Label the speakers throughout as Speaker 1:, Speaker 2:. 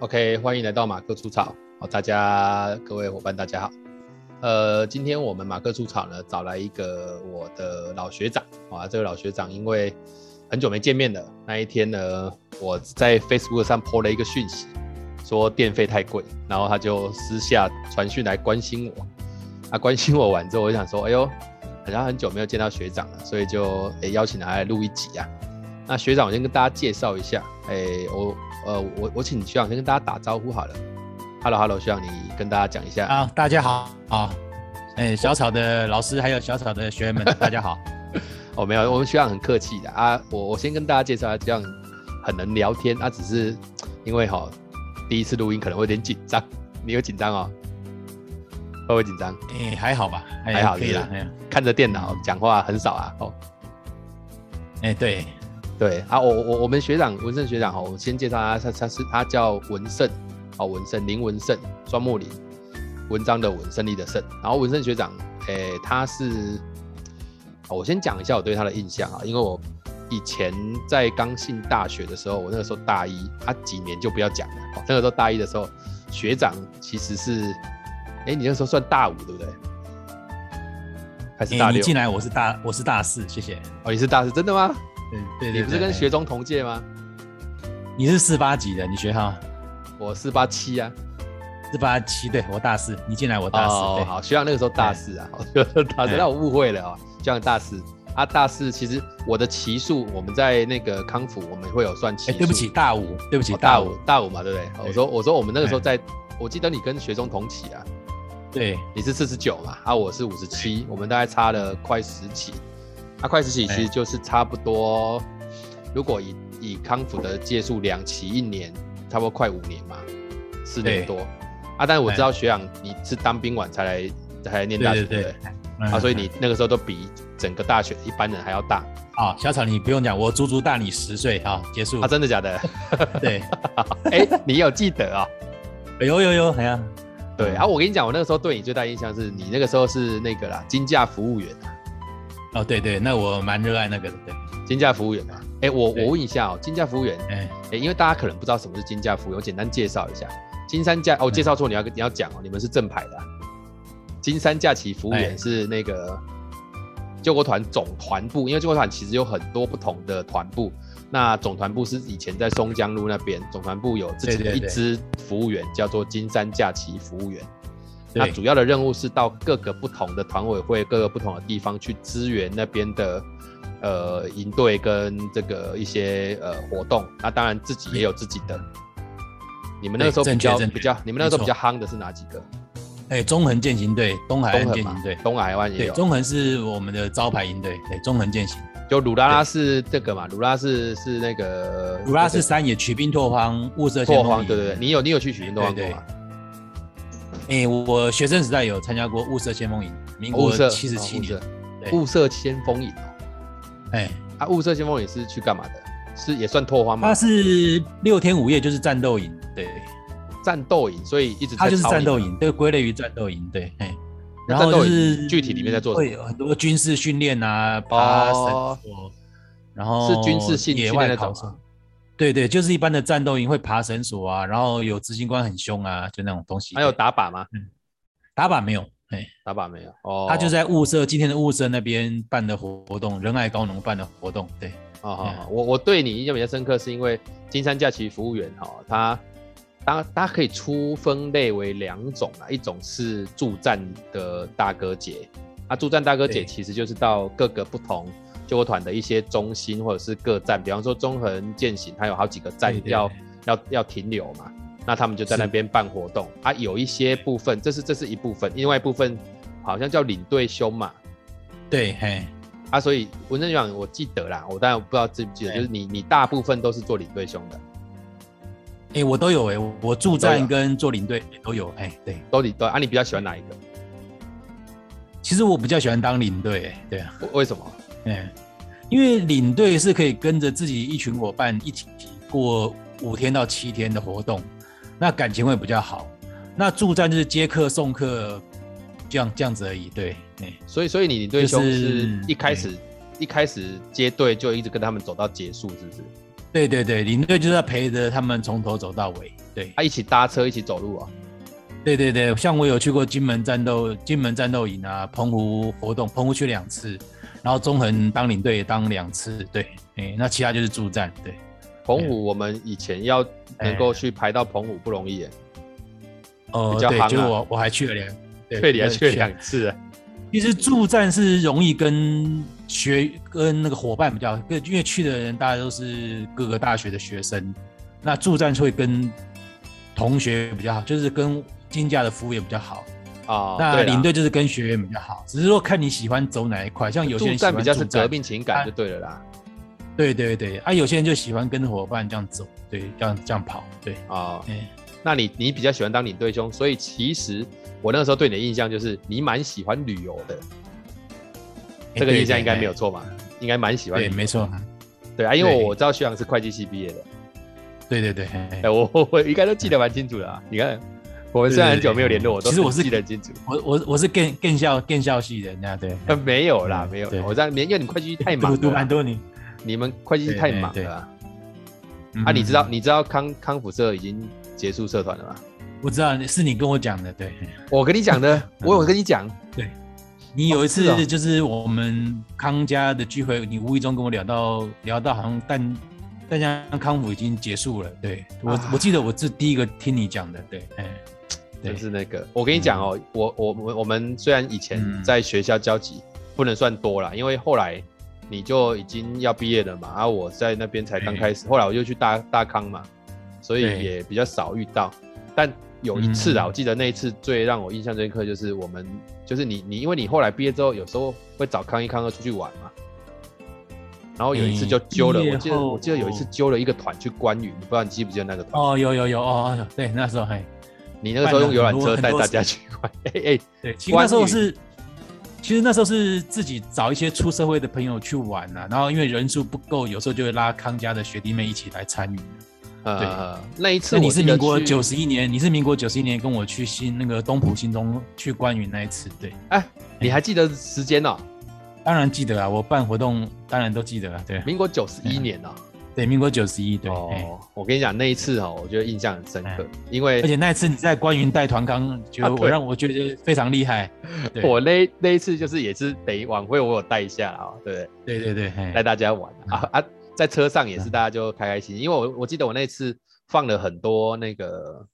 Speaker 1: OK，欢迎来到马克出草。好，大家各位伙伴，大家好。呃，今天我们马克出草呢，找来一个我的老学长啊。这个老学长因为很久没见面了，那一天呢，我在 Facebook 上 po 了一个讯息，说电费太贵，然后他就私下传讯来关心我。他、啊、关心我完之后，我就想说，哎呦，好像很久没有见到学长了，所以就诶邀请他来录一集啊。那学长，我先跟大家介绍一下，诶，我呃，我我请学长先跟大家打招呼好了。Hello，Hello，hello, 学长，你跟大家讲一下。
Speaker 2: 啊，大家好，好，哎，小草的老师还有小草的 学员们，大家好。
Speaker 1: 哦，没有，我们学长很客气的啊。我我先跟大家介绍下，这样很能聊天啊，只是因为哈、哦、第一次录音可能会有点紧张，你有紧张哦？会不会紧张？
Speaker 2: 哎，还好吧，
Speaker 1: 还好
Speaker 2: 可以哎了。
Speaker 1: 看着电脑讲话很少啊，哦。
Speaker 2: 哎，对。
Speaker 1: 对啊，我我我们学长文胜学长哈，我先介绍他，他他是他叫文胜，哦文胜林文胜，双木林，文章的文胜利的胜。然后文胜学长，诶、欸，他是，哦，我先讲一下我对他的印象啊，因为我以前在刚进大学的时候，我那个时候大一，他、啊、几年就不要讲了，哦，那个时候大一的时候，学长其实是，哎、欸，你那时候算大五对不对？还是大六？
Speaker 2: 你进来我是大我是大四，谢谢。
Speaker 1: 哦，你是大四，真的吗？
Speaker 2: 对,对,对,对，
Speaker 1: 你不是跟学中同届吗？
Speaker 2: 你是四八几的？你学号？
Speaker 1: 我四八七啊，
Speaker 2: 四八七，对我大四，你进来我大四。哎哦，
Speaker 1: 好，学长那个时候大四 啊，大四，那我误会了啊、哦，学长大四啊，大四其实我的期数，我们在那个康复我们会有算期数。
Speaker 2: 哎对不起，大五，对不起，
Speaker 1: 哦、大五，大五嘛，对不对？我说我说我们那个时候
Speaker 2: 哎
Speaker 1: 在，我记得你跟学中同期啊，
Speaker 2: 对，
Speaker 1: 你是四十九嘛，啊，我是五十七，我们大概差了快十几。它、啊、快十期其实就是差不多，如果以以康复的届数两期一年，差不多快五年嘛，四年多啊。但是我知道学长你是当兵晚才来才来念大学，对不对？
Speaker 2: 嗯
Speaker 1: 啊，所以你那个时候都比整个大学一般人还要大。
Speaker 2: 啊、哦，小草你不用讲，我足足大你十岁啊。结束
Speaker 1: 啊，真的假的？
Speaker 2: 对，
Speaker 1: 哎欸，你有记得啊、
Speaker 2: 哦？有有有，哎呀，
Speaker 1: 对。然、啊、后我跟你讲，我那个时候对你最大印象是你那个时候是那个啦，金价服务员啊。
Speaker 2: 哦，对对，那我蛮热爱那个的，对，
Speaker 1: 金价服务员嘛。哎，我我问一下哦，金价服务员，哎，因为大家可能不知道什么是金价服务员，我简单介绍一下。金三假哦，介绍错，你要你要讲哦，你们是正牌的、啊。金三假期服务员是那个救国团总团部，因为救国团其实有很多不同的团部，那总团部是以前在松江路那边，总团部有自己的一支服务员叫做金三假期服务员。那主要的任务是到各个不同的团委会、各个不同的地方去支援那边的呃营队跟这个一些呃活动。那当然自己也有自己的。你们那个时候比较比较，你们那个时候比较夯的是哪几个？
Speaker 2: 哎，中横践行队、东海岸践行队、
Speaker 1: 东海湾也有。
Speaker 2: 中横是我们的招牌营队，对，中横践行。
Speaker 1: 就鲁拉拉是这个嘛？鲁拉是是那个。
Speaker 2: 鲁拉是山野曲兵拓荒、雾社
Speaker 1: 拓荒，对对对，你有你有去曲兵拓荒过吗？
Speaker 2: 哎、欸，我学生时代有参加过雾社先锋营，民国七十七年。
Speaker 1: 哦雾社先锋营哦，
Speaker 2: 哎、欸，
Speaker 1: 啊，雾社先锋营是去干嘛的？是也算拓荒吗？
Speaker 2: 它是六天五夜，就是战斗营，对，
Speaker 1: 战斗营，所以一直
Speaker 2: 它就是
Speaker 1: 啊
Speaker 2: 战斗营，对，归类于战斗营，对，
Speaker 1: 嗯
Speaker 2: 哎、欸，
Speaker 1: 然后就是具体里面在做什么？哦
Speaker 2: 会有很多军事训练啊，爬绳索，然后
Speaker 1: 是军事训
Speaker 2: 野外
Speaker 1: 那啊
Speaker 2: 种。对对，就是一般的战斗营会爬绳索啊，然后有执行官很凶啊，就那种东西。
Speaker 1: 还有打靶吗？
Speaker 2: 嗯，打靶没有，哎，
Speaker 1: 打靶没有。哦，
Speaker 2: 他就在雾社今天的雾社那边办的活动，仁爱高农办的活动。对，
Speaker 1: 哦好、嗯、我我对你印象比较深刻，是因为金山假期服务员哈、哦，他当他可以出分类为两种啊，一种是助战的大哥姐，啊，助战大哥姐其实就是到各个不同。救国团的一些中心或者是各站，比方说中横践行，它有好几个站要要要停留嘛，那他们就在那边办活动啊。有一些部分，这是这是一部分，另外一部分好像叫领队休嘛。
Speaker 2: 对，嘿，
Speaker 1: 啊，所以文正长我记得啦，我当然不知道记不记得，就是你你大部分都是做领队兄的。
Speaker 2: 哎、欸，我都有哎、欸，我助战跟做领队都有哎、欸，对，
Speaker 1: 都领队啊。你比较喜欢哪一个？
Speaker 2: 其实我比较喜欢当领队，对啊，
Speaker 1: 为什么？
Speaker 2: 嗯，因为领队是可以跟着自己一群伙伴一起过五天到七天的活动，那感情会比较好。那助战就是接客送客，这样这样子而已。对，哎
Speaker 1: 嗯、所以所以你领队兄是
Speaker 2: 嗯
Speaker 1: 一开始、就是、一开始接队就一直跟他们走到结束，是不是？
Speaker 2: 对对对，领队就是要陪着他们从头走到尾。对，
Speaker 1: 啊，一起搭车，一起走路啊。
Speaker 2: 对对对，像我有去过金门战斗、金门战斗营啊，澎湖活动，澎湖去两次，然后中横当领队也当两次，对，哎，那其他就是助战，对，哎
Speaker 1: 澎湖我们以前要能够去排到澎湖不容易耶，
Speaker 2: 哦、
Speaker 1: 比较
Speaker 2: 对
Speaker 1: 夯，啊
Speaker 2: 就我我还去了两， 对，
Speaker 1: 退你还
Speaker 2: 我
Speaker 1: 去了两次啊，
Speaker 2: 其实助战是容易跟学跟那个伙伴比较，跟因为去的人大家都是各个大学的学生，那助战会跟同学比较好，就是跟金价的服务也比较好。
Speaker 1: 啊，
Speaker 2: 那
Speaker 1: 对啦
Speaker 2: 领队就是跟学员比较好，只是说看你喜欢走哪一块，像有些
Speaker 1: 助
Speaker 2: 人喜欢
Speaker 1: 战比较是
Speaker 2: 助
Speaker 1: 革
Speaker 2: 战，啊
Speaker 1: 命情感就对了啦。
Speaker 2: 对对对，啊，有些人就喜欢跟着伙伴这样走，对，这样这样跑，对，
Speaker 1: 啊、
Speaker 2: 哎，
Speaker 1: 那你你比较喜欢当领队兄，所以其实我那个时候对你的印象就是你蛮喜欢旅游的，这个
Speaker 2: 哎对
Speaker 1: 印象应该
Speaker 2: 对
Speaker 1: 没有错嘛，应该蛮喜欢旅
Speaker 2: 对，
Speaker 1: 游的。
Speaker 2: 没错，
Speaker 1: 对啊，因为
Speaker 2: 对
Speaker 1: 我知道徐阳是会计系毕业的，
Speaker 2: 对对对，哎
Speaker 1: 哎、我我我应该都记得蛮清楚的啊。你看，我们虽然很久没有联络，我都
Speaker 2: 其实我是
Speaker 1: 记得很清楚。
Speaker 2: 我我我是更更校更校系的，那对，
Speaker 1: 呃，没有啦，
Speaker 2: 嗯
Speaker 1: 没有
Speaker 2: 对
Speaker 1: 啦，我在因为你会计系太忙
Speaker 2: 读读
Speaker 1: 了
Speaker 2: 蛮
Speaker 1: 啦，
Speaker 2: 多年。
Speaker 1: 你们会计系
Speaker 2: 对
Speaker 1: 太
Speaker 2: 对
Speaker 1: 忙
Speaker 2: 对
Speaker 1: 了啊。
Speaker 2: 嗯
Speaker 1: 啊，你知道你知道康康复社已经结束社团了吗？
Speaker 2: 嗯我知道是你跟我讲的，对。
Speaker 1: 我跟你讲的，我有跟你讲，
Speaker 2: 你有一
Speaker 1: 是哦
Speaker 2: 次就是我们康家的聚会，你无意中跟我聊到聊到好像淡淡江康复已经结束了，对我、
Speaker 1: 啊
Speaker 2: 我记得我是第一个听你讲的，对，哎，对
Speaker 1: 就是那个，我跟你讲哦，我我我我们虽然以前
Speaker 2: 嗯
Speaker 1: 在学校交集不能算多啦，因为后来你就已经要毕业了嘛，啊，我在那边才刚开始，后来我就去大大康嘛，所以
Speaker 2: 对
Speaker 1: 也比较少遇到。但有一次啊，
Speaker 2: 嗯
Speaker 1: 我记得那一次最让我印象深刻就是我们就是你你，因为你后来毕业之后，有时候会找康一康二出去玩嘛。然后有一次就揪了，
Speaker 2: 嗯毕业
Speaker 1: 我记得
Speaker 2: 后
Speaker 1: 我记得有一次揪了一个团去关云，你不知道你记不记得那个团？
Speaker 2: 哦，有有有哦，哦对，那时候还
Speaker 1: 你那个时候用游览车
Speaker 2: 办了很多
Speaker 1: 带大家
Speaker 2: 很多
Speaker 1: 去玩， 哎哎，
Speaker 2: 对，其实那时候是。其实那时候是自己找一些出社会的朋友去玩啊，然后因为人数不够，有时候就会拉康家的学弟妹一起来参与。
Speaker 1: 呃，那一次
Speaker 2: 那
Speaker 1: 我
Speaker 2: 你是
Speaker 1: 记得
Speaker 2: 民国
Speaker 1: 去
Speaker 2: 九十一年，你是民国九十一年跟我去新那个东浦新中去关云那一次，对，
Speaker 1: 哎，你还记得时间哦？
Speaker 2: 当然记得啊，我办活动当然都记得啊，对
Speaker 1: 民国九十一年哦。
Speaker 2: 对，民国九十一，对，哎
Speaker 1: 哦，我跟你讲那一次哦，我觉得印象很深刻，因为
Speaker 2: 而且那一次你在关云带团刚，觉
Speaker 1: 啊
Speaker 2: 得我
Speaker 1: 对
Speaker 2: 让我觉得非常厉害，对
Speaker 1: 我那那一次就是也是等于晚会我有带一下啊，对不对？
Speaker 2: 对对对，嗯
Speaker 1: 带
Speaker 2: 哎
Speaker 1: 大家玩啊啊，在车上也是大家就开开心，心，因为我我记得我那次放了很多那个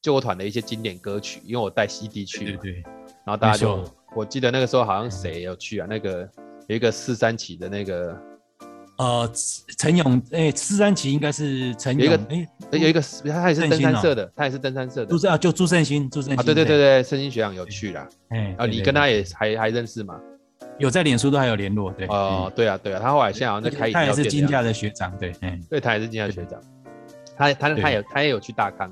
Speaker 1: 救国团的一些经典歌曲，因为我带 CD 去
Speaker 2: 对
Speaker 1: 嘛，
Speaker 2: 对，
Speaker 1: 然后大家就
Speaker 2: 没错嗯
Speaker 1: 我记得那个时候好像谁有去啊？那个有一个四三起的那个
Speaker 2: 呃，陈勇，哎，四三旗应该是陈
Speaker 1: 有一
Speaker 2: 勇
Speaker 1: 个，
Speaker 2: 哎，
Speaker 1: 诶呃有一个是他也是
Speaker 2: 振
Speaker 1: 登
Speaker 2: 兴
Speaker 1: 山
Speaker 2: 哦
Speaker 1: 社的，他也是登山社的
Speaker 2: 朱。正啊，就朱胜兴，朱胜
Speaker 1: 啊，
Speaker 2: 兴，
Speaker 1: 对对对，对，圣经学长有去啦。
Speaker 2: 哎，
Speaker 1: 啊，
Speaker 2: 对
Speaker 1: 你
Speaker 2: 对
Speaker 1: 跟
Speaker 2: 对
Speaker 1: 他也还还认识吗？
Speaker 2: 有在脸书都还有联络，对，
Speaker 1: 哦，对啊，对啊，他后来现在好像
Speaker 2: 嗯，
Speaker 1: 在开饮
Speaker 2: 他
Speaker 1: 料
Speaker 2: 也
Speaker 1: 店
Speaker 2: 是
Speaker 1: 的
Speaker 2: 金
Speaker 1: 样子。
Speaker 2: 价的学长，对，哎，
Speaker 1: 对，他也是金家学长。他他
Speaker 2: 对
Speaker 1: 他也他也有去大康，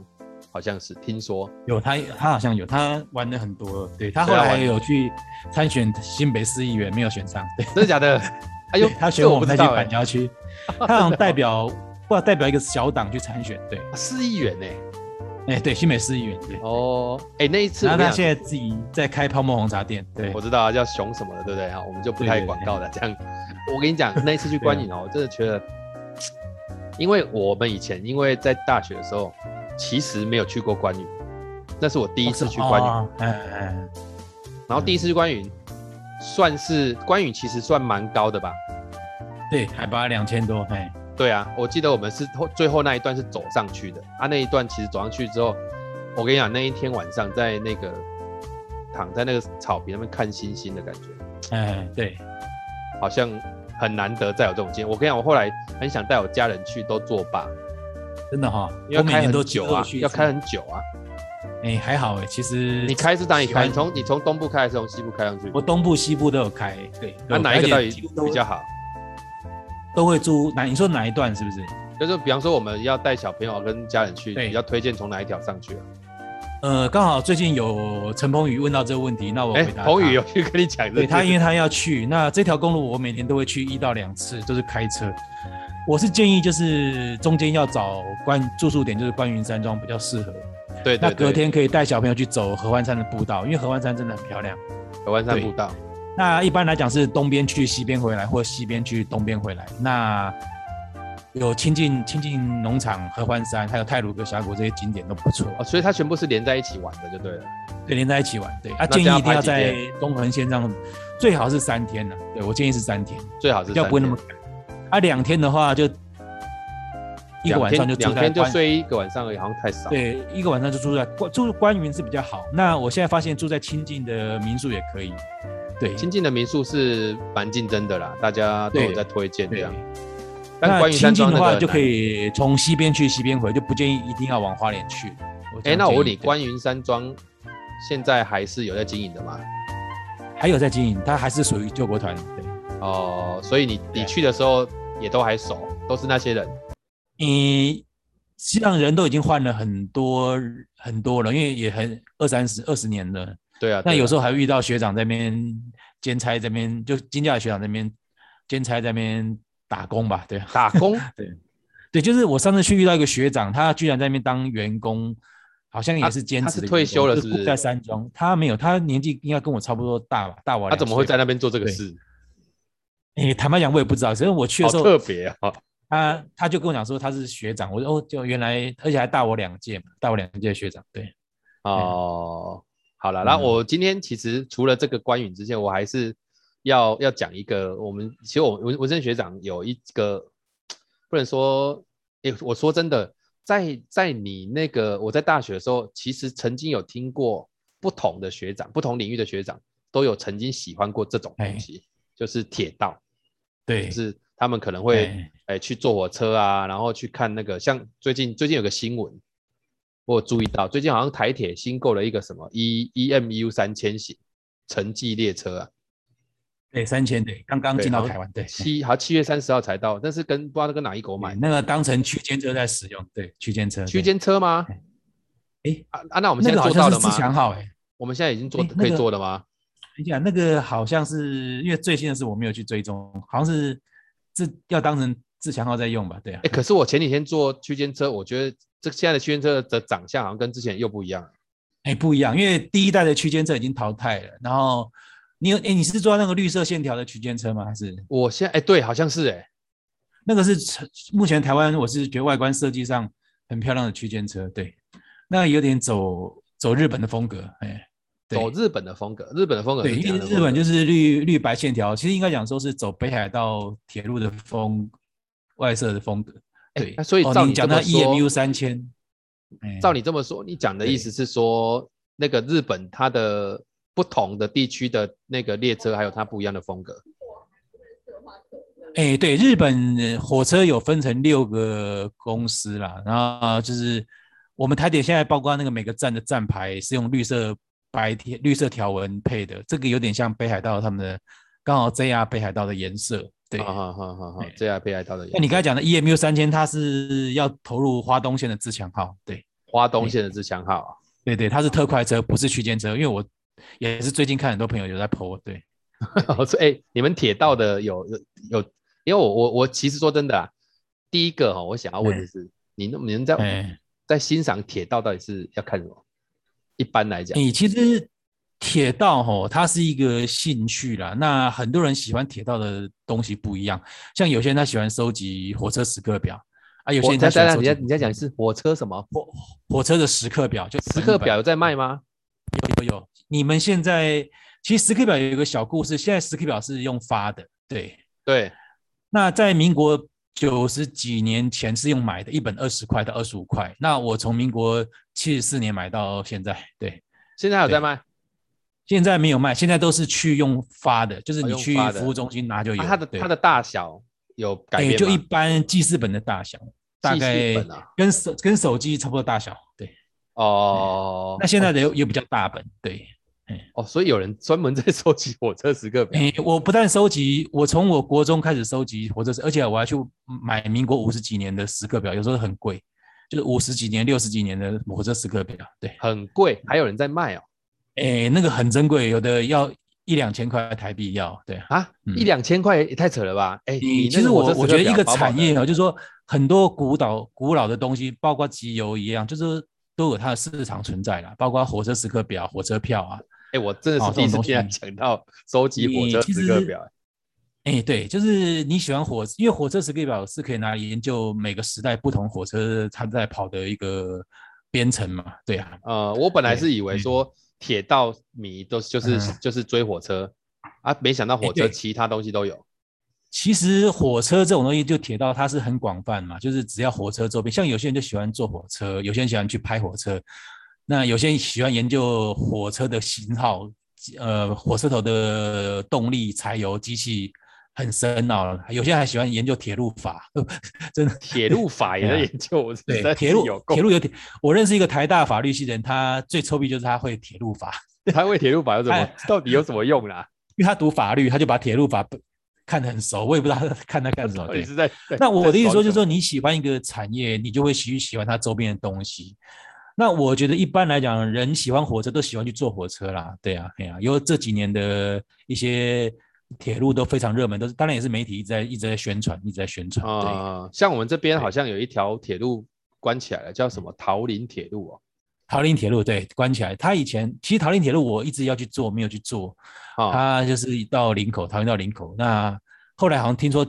Speaker 1: 好像是听说。
Speaker 2: 有他，他好像有，他玩的很多，对他后
Speaker 1: 对啊
Speaker 2: 来
Speaker 1: 玩
Speaker 2: 还有去参选新北市议员，没有选上，对，
Speaker 1: 真的假 的？哎呦，
Speaker 2: 他选
Speaker 1: 这
Speaker 2: 我
Speaker 1: 我不
Speaker 2: 们
Speaker 1: 知
Speaker 2: 再去
Speaker 1: 道
Speaker 2: 板
Speaker 1: 哎，
Speaker 2: 桥区，他好像代表不知道代表一个小党去参选，对，
Speaker 1: 啊市议员呢？
Speaker 2: 哎对，新北市议员，对，
Speaker 1: 哦，哎，那一次
Speaker 2: 然
Speaker 1: 我
Speaker 2: 后
Speaker 1: 跟
Speaker 2: 他
Speaker 1: 你
Speaker 2: 现
Speaker 1: 讲，
Speaker 2: 在自己在开泡沫红茶店，对
Speaker 1: 我，知道啊叫熊什么的，对不对啊？我们就不太
Speaker 2: 对对对啊
Speaker 1: 广告了。这样， 我跟你讲，那一次去观影哦，我真的觉得，因为我们以前因为在大学的时候，其实没有去过观影，那是我第一次去观影。
Speaker 2: 哦，哎哎，
Speaker 1: 然后第一次去关云，算是关云其实算蛮高的吧？
Speaker 2: 对，海拔两千多，哎，
Speaker 1: 对啊，我记得我们是后最后那一段是走上去的啊，那一段其实走上去之后，我跟你讲，那一天晚上在那个躺在那个草坪那边看星星的感觉，
Speaker 2: 哎对，
Speaker 1: 好像很难得再有这种经验。我跟你讲，我后来很想带我家人去，都作罢，
Speaker 2: 真的哈，
Speaker 1: 因为
Speaker 2: 我每
Speaker 1: 开
Speaker 2: 年
Speaker 1: 很
Speaker 2: 都
Speaker 1: 久
Speaker 2: 都有
Speaker 1: 啊
Speaker 2: 去，一
Speaker 1: 要
Speaker 2: 次
Speaker 1: 开，很久啊。
Speaker 2: 哎还好哎，其实
Speaker 1: 你开是哪里
Speaker 2: 喜
Speaker 1: 开？
Speaker 2: 欢
Speaker 1: 你从你从东部开还是从西部开上去？
Speaker 2: 我东部西部都有开，对，
Speaker 1: 那、啊哪一个到底比
Speaker 2: 较？
Speaker 1: 较好？
Speaker 2: 都会租哪？你说哪一段是不是？
Speaker 1: 就是比方说我们要带小朋友跟家人去，
Speaker 2: 对
Speaker 1: 比较推荐从哪一条上去啊？
Speaker 2: 呃，刚好最近有陈鹏宇问到这个问题，那我
Speaker 1: 哎、
Speaker 2: 回答他。
Speaker 1: 彭宇有去跟你讲这
Speaker 2: 对
Speaker 1: 个，
Speaker 2: 他，因为他要去，那这条公路我每年都会去一到两次，都是开车。我是建议就是中间要找关住宿点，就是观云山庄比较适合。
Speaker 1: 对对
Speaker 2: 那
Speaker 1: 对
Speaker 2: 隔天可以带小朋友去走合欢山的步道，因为合欢山真的很漂亮。
Speaker 1: 合湾山
Speaker 2: 对
Speaker 1: 步道，
Speaker 2: 那一般来讲是东边去西边回来，或西边去东边回来。那有亲近亲近农场、合欢山，还有泰鲁格峡谷这些景点都不错。
Speaker 1: 哦，所以它全部是连在一起玩的，就对了。
Speaker 2: 对，连在一起玩。对，啊，
Speaker 1: 那这
Speaker 2: 建
Speaker 1: 样
Speaker 2: 议一定
Speaker 1: 排
Speaker 2: 要
Speaker 1: 几
Speaker 2: 在
Speaker 1: 天
Speaker 2: 东横线上，最好是三天呢、对我建议是三天，
Speaker 1: 最好是
Speaker 2: 要不会那
Speaker 1: 三
Speaker 2: 么
Speaker 1: 天
Speaker 2: 赶。啊，两天的话就一个
Speaker 1: 两
Speaker 2: 晚
Speaker 1: 天
Speaker 2: 上就住
Speaker 1: 两
Speaker 2: 在
Speaker 1: 天就
Speaker 2: 关
Speaker 1: 睡一个晚上而已，好像太少。，
Speaker 2: 对，一个晚上就住在关住关云是比较好。那我现在发现住在亲近的民宿也可以，对，
Speaker 1: 亲近的民宿是蛮竞争的啦，大家都有
Speaker 2: 对
Speaker 1: 在推荐这
Speaker 2: 对
Speaker 1: 样。。但
Speaker 2: 那
Speaker 1: 关于
Speaker 2: 亲
Speaker 1: 山
Speaker 2: 近
Speaker 1: 庄
Speaker 2: 的
Speaker 1: 那
Speaker 2: 话
Speaker 1: 个
Speaker 2: 就可
Speaker 1: 以。
Speaker 2: 以从西边去西边回，就不建议一定要往花莲去。
Speaker 1: 哎、
Speaker 2: 这样
Speaker 1: 那我
Speaker 2: 建
Speaker 1: 问
Speaker 2: 议
Speaker 1: 你，
Speaker 2: 对
Speaker 1: 关云山庄现在还是有在经营的吗？
Speaker 2: 还有在经营，它还是属于救国团。对，
Speaker 1: 哦，所以你
Speaker 2: 对
Speaker 1: 你去的时候也都还熟，都是那些人。
Speaker 2: 你西藏人都已经换了很多很多了，因为也很二三十二十年了。
Speaker 1: 对啊，
Speaker 2: 那有时
Speaker 1: 候
Speaker 2: 候还遇到学长在那边兼差，这边就金价学长在那边兼差在那边打工吧，对啊。
Speaker 1: 打 工
Speaker 2: 对，就是我上次去遇到一个学长，他居然在那边当员工，好像也
Speaker 1: 他
Speaker 2: 是兼
Speaker 1: 他
Speaker 2: 职
Speaker 1: 是
Speaker 2: 的员工。
Speaker 1: 退休了
Speaker 2: 就是
Speaker 1: 不
Speaker 2: 住
Speaker 1: 是
Speaker 2: 在山庄，他没有，他年纪应该跟我差不多大吧，大我。
Speaker 1: 他怎么会在？那边做这个事？
Speaker 2: 诶、坦白讲，我也不知道。所以我去的
Speaker 1: 好
Speaker 2: 时候，
Speaker 1: 特别啊！
Speaker 2: 他他就跟我讲说他是学长，我说哦，就原来，而且还大我两届嘛，大我两届的学长。对，
Speaker 1: 哦，好了，那
Speaker 2: 嗯
Speaker 1: 我今天其实除了这个关云之前，我还是要要讲一个，我们其实我文文生学长有一个，不能说，诶、我说真的，在在你那个我在大学的时候，其实曾经有听过不同的学长，不同领域的学长都有曾经喜欢过这种
Speaker 2: 哎
Speaker 1: 东西，就是铁道，
Speaker 2: 对，
Speaker 1: 就是他们可能会。
Speaker 2: 哎
Speaker 1: 哎，去坐火车啊，然后去看那个，像最近最近有个新闻，我有注意到，最近好像台铁新购了一个什么 E E M U 三千型城际列车啊，
Speaker 2: 对三千对，刚刚
Speaker 1: 对
Speaker 2: 进
Speaker 1: 好
Speaker 2: 到
Speaker 1: 像
Speaker 2: 台湾，对，嗯
Speaker 1: 七好像七月三十号才到，但是跟不知道跟哪一国
Speaker 2: 买
Speaker 1: 买
Speaker 2: 那个当成区间车在使用，对，区间车，
Speaker 1: 嗯区间车吗？
Speaker 2: 对，诶，
Speaker 1: 啊啊，那我们
Speaker 2: 那
Speaker 1: 现在
Speaker 2: 个好
Speaker 1: 做到
Speaker 2: 像是
Speaker 1: 了
Speaker 2: 自强
Speaker 1: 吗？
Speaker 2: 号，诶。
Speaker 1: 我们现在已经做
Speaker 2: 哎那
Speaker 1: 可以
Speaker 2: 个
Speaker 1: 做了吗？
Speaker 2: 等一下，那个好像是因为最新的是我没有去追踪，好像是自要当成自强号在用吧？对啊
Speaker 1: 哎，，可是我前几天坐区间车，我觉得这现在的区间车的长相好像跟之前又不一样了。
Speaker 2: 哎、不一样，因为第一代的区间车已经淘汰了。然后你有哎、你是坐那个绿色线条的区间车吗？还是
Speaker 1: 我现在哎，对，好像是哎，
Speaker 2: 那个是成目前台湾我是觉得外观设计上很漂亮的区间车，对，那有点走走日本的风格，哎、对
Speaker 1: 走日本的风格，日本的风格
Speaker 2: 对，
Speaker 1: 是怎
Speaker 2: 因
Speaker 1: 样
Speaker 2: 为
Speaker 1: 的
Speaker 2: 日
Speaker 1: 风
Speaker 2: 本
Speaker 1: 格
Speaker 2: 就是绿绿白线条，其实应该讲说是走北海道铁路的风外设的风格。
Speaker 1: 哎
Speaker 2: 对，
Speaker 1: 那所以
Speaker 2: 哦
Speaker 1: 照
Speaker 2: 你
Speaker 1: 你
Speaker 2: 讲
Speaker 1: 这
Speaker 2: 到
Speaker 1: 么说
Speaker 2: EMU 三千，哎
Speaker 1: 照你这么说，你讲的意思是说，那个日本它的不同的地区的那个列车，还有它不一样的风格。
Speaker 2: 哎，对，日本呃火车有分成六个公司啦，然后就是我们台铁现在包括那个每个站的站牌是用绿色白贴绿色条纹配的，这个有点像北海道他们的刚好 JR 北海道的颜色。对，
Speaker 1: 啊哈哈哈哈
Speaker 2: 对，
Speaker 1: 这样被爱到的。
Speaker 2: 那你刚才讲的 EMU 三千，它是要投入花东线的自强号，对。
Speaker 1: 花东线的自强号啊，
Speaker 2: 对对，它是特快车，不是区间车，因为我也是最近看很多朋友有在 po，对，
Speaker 1: 我说，哎、你们铁道的有有有，因为我我我其实说真的啊，第一个哈、哦，我想要问的是，你那你们在、
Speaker 2: 哎，
Speaker 1: 在欣赏铁道到底是要看什么？一般来讲，
Speaker 2: 你其实铁道吼、它是一个兴趣啦，那很多人喜欢铁道的东西不一样，像有些人他喜欢收集火车时刻表啊，有些
Speaker 1: 我
Speaker 2: 人他
Speaker 1: 在
Speaker 2: 喜欢
Speaker 1: 在
Speaker 2: 收
Speaker 1: 你
Speaker 2: 集
Speaker 1: 在你在讲是火车什么
Speaker 2: 火火车的时刻表，就
Speaker 1: 时
Speaker 2: 本
Speaker 1: 刻
Speaker 2: 本
Speaker 1: 表有在卖吗？
Speaker 2: 有有，你们现在其实时刻表有一个小故事，现在时刻表是用发的，对，
Speaker 1: 对，
Speaker 2: 那在民国九十几年前是用买的，一本二十块到二十五块。那我从民国七十四年买到现在，对，
Speaker 1: 现在还有在
Speaker 2: 对
Speaker 1: 卖，
Speaker 2: 现在没有卖，现在都是去用发的，就是
Speaker 1: 哦
Speaker 2: 你
Speaker 1: 用
Speaker 2: 去
Speaker 1: 发的
Speaker 2: 服务中心拿就有。
Speaker 1: 啊、它的
Speaker 2: 对
Speaker 1: 它的大小有改
Speaker 2: 哎
Speaker 1: 变吗？
Speaker 2: 就一般记事本的大小，大
Speaker 1: 记
Speaker 2: 概
Speaker 1: 事本啊
Speaker 2: 跟手跟手机差不多大小。对，
Speaker 1: 哦，
Speaker 2: 那现在
Speaker 1: 哦
Speaker 2: 的又又比较大本，对。
Speaker 1: 哦，所以有人专门在收集火车时 刻表，
Speaker 2: 诶，我不但收集，我从我国中开始收集火车时，而且我还去买民国五十几年的时刻表，有时候很贵，就是五十几年、六十几年的火车时刻表。对，
Speaker 1: 很贵，还有人在卖哦
Speaker 2: 诶，那个很珍贵，有的要一两千块台币要。对，
Speaker 1: 啊，
Speaker 2: 嗯
Speaker 1: 一两千块也太扯了吧？哎，你
Speaker 2: 你
Speaker 1: 那
Speaker 2: 其实
Speaker 1: 火
Speaker 2: 我
Speaker 1: 车时
Speaker 2: 我
Speaker 1: 刻
Speaker 2: 觉得一
Speaker 1: 表
Speaker 2: 个
Speaker 1: 薄薄
Speaker 2: 产
Speaker 1: 的
Speaker 2: 业啊，就是说很多古老古老的东西，包括集邮一样，就是都有它的市场存在啦，包括火车时刻表、火车票啊。
Speaker 1: 哎，我真的
Speaker 2: 哦
Speaker 1: 是
Speaker 2: 这
Speaker 1: 第一次
Speaker 2: 种东
Speaker 1: 听他
Speaker 2: 西
Speaker 1: 讲到收集火
Speaker 2: 你
Speaker 1: 车
Speaker 2: 其
Speaker 1: 时
Speaker 2: 实
Speaker 1: 刻
Speaker 2: 是
Speaker 1: 表，
Speaker 2: 哎，对，就是你喜欢火，因为火车时刻表是可以拿来研究每个时代不同火车它在跑的一个编程嘛，对啊，
Speaker 1: 呃，我本来是以为说铁道迷都就是、
Speaker 2: 嗯哎
Speaker 1: 就是追火车啊，没想到火车
Speaker 2: 对
Speaker 1: 其他东西都有。
Speaker 2: 其实火车这种东西，就铁道它是很广泛嘛，就是只要火车周边，像有些人就喜欢坐火车，有些人喜欢去拍火车，那有些人喜欢研究火车的型号，呃，火车头的动力、柴油、机器很深奥、有些人还喜欢研究铁路法，真的。
Speaker 1: 铁路法也在
Speaker 2: 对啊
Speaker 1: 研究，我实在
Speaker 2: 对，
Speaker 1: 是
Speaker 2: 铁路
Speaker 1: 有
Speaker 2: 铁
Speaker 1: 够，
Speaker 2: 路有点，我认识一个台大法律系的人，他最臭屁就是他会铁路法，
Speaker 1: 他为铁路法有什么
Speaker 2: 哎？
Speaker 1: 到底有什么用啊啦？
Speaker 2: 因为他读法律，他就把铁路法看得很熟，我也不知道他在看他干什么。
Speaker 1: 到
Speaker 2: 哦对
Speaker 1: 底，哦是在在
Speaker 2: 那我的意思说，就是
Speaker 1: 在爽什
Speaker 2: 说
Speaker 1: 么
Speaker 2: 你喜欢一个产业，你就会喜喜欢它周边的东西。那我觉得一般来讲，人喜欢火车都喜欢去坐火车啦，对啊，对啊，因为这几年的一些铁路都非常热门，都是当然也是媒体一直在一直在宣传，一直在宣传。对，嗯
Speaker 1: 啊，像我们这边好像有一条铁路关起来了，叫什么桃林铁路哦。
Speaker 2: 桃林铁路对关起来，它以前其实桃林铁路我一直要去坐，没有去坐，
Speaker 1: 啊，
Speaker 2: 它就是到林口，桃园到林口。那后来好像听说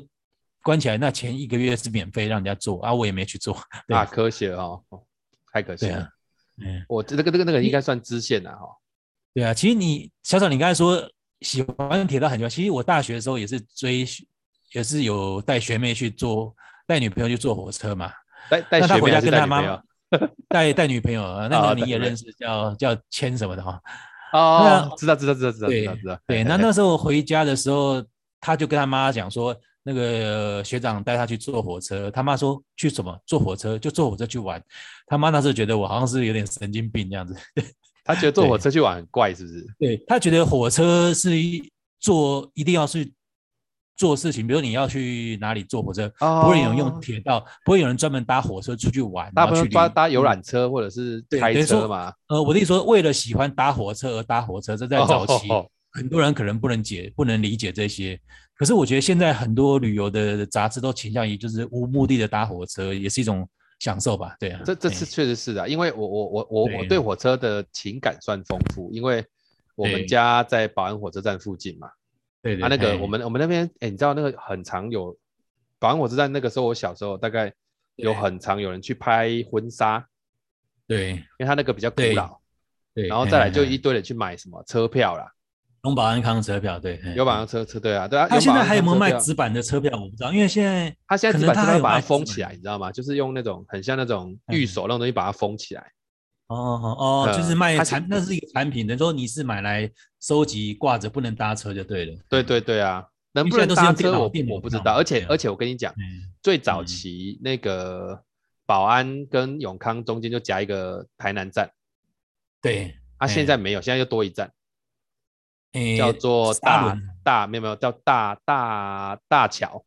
Speaker 2: 关起来，那前一个月是免费让人家坐啊，我也没去坐。对
Speaker 1: 啊，可惜了哦，哦太可惜
Speaker 2: 对
Speaker 1: 了
Speaker 2: 啊。，嗯。
Speaker 1: 我这个这个那个应该算支线了哈。
Speaker 2: 对啊，其实你小小，你刚才说喜欢铁道很喜欢，其实我大学的时候也是追，也是有带学妹去坐，带女朋友去坐火车嘛。
Speaker 1: 带带
Speaker 2: 那她
Speaker 1: 学
Speaker 2: 回
Speaker 1: 妹啊
Speaker 2: 家
Speaker 1: 还是
Speaker 2: 跟
Speaker 1: 带
Speaker 2: 她
Speaker 1: 女
Speaker 2: 妈
Speaker 1: 朋
Speaker 2: 妈
Speaker 1: 友？，
Speaker 2: 带带女朋友啊，
Speaker 1: 啊
Speaker 2: 那个
Speaker 1: 带
Speaker 2: 你也
Speaker 1: 女朋友
Speaker 2: 认识，叫叫千什么的哈。
Speaker 1: 哦，
Speaker 2: 那
Speaker 1: 知道知道知道知道知
Speaker 2: 对
Speaker 1: 道知道。
Speaker 2: 对，
Speaker 1: 哎
Speaker 2: 那
Speaker 1: 哎
Speaker 2: 那时候回家的时候，他就跟他妈讲说，那个学长带他去坐火车，他妈说去什么坐火车，就坐火车去玩。他妈那时候觉得我好像是有点神经病这样子。
Speaker 1: 他觉得坐
Speaker 2: 对
Speaker 1: 火车去玩很怪，是不是？
Speaker 2: 对他觉得火车是一做一定要去做事情，比如你要去哪里坐火车，
Speaker 1: 哦
Speaker 2: 不会有人用铁道，不会有人专门搭火车出去玩，
Speaker 1: 大
Speaker 2: 然
Speaker 1: 部
Speaker 2: 后
Speaker 1: 分
Speaker 2: 去
Speaker 1: 都搭
Speaker 2: 旅
Speaker 1: 搭游。览车或者是
Speaker 2: 对
Speaker 1: 开
Speaker 2: 等于说
Speaker 1: 车嘛。
Speaker 2: 呃，我的意思说，为了喜欢搭火车而搭火车，这在早期、
Speaker 1: 哦
Speaker 2: 很多人可能不能解、不能理解这些。可是我觉得现在很多旅游的杂志都倾向于就是无目的的搭火车，也是一种享受吧？对啊，
Speaker 1: 这这
Speaker 2: 哎
Speaker 1: 次确实是啊，因为我我我我我
Speaker 2: 对
Speaker 1: 对火车的情感算丰富，因为我们
Speaker 2: 对
Speaker 1: 家在保安火车站附近嘛，
Speaker 2: 对对
Speaker 1: 啊那
Speaker 2: 哎
Speaker 1: 个我们我们那边，哎，你知道那个很常有保安火车站，那个时候我小时候大概有
Speaker 2: 对
Speaker 1: 很常有人去拍婚纱，
Speaker 2: 对
Speaker 1: 因为它那个比较古
Speaker 2: 对
Speaker 1: 老，
Speaker 2: 对，
Speaker 1: 然后再来就
Speaker 2: 哎哎
Speaker 1: 一堆人去买什么车票啦，
Speaker 2: 龙保安康车票，对，哎
Speaker 1: 有马上车车对啊对啊，
Speaker 2: 他
Speaker 1: 有
Speaker 2: 现
Speaker 1: 马
Speaker 2: 在
Speaker 1: 上
Speaker 2: 还有没有
Speaker 1: 车
Speaker 2: 卖
Speaker 1: 票
Speaker 2: 纸板的车票？我不知道，因为现在
Speaker 1: 他现在
Speaker 2: 可
Speaker 1: 纸
Speaker 2: 能
Speaker 1: 板
Speaker 2: 他
Speaker 1: 车
Speaker 2: 还
Speaker 1: 票
Speaker 2: 有
Speaker 1: 把它
Speaker 2: 卖
Speaker 1: 封
Speaker 2: 纸
Speaker 1: 起
Speaker 2: 板
Speaker 1: 来，你知道吗？就是用那种很像那种
Speaker 2: 嗯
Speaker 1: 玉手那种东西把它封起来。
Speaker 2: 哦哦，
Speaker 1: 呃
Speaker 2: 就是卖
Speaker 1: 它是
Speaker 2: 产，那是一个产品，等于说你是买来收集挂着，不能搭车就对了。
Speaker 1: 对对对啊，能
Speaker 2: 因
Speaker 1: 不
Speaker 2: 为
Speaker 1: 能
Speaker 2: 现在都是
Speaker 1: 搭车
Speaker 2: 用电脑
Speaker 1: 我
Speaker 2: 电脑
Speaker 1: 我不知
Speaker 2: 弄
Speaker 1: 道，
Speaker 2: 嘛
Speaker 1: 而且
Speaker 2: 对啊
Speaker 1: 而且我跟你讲，
Speaker 2: 嗯，
Speaker 1: 最早
Speaker 2: 嗯
Speaker 1: 期那个保安跟永康中间就夹一个台南站，
Speaker 2: 对，
Speaker 1: 啊，
Speaker 2: 哎
Speaker 1: 现在没有，现在又多一站，
Speaker 2: 诶
Speaker 1: 叫做
Speaker 2: 沙
Speaker 1: 大
Speaker 2: 仑
Speaker 1: 大没有没有叫大大大桥，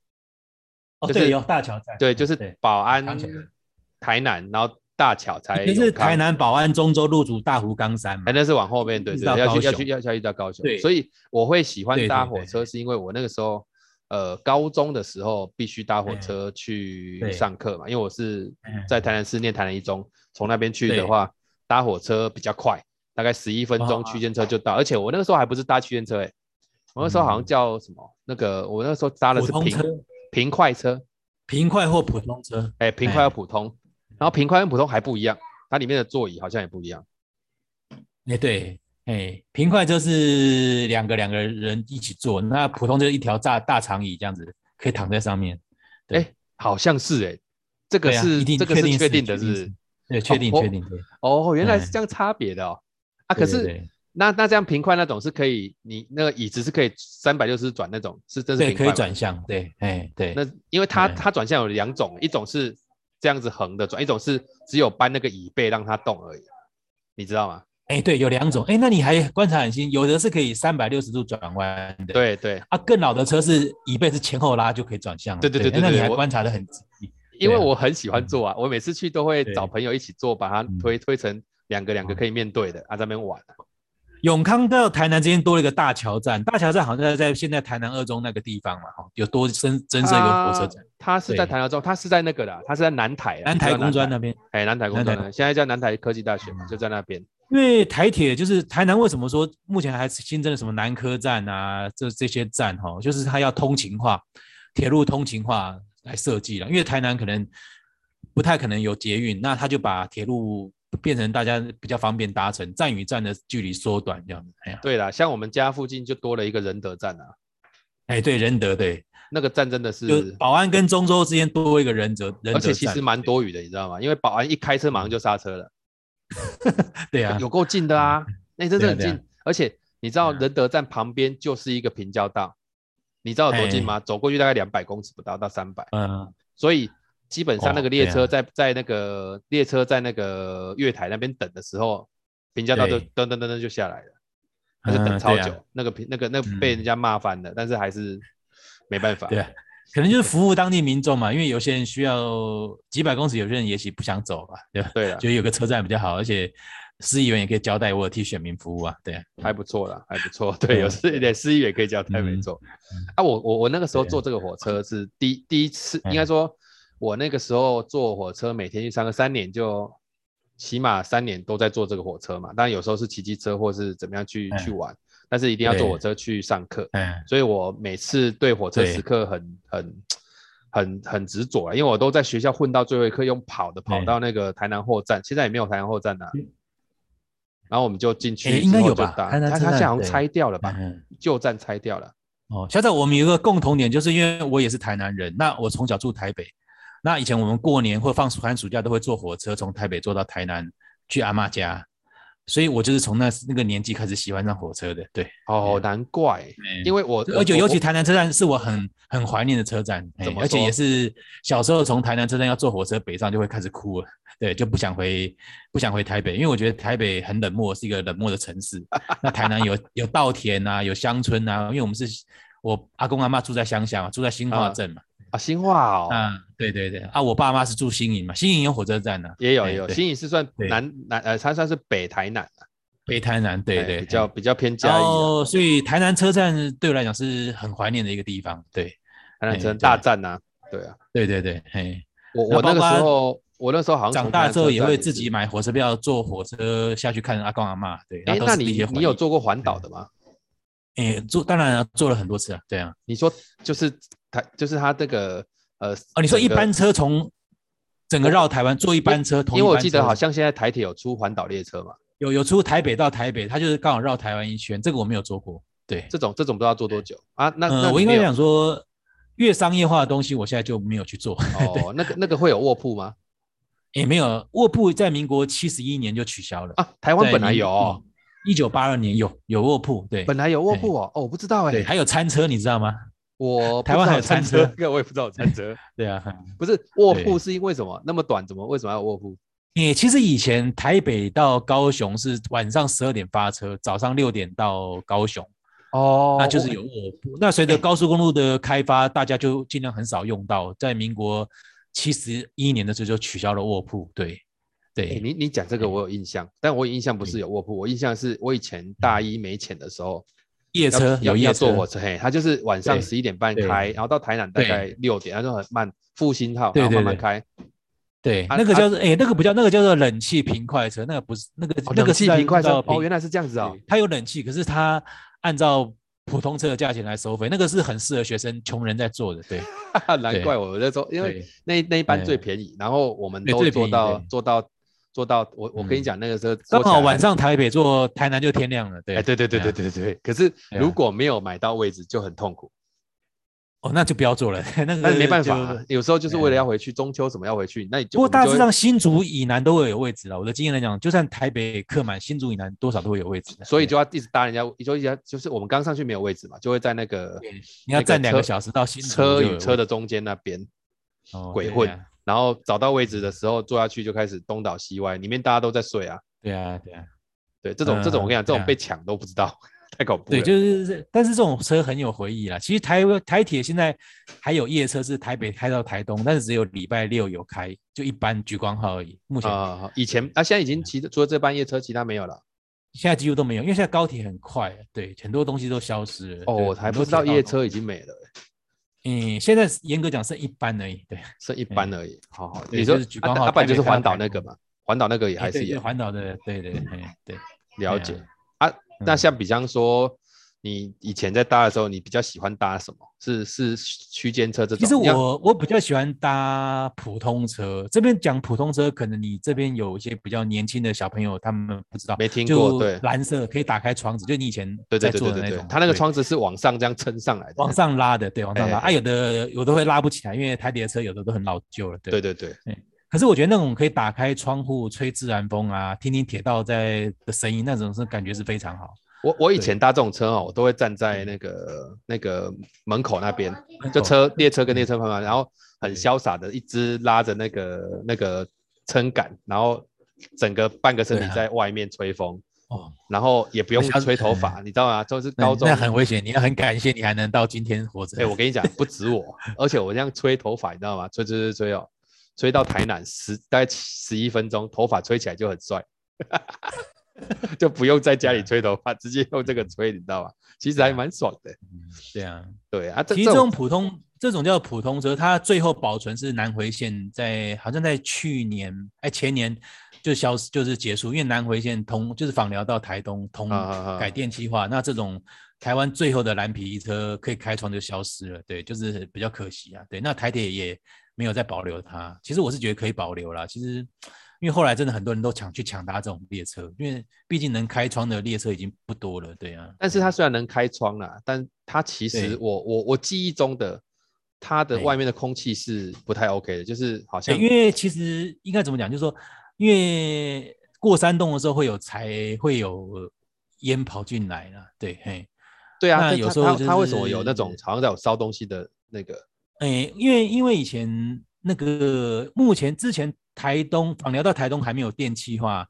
Speaker 2: 哦，
Speaker 1: 就是
Speaker 2: 对，有大桥站，嗯
Speaker 1: 对，就是保安
Speaker 2: 想起来了
Speaker 1: 台南，然后大桥才
Speaker 2: 也是
Speaker 1: 永康
Speaker 2: 台，南保安中州入主大湖冈山
Speaker 1: 哎
Speaker 2: 嘛。
Speaker 1: 那是往后面，对
Speaker 2: 一直
Speaker 1: 对，
Speaker 2: 到
Speaker 1: 要去
Speaker 2: 高
Speaker 1: 要去
Speaker 2: 雄
Speaker 1: 要要一直到高雄，
Speaker 2: 对
Speaker 1: 所以我会喜欢
Speaker 2: 对对
Speaker 1: 搭
Speaker 2: 对
Speaker 1: 火车，是因为我那个时候。呃，高中的时候必须搭火
Speaker 2: 哎
Speaker 1: 车去
Speaker 2: 对
Speaker 1: 上课嘛，因为我是
Speaker 2: 嗯
Speaker 1: 在台南市念台南一中，从那边去的
Speaker 2: 对
Speaker 1: 话，搭火车比较快，大概十一分钟
Speaker 2: 啊
Speaker 1: 区间车就到。而且我那个时候还不是搭区间车、欸，我那时候好像
Speaker 2: 嗯
Speaker 1: 叫什么？那个我那时候搭的
Speaker 2: 普
Speaker 1: 是
Speaker 2: 通
Speaker 1: 平
Speaker 2: 车、
Speaker 1: 平快车，
Speaker 2: 平快或普通车，
Speaker 1: 哎、平快和
Speaker 2: 哎
Speaker 1: 普通，然后平快跟普通还不一样，它里面的座椅好像也不一样。
Speaker 2: 哎，对，哎，平快车是两个两个人一起坐，那普通车一条大大长椅这样子，可以躺在上面。对
Speaker 1: 哎好像是哎、这个
Speaker 2: 对啊
Speaker 1: 是、
Speaker 2: 一定
Speaker 1: 这个
Speaker 2: 确
Speaker 1: 是
Speaker 2: 定
Speaker 1: 确
Speaker 2: 是
Speaker 1: 定的
Speaker 2: 确
Speaker 1: 是
Speaker 2: 定
Speaker 1: 不是
Speaker 2: 是对，确定
Speaker 1: 哦
Speaker 2: 确定。对
Speaker 1: 哦，原来
Speaker 2: 哎
Speaker 1: 是这样差别的哦。啊，可
Speaker 2: 对
Speaker 1: 是
Speaker 2: 对对
Speaker 1: 那那这样平快那种是可以，你那个椅子是可以三百六十转那种，是真是
Speaker 2: 对
Speaker 1: 平
Speaker 2: 可
Speaker 1: 快
Speaker 2: 以
Speaker 1: 吗
Speaker 2: 转向，对，哎对，
Speaker 1: 那因为它
Speaker 2: 对
Speaker 1: 它转向有两种，一种是这样子横的转，一种是只有搬那个椅背让它动而已，你知道吗？
Speaker 2: 哎对，有两种，哎，那你还观察很细，有的是可以三百六十度转弯的，，
Speaker 1: 对对，
Speaker 2: 啊，更老的车是椅背是前后拉就可以转向了，哎
Speaker 1: 对对对对
Speaker 2: 那你
Speaker 1: 对
Speaker 2: 还
Speaker 1: 我
Speaker 2: 观察的很仔细，
Speaker 1: 因为
Speaker 2: 对啊
Speaker 1: 我很喜欢坐啊，我每次去都会
Speaker 2: 对
Speaker 1: 找朋友一起坐，把它
Speaker 2: 嗯
Speaker 1: 推推成两个两个
Speaker 2: 嗯
Speaker 1: 可以面对的，啊，在那边玩啊。
Speaker 2: 永康到台南之间多了一个大桥站，大桥站好像在在现在台南二中那个地方嘛，哈，有多增增设一个火车站，
Speaker 1: 它是在
Speaker 2: 对
Speaker 1: 台南中，它是在那个的，它是在南台啊，
Speaker 2: 南
Speaker 1: 你知
Speaker 2: 台
Speaker 1: 道
Speaker 2: 工专那边，
Speaker 1: 哎，南台工
Speaker 2: 南
Speaker 1: 专
Speaker 2: 台嗯
Speaker 1: 啊，现在叫南台科技大学嘛，就在那边。
Speaker 2: 因为台铁就是台南，为什么说目前还新增了什么南科站啊，这这些站哈、哦，就是它要通勤化，铁路通勤化来设计了。因为台南可能不太可能有捷运，那他就把铁路变成大家比较方便搭乘，站与站的距离缩短这样子。哎呀，
Speaker 1: 对啦，像我们家附近就多了一个仁德站啊，
Speaker 2: 哎，对，仁德对，
Speaker 1: 那个站真的，
Speaker 2: 就是保安跟中州之间多一个仁德，仁德
Speaker 1: 而且其实
Speaker 2: 站嗯
Speaker 1: 蛮多余的，你知道吗？因为保安一开车马上就刹车了，
Speaker 2: 对啊，
Speaker 1: 有够近的啊，那、真的很
Speaker 2: 对啊
Speaker 1: 近。
Speaker 2: 对
Speaker 1: 而且你知道
Speaker 2: 对啊
Speaker 1: 仁德站旁边就是一个平交道，你知道有多近吗？
Speaker 2: 哎
Speaker 1: 走过去大概两百公尺不到，到三百。
Speaker 2: 嗯，
Speaker 1: 所以基本上那个
Speaker 2: 哦
Speaker 1: 列
Speaker 2: 对
Speaker 1: 车
Speaker 2: 啊
Speaker 1: 在、在那个列车在那个月台那边等的时候，平交道就
Speaker 2: 对
Speaker 1: 噔噔噔噔就下来了，他就等
Speaker 2: 嗯
Speaker 1: 超
Speaker 2: 对啊
Speaker 1: 久，那个平那个那个
Speaker 2: 嗯
Speaker 1: 被人家骂翻了，但是还是没办法。
Speaker 2: 对啊，可能就是服务当地民众嘛，因为有些人需要几百公尺，有些人也许不想走吧，对吧？
Speaker 1: 对了，
Speaker 2: 觉得有个车站比较好，而且市议员也可以交代我有替选民服务啊，对啊，
Speaker 1: 还不错啦，还不错。 对，
Speaker 2: 嗯
Speaker 1: 有司点司仪也可以交代，
Speaker 2: 嗯
Speaker 1: 没错。啊，我我我那个时候
Speaker 2: 对
Speaker 1: 坐这个火车是第第一次，
Speaker 2: 嗯
Speaker 1: 应该说，我那个时候坐火车每天去上课，三年就起码三年都在坐这个火车嘛。当然有时候是骑机车或是怎么样去
Speaker 2: 嗯
Speaker 1: 去玩，但是一定要坐
Speaker 2: 对
Speaker 1: 火车去上课。
Speaker 2: 嗯，
Speaker 1: 所以我每次对火车
Speaker 2: 对
Speaker 1: 时刻很很很很执着啊，因为我都在学校混到最后一刻，用跑的跑
Speaker 2: 对嗯
Speaker 1: 到那个台南后站，现在也没有台南后站了、然后我们就进去之
Speaker 2: 诶
Speaker 1: 后就搭，
Speaker 2: 应该有吧
Speaker 1: 他
Speaker 2: 台南
Speaker 1: 他
Speaker 2: 车
Speaker 1: 现在
Speaker 2: 站
Speaker 1: 好像
Speaker 2: 对
Speaker 1: 拆掉了吧？
Speaker 2: 嗯
Speaker 1: 旧站拆掉了。
Speaker 2: 哦，现在我们有一个共同点，就是因为我也是台南人，那我从小住台北，那以前我们过年或放暑寒暑假都会坐火车从台北坐到台南去阿妈家，所以我就是从那那个年纪开始喜欢上火车的，对，
Speaker 1: 哦，难怪，因
Speaker 2: 为
Speaker 1: 为 我
Speaker 2: 而且尤其
Speaker 1: 他
Speaker 2: 台南车站是我很很怀念的车站，哎
Speaker 1: 怎么
Speaker 2: 而且
Speaker 1: 说
Speaker 2: 也是小时候从台南车站要坐火车北上就会开始哭了，对，就不想回不想回台北，因为我觉得台北很冷漠，是一个冷漠的城 市。那台南有有稻田啊，有乡村啊，因为我们是我阿公阿妈住在乡下嘛，住在新化镇嘛，
Speaker 1: 啊，新化哦，
Speaker 2: 啊，对对对，啊，我爸妈是住新营嘛，新营有火车站呢、啊，
Speaker 1: 也有
Speaker 2: 哎
Speaker 1: 也有，
Speaker 2: 对
Speaker 1: 新营是算
Speaker 2: 对
Speaker 1: 南南呃，它算是北台南啊，
Speaker 2: 北台南，对
Speaker 1: 哎
Speaker 2: 对，
Speaker 1: 比
Speaker 2: 哦
Speaker 1: 较比较偏嘉
Speaker 2: 然
Speaker 1: 义啊，
Speaker 2: 后所以台南车站对我来讲是很怀念的一个地方，对
Speaker 1: 台南
Speaker 2: 哎
Speaker 1: 城
Speaker 2: 对
Speaker 1: 大站啊，对啊，
Speaker 2: 对对对，嘿。
Speaker 1: 我
Speaker 2: 那
Speaker 1: 我那
Speaker 2: 包
Speaker 1: 个
Speaker 2: 括
Speaker 1: 时候我那时候好像
Speaker 2: 长
Speaker 1: 从
Speaker 2: 大
Speaker 1: 台南
Speaker 2: 之后
Speaker 1: 车
Speaker 2: 也
Speaker 1: 站
Speaker 2: 会
Speaker 1: 是
Speaker 2: 自己。买火车票，坐火车下去看阿公阿妈。对，
Speaker 1: 哎，
Speaker 2: 都
Speaker 1: 那
Speaker 2: 是一
Speaker 1: 你
Speaker 2: 些回
Speaker 1: 你有
Speaker 2: 忆？
Speaker 1: 坐过环岛的吗？
Speaker 2: 哎，坐当然啊坐了很多次啊，对啊。
Speaker 1: 你说就是台就是它这个呃
Speaker 2: 哦，你说
Speaker 1: 整
Speaker 2: 一
Speaker 1: 个
Speaker 2: 班车从整个绕台湾坐一班车，
Speaker 1: 因
Speaker 2: 同一
Speaker 1: 为我
Speaker 2: 班
Speaker 1: 记得
Speaker 2: 车
Speaker 1: 好像现在台铁有出环岛列车嘛，
Speaker 2: 有有出台北到台北，它就是刚好绕台湾一圈，这个我没有坐过。对，
Speaker 1: 这种这种不知道做多久啊？那那
Speaker 2: 呃，
Speaker 1: 你
Speaker 2: 我应
Speaker 1: 没
Speaker 2: 该
Speaker 1: 有
Speaker 2: 想说，越商业化的东西，我现在就没有去做。
Speaker 1: 哦，那个那个会有卧铺吗？
Speaker 2: 也没有，卧铺在民国七十一年就取消了。
Speaker 1: 啊，台湾本来有哦，
Speaker 2: 一九八二年有有卧铺，对
Speaker 1: 本来有卧铺哦，哦，我不知道哎
Speaker 2: 对，，还有餐车，你知道吗？
Speaker 1: 我
Speaker 2: 台湾还有
Speaker 1: 餐
Speaker 2: 餐
Speaker 1: 车
Speaker 2: 车，
Speaker 1: 我也不知道有餐车，
Speaker 2: 对啊，嗯
Speaker 1: 不是卧
Speaker 2: 对
Speaker 1: 铺是因为什么那么短？怎么为什么要有卧铺？
Speaker 2: 你其实以前台北到高雄是晚上十二点发车，早上六点到高雄，
Speaker 1: 哦
Speaker 2: 那就是有卧铺。那随着高速公路的开发，大家就尽量很少用到。在民国七十一年的时候就取消了卧铺，对
Speaker 1: 哎、
Speaker 2: 对，
Speaker 1: 你你讲这个
Speaker 2: 哎
Speaker 1: 我有印象，但我有印象不是有卧铺，我印象是我以前大一没钱的时候，
Speaker 2: 夜
Speaker 1: 要
Speaker 2: 车有
Speaker 1: 要
Speaker 2: 夜
Speaker 1: 要坐
Speaker 2: 车，
Speaker 1: 火车，嘿，他就是晚上
Speaker 2: 对
Speaker 1: 十一点半
Speaker 2: 对
Speaker 1: 开，然后到台南大
Speaker 2: 对
Speaker 1: 概六点，他就很慢，复兴号，
Speaker 2: 对
Speaker 1: 然后
Speaker 2: 对
Speaker 1: 慢慢
Speaker 2: 对
Speaker 1: 开。
Speaker 2: 对，
Speaker 1: 啊
Speaker 2: 那个
Speaker 1: 啊
Speaker 2: 叫做哎，那个不叫那个叫做冷气平快车，那个不是那个
Speaker 1: 哦，
Speaker 2: 那
Speaker 1: 冷
Speaker 2: 个
Speaker 1: 气平快车，哦，原
Speaker 2: 来
Speaker 1: 来是这样子哦。
Speaker 2: 它有冷气，可是它按照普通车的价钱来收费，那个是很适合学生穷人在坐的，对
Speaker 1: 难
Speaker 2: 对
Speaker 1: 怪我那时候，因为
Speaker 2: 对。
Speaker 1: 那那一班最
Speaker 2: 对
Speaker 1: 便宜，然后我们
Speaker 2: 对
Speaker 1: 都
Speaker 2: 最
Speaker 1: 做
Speaker 2: 便宜
Speaker 1: 到
Speaker 2: 对
Speaker 1: 做到做到，我我跟你
Speaker 2: 嗯
Speaker 1: 讲，那个时候
Speaker 2: 刚好晚
Speaker 1: 上。
Speaker 2: 上台北坐台南就天亮了，对，
Speaker 1: 哎，对对对对
Speaker 2: 啊，
Speaker 1: 对对对。可是
Speaker 2: 对啊
Speaker 1: 如果没有买到位置就很痛苦，
Speaker 2: 哦，那就不要坐了， 那个
Speaker 1: 但是没办法
Speaker 2: 就
Speaker 1: 啊，有时候就是为了
Speaker 2: 对啊
Speaker 1: 要回去中秋什么要回去，那你就
Speaker 2: 不过大
Speaker 1: 我们就
Speaker 2: 致
Speaker 1: 会
Speaker 2: 上新竹以南都会有位置了。我的经验来讲，就算台北客满，新竹以南多少都会有位置的。
Speaker 1: 所以
Speaker 2: 对
Speaker 1: 就要一直搭人家，就一直要就是我们刚上去没有位置嘛，就会在那个
Speaker 2: 对你
Speaker 1: 那
Speaker 2: 要
Speaker 1: 个
Speaker 2: 站两个
Speaker 1: 车
Speaker 2: 小时到新竹
Speaker 1: 车
Speaker 2: 就有
Speaker 1: 与
Speaker 2: 位
Speaker 1: 车的中间那边，
Speaker 2: 哦
Speaker 1: 鬼
Speaker 2: 对
Speaker 1: 混
Speaker 2: 啊
Speaker 1: 然后找到位置的时候坐下去就开始东倒西歪，里面大家都在睡啊。
Speaker 2: 对啊，对啊，
Speaker 1: 对，这种这种我跟你讲，
Speaker 2: 嗯
Speaker 1: 这
Speaker 2: 对
Speaker 1: 种
Speaker 2: 啊
Speaker 1: 被抢都不知道， 太恐怖
Speaker 2: 对，
Speaker 1: 了。
Speaker 2: 就是，但是这种车很有回忆啦。其实台台铁现在还有夜车是台北开到台东，但是只有礼拜六有开，就一班莒光号而已。目前
Speaker 1: 啊，以前啊，现在已经骑的除了这班夜车，其他没有了。
Speaker 2: 现在几乎都没有，因为现在高铁很快，对，很多东西都消失了。
Speaker 1: 哦，
Speaker 2: 对
Speaker 1: 我还
Speaker 2: 很
Speaker 1: 不
Speaker 2: 多
Speaker 1: 知道
Speaker 2: 铁道
Speaker 1: 夜
Speaker 2: 都
Speaker 1: 车已经没了，
Speaker 2: 嗯，现在是严格讲剩一班而已，对
Speaker 1: 剩一班而已。好好，
Speaker 2: 嗯对
Speaker 1: 你说
Speaker 2: 就是举
Speaker 1: 啊
Speaker 2: 光号
Speaker 1: 啊不然就
Speaker 2: 台北
Speaker 1: 是
Speaker 2: 开到
Speaker 1: 环岛
Speaker 2: 台
Speaker 1: 那
Speaker 2: 东
Speaker 1: 个嘛，环岛那个也还
Speaker 2: 哎
Speaker 1: 是
Speaker 2: 对
Speaker 1: 有
Speaker 2: 对环岛的，对对对对。
Speaker 1: 了
Speaker 2: 哎
Speaker 1: 解
Speaker 2: 呀嗯
Speaker 1: 啊。那像比方说，你以前在搭的时候，你比较喜欢搭什么？是是区间车这种？
Speaker 2: 其实
Speaker 1: 你像
Speaker 2: 我我比较喜欢搭普通车，这边讲普通车，可能你这边有一些比较年轻的小朋友，他们不知道，
Speaker 1: 没听过，
Speaker 2: 就
Speaker 1: 对
Speaker 2: 蓝色可以打开窗子，就你以前
Speaker 1: 对
Speaker 2: 在
Speaker 1: 对对
Speaker 2: 做
Speaker 1: 对对
Speaker 2: 的那
Speaker 1: 对
Speaker 2: 种，，
Speaker 1: 它那个
Speaker 2: 对
Speaker 1: 窗子是往上这样撑上来的，
Speaker 2: 往上拉的，对，往上拉。
Speaker 1: 哎哎
Speaker 2: 啊，有的有的会拉不起来，因为台铁的车有的都很老旧了，对。
Speaker 1: 对对对，
Speaker 2: 可是我觉得那种可以打开窗户吹自然风啊，听听铁道在的声音，那种是感觉是非常好。
Speaker 1: 我我以
Speaker 2: 对嗯
Speaker 1: 前搭这种车哦，我都会站在那个那个门口哦那边，
Speaker 2: 门
Speaker 1: 就
Speaker 2: 口嗯
Speaker 1: 车列车跟列车旁边，然后很
Speaker 2: 对
Speaker 1: 潇洒的一只拉着那个那个撑杆，然后整个半个身体
Speaker 2: 对啊
Speaker 1: 在外面吹风，
Speaker 2: 哦，
Speaker 1: 然后也不用
Speaker 2: 我想
Speaker 1: 吹头 发，你知道吗？就是
Speaker 2: 那
Speaker 1: 高中
Speaker 2: 那很危险，你要很感谢你还能到今天活着。
Speaker 1: 哎、我跟你讲，不止我，而且我这样吹头发，你知道吗？吹吹吹吹哦，吹到台南十大概十一分钟，头发吹起来就很帅， 就不用在家里吹头发，直接用这
Speaker 2: 嗯
Speaker 1: 个吹，你知道吗？其实还蛮爽的。
Speaker 2: 对啊，
Speaker 1: 对啊，这
Speaker 2: 其实
Speaker 1: 这
Speaker 2: 这
Speaker 1: 种
Speaker 2: 种普通这种叫普通车，它最后保存是南回线在好像在去年哎前年就消失就是结束，因为南回线通就是访寮到台东通
Speaker 1: 啊啊啊
Speaker 2: 改电气化，那这种台湾最后的蓝皮车可以开窗就消失了，对，就是比较可惜啊，对，那台铁也没有再保留它，其实我是觉得可以保留啦，其实。因为后来真的很多人都抢去抢搭这种列车，因为毕竟能开窗的列车已经不多了，对啊。
Speaker 1: 但是它虽然能开窗啦，但它其实
Speaker 2: 对
Speaker 1: 我我我记忆中的它的
Speaker 2: 对
Speaker 1: 外面的空气是不太 OK 的，就是好像
Speaker 2: 对，因为其实应该怎么讲，就是说，因为过山洞的时候会有柴，会有烟跑进来了。对，嘿，
Speaker 1: 对啊，
Speaker 2: 那
Speaker 1: 但
Speaker 2: 有
Speaker 1: 它
Speaker 2: 时候
Speaker 1: 它
Speaker 2: 就
Speaker 1: 它为什么有那
Speaker 2: 是
Speaker 1: 种好像在有烧东西的那个？
Speaker 2: 诶，因为因为以前那个目前之前台东访寮到台东还没有电气化